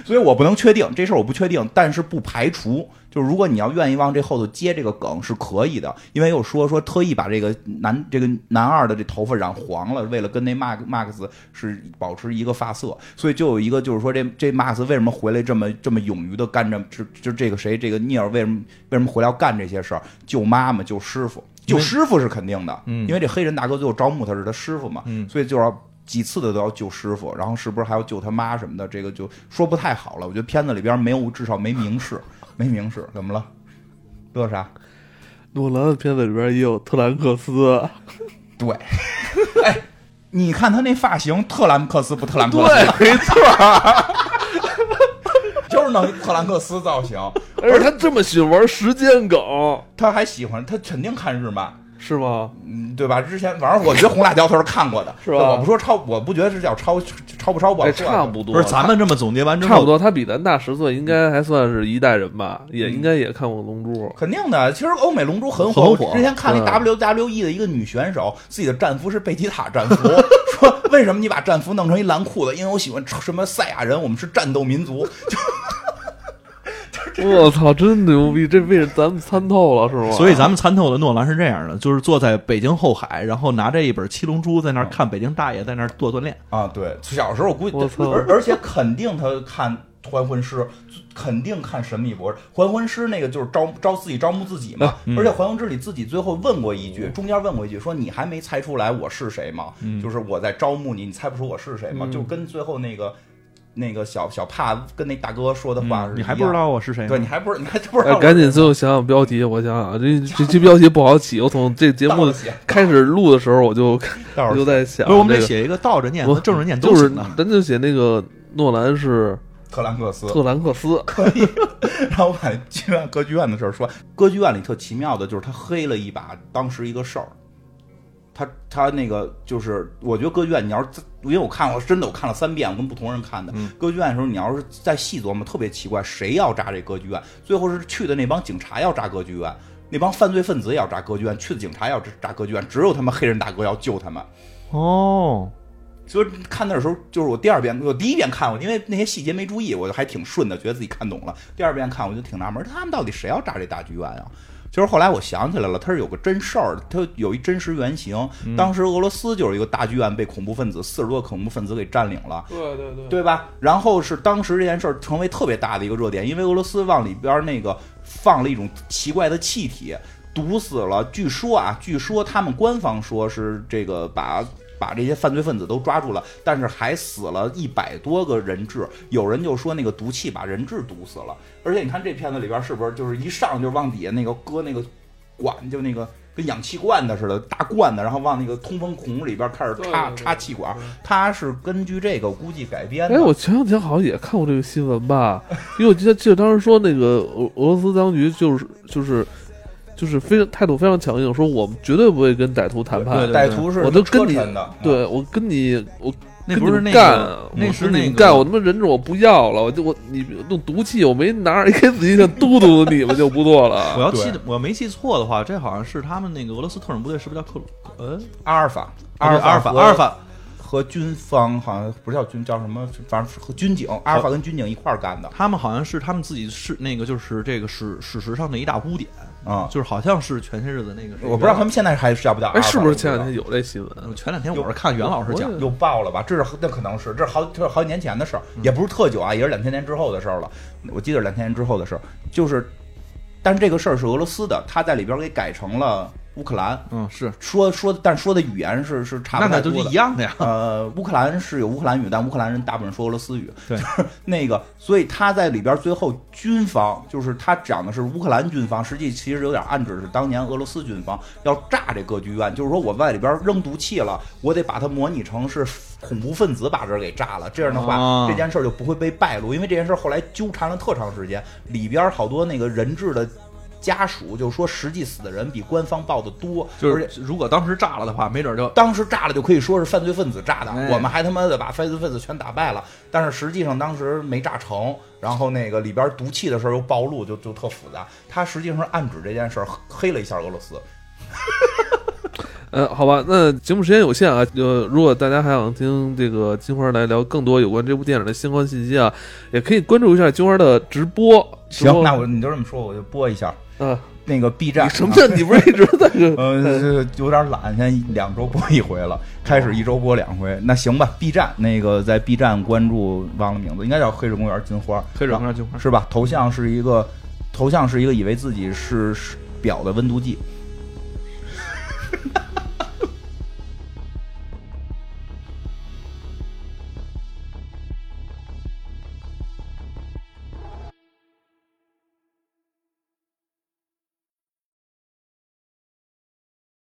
B: 所以我不能确定这事儿，我不确定，但是不排除，就是如果你要愿意往这后头接这个梗是可以的，因为有说说特意把这个男这个男二的这头发染黄了，为了跟那 Max Max 是保持一个发色，所以就有一个就是说这这 Max 为什么回来这么这么勇于的干这就就这个谁这个尼尔为什么为什么回来要干这些事儿，救妈妈救师傅。救师傅是肯定的，
C: 嗯
B: 因为这黑人大哥最后招募他是他师傅嘛，
C: 嗯
B: 所以就要几次的都要救师傅，然后是不是还要救他妈什么的，这个就说不太好了。我觉得片子里边没有，至少没明示， 没明示，怎么了？乐啥？
A: 诺兰的片子里边也有特兰克 斯，
B: 对，哎，你看他那发型，特兰克斯不特兰克斯，
A: 对，没错。
B: 就是弄特兰克斯造型。
A: 而且他这么喜欢玩时间梗，
B: 他还喜欢，他肯定看日漫，
A: 是吗？
B: 嗯，对吧？之前反正我觉得《红辣椒》他是看过的，
A: 是吧
B: 我不说超，我不觉得是叫超超不超不好
A: 哎，
B: 说啊
A: 差不多，
C: 不是咱们这么总结完之后，
A: 差不多，他比咱大十岁，应该还算是一代人吧，也
C: 嗯
A: 应该也看过《龙珠》
B: 肯定的，其实欧美龙珠很
C: 很
B: 火。
C: 火嗯
B: 我之前看那 WWE 的一个女选手，自己的战服是贝吉塔战服， 说为什么你把战服弄成一蓝裤子？因为我喜欢什么赛亚人，我们是战斗民族。
A: 我操，真牛逼！这被咱们参透了，是吗？
C: 所以咱们参透的诺兰是这样的，就是坐在北京后海，然后拿着一本《七龙珠》在那儿
B: 嗯
C: 看北京大爷在那儿做锻炼。
B: 啊，对，小时候我估计
A: 我，操
B: 而而且肯定他看还魂师肯定看《神秘博士》，还魂师那个就是招招自己招募自己
D: 啊
B: 嘛。
D: 嗯
B: 而且还魂之里自己最后问过一句，中间问过一句，说你还没猜出来我是谁吗？
D: 嗯
B: 就是我在招募你，你猜不出我是谁吗？
A: 嗯
B: 就跟最后那个那个小小帕跟那大哥说的话嗯是一样、
D: 嗯你还不知道我是谁吗？
B: 对，你还不知你还不知道
A: 哎，
B: 我
A: 赶紧最后想想标题，我想想啊，这这期标题不好起。我从这节目
B: 倒写
A: 开始录的时候，我就
B: 倒是
A: 我就在想，
C: 不是，我们
A: 这
C: 得
A: 个
C: 写一个倒着念
A: 我
C: 和正着念都
A: 就是
C: 行啊 的。
A: 咱就写那个诺兰是
B: 特兰克斯，
A: 特兰克斯，
B: 然后我把剧院歌剧院的事儿说，歌剧院里特奇妙的就是他黑了一把当时一个事儿，他他那个就是我觉得歌剧院你要是在因为我看过真的我看了三遍，我跟不同人看的、歌剧院的时候，你要是再细琢磨，特别奇怪，谁要炸这歌剧院？最后是去的那帮警察要炸歌剧院，那帮犯罪分子也要炸歌剧院，去的警察要炸歌剧院，只有他们黑人大哥要救他们。
D: 哦，
B: 所以看那时候，就是我第二遍，我第一遍看我，因为那些细节没注意，我就还挺顺的，觉得自己看懂了。第二遍看我就挺纳闷，他们到底谁要炸这大剧院啊？就是后来我想起来了，它是有个真事儿，它有一真实原型。当时俄罗斯就是一个大剧院被恐怖分子四十多个恐怖分子给占领了，
A: 对对对，
B: 对吧？然后是当时这件事儿成为特别大的一个热点，因为俄罗斯往里边儿那个放了一种奇怪的气体，毒死了。据说啊，据说他们官方说是这个把。把这些犯罪分子都抓住了，但是还死了一百多个人质。有人就说那个毒气把人质毒死了，而且你看这片子里边是不是就是一上就往底下那个搁那个管，就那个跟氧气罐子似的大罐子，然后往那个通风孔里边开始插
A: 对对对
B: 插气管，它是根据这个估计改编的。
A: 哎，我前两天好像也看过这个新闻吧，因为我记得记得当时说那个俄俄罗斯当局就是就是就是非常态度非常强硬，说我们绝对不会跟歹徒谈判。
C: 对对
B: 歹徒呃是
A: 我都跟你
B: 车臣的，
A: 对我跟你我
C: 嗯那
A: 跟
C: 不是
A: 你们
C: 那个
A: 干，
C: 那
A: 我
C: 是
A: 跟你
C: 那
A: 们
C: 个
A: 干，我他妈忍着我不要了，我就我你用毒气，我没拿着 AK 自己想嘟嘟你们就不做
C: 我
A: 了。
C: 要
B: 对
C: 记得我没记错的话，这好像是他们那个俄罗斯特种部队，是不是叫克鲁？呃，
B: 阿尔法，阿
C: 啊对阿
B: 尔
C: 尔
B: 法
C: 法，
B: 和，
C: 阿尔法，
B: 和军方好像不是叫军叫什么，反正是和军警，阿尔法跟军警一块儿干的
C: 他们好像是他们自己是那个，就是这个史史实上的一大污点，
B: 啊。
C: 就是好像是前些日子那个，
B: 我不知道他们现在还叫不叫阿
A: 哎，
B: 尔法，
A: 是不
C: 啊
A: 是前两
B: 我
A: 天有这新闻？啊
C: 们前两天我是看袁老师讲
A: 我，
B: 又爆了吧？这是那可能是这是好这是好几年前的事儿，
C: 嗯
B: 也不是特久啊，也是两千年之后的事儿了。我记得是两千年之后的事儿，就是，但是这个事儿是俄罗斯的，他在里边给改成了乌克兰，
C: 嗯，是，
B: 说说，但说的语言是是差不
C: 那
B: 太
C: 那
B: 多
C: 都
B: 的
C: 是一样的呀，
B: 呃，乌克兰是有乌克兰语，但乌克兰人大部分说俄罗斯语。
C: 对
B: 就是那个，所以他在里边最后军方，就是他讲的是乌克兰军方，实际其实有点暗指是当年俄罗斯军方要炸这歌剧院，就是说我外里边扔毒气了，我得把它模拟成是恐怖分子把这儿给炸了，这样的话、
C: 啊
B: 这件事儿就不会被败露，因为这件事儿后来纠缠了特长时间，里边好多那个人质的。家属就说，实际死的人比官方报的多，
C: 就
B: 而且
C: 是如果当时炸了的话，没准就
B: 当时炸了就可以说是犯罪分子炸的，
C: 哎
B: 我们还他妈的把犯罪分子全打败了，但是实际上当时没炸成，然后那个里边毒气的时候又暴露，就就特复杂。他实际上是暗指这件事儿黑了一下俄罗斯。
A: 呃，好吧，那节目时间有限啊，呃，如果大家还想听这个金花来聊更多有关这部电影的相关信息啊，也可以关注一下金花的直播。直
B: 行
A: 播，
B: 那我你就这么说，我就播一下
A: 啊，
B: 那个 B
A: 你
B: 站
A: 什么
B: 啊
A: 叫你不是一直在这
B: 呃，
A: 呃
B: 这有点懒，现在两周播一回了，开始一周播两回。那行吧，B 站那个在 B 站关注，忘了名字，应该叫黑水公园金花，
C: 黑水公园金花
B: 是吧？头像是一个头像是一个以为自己是是表的温度计，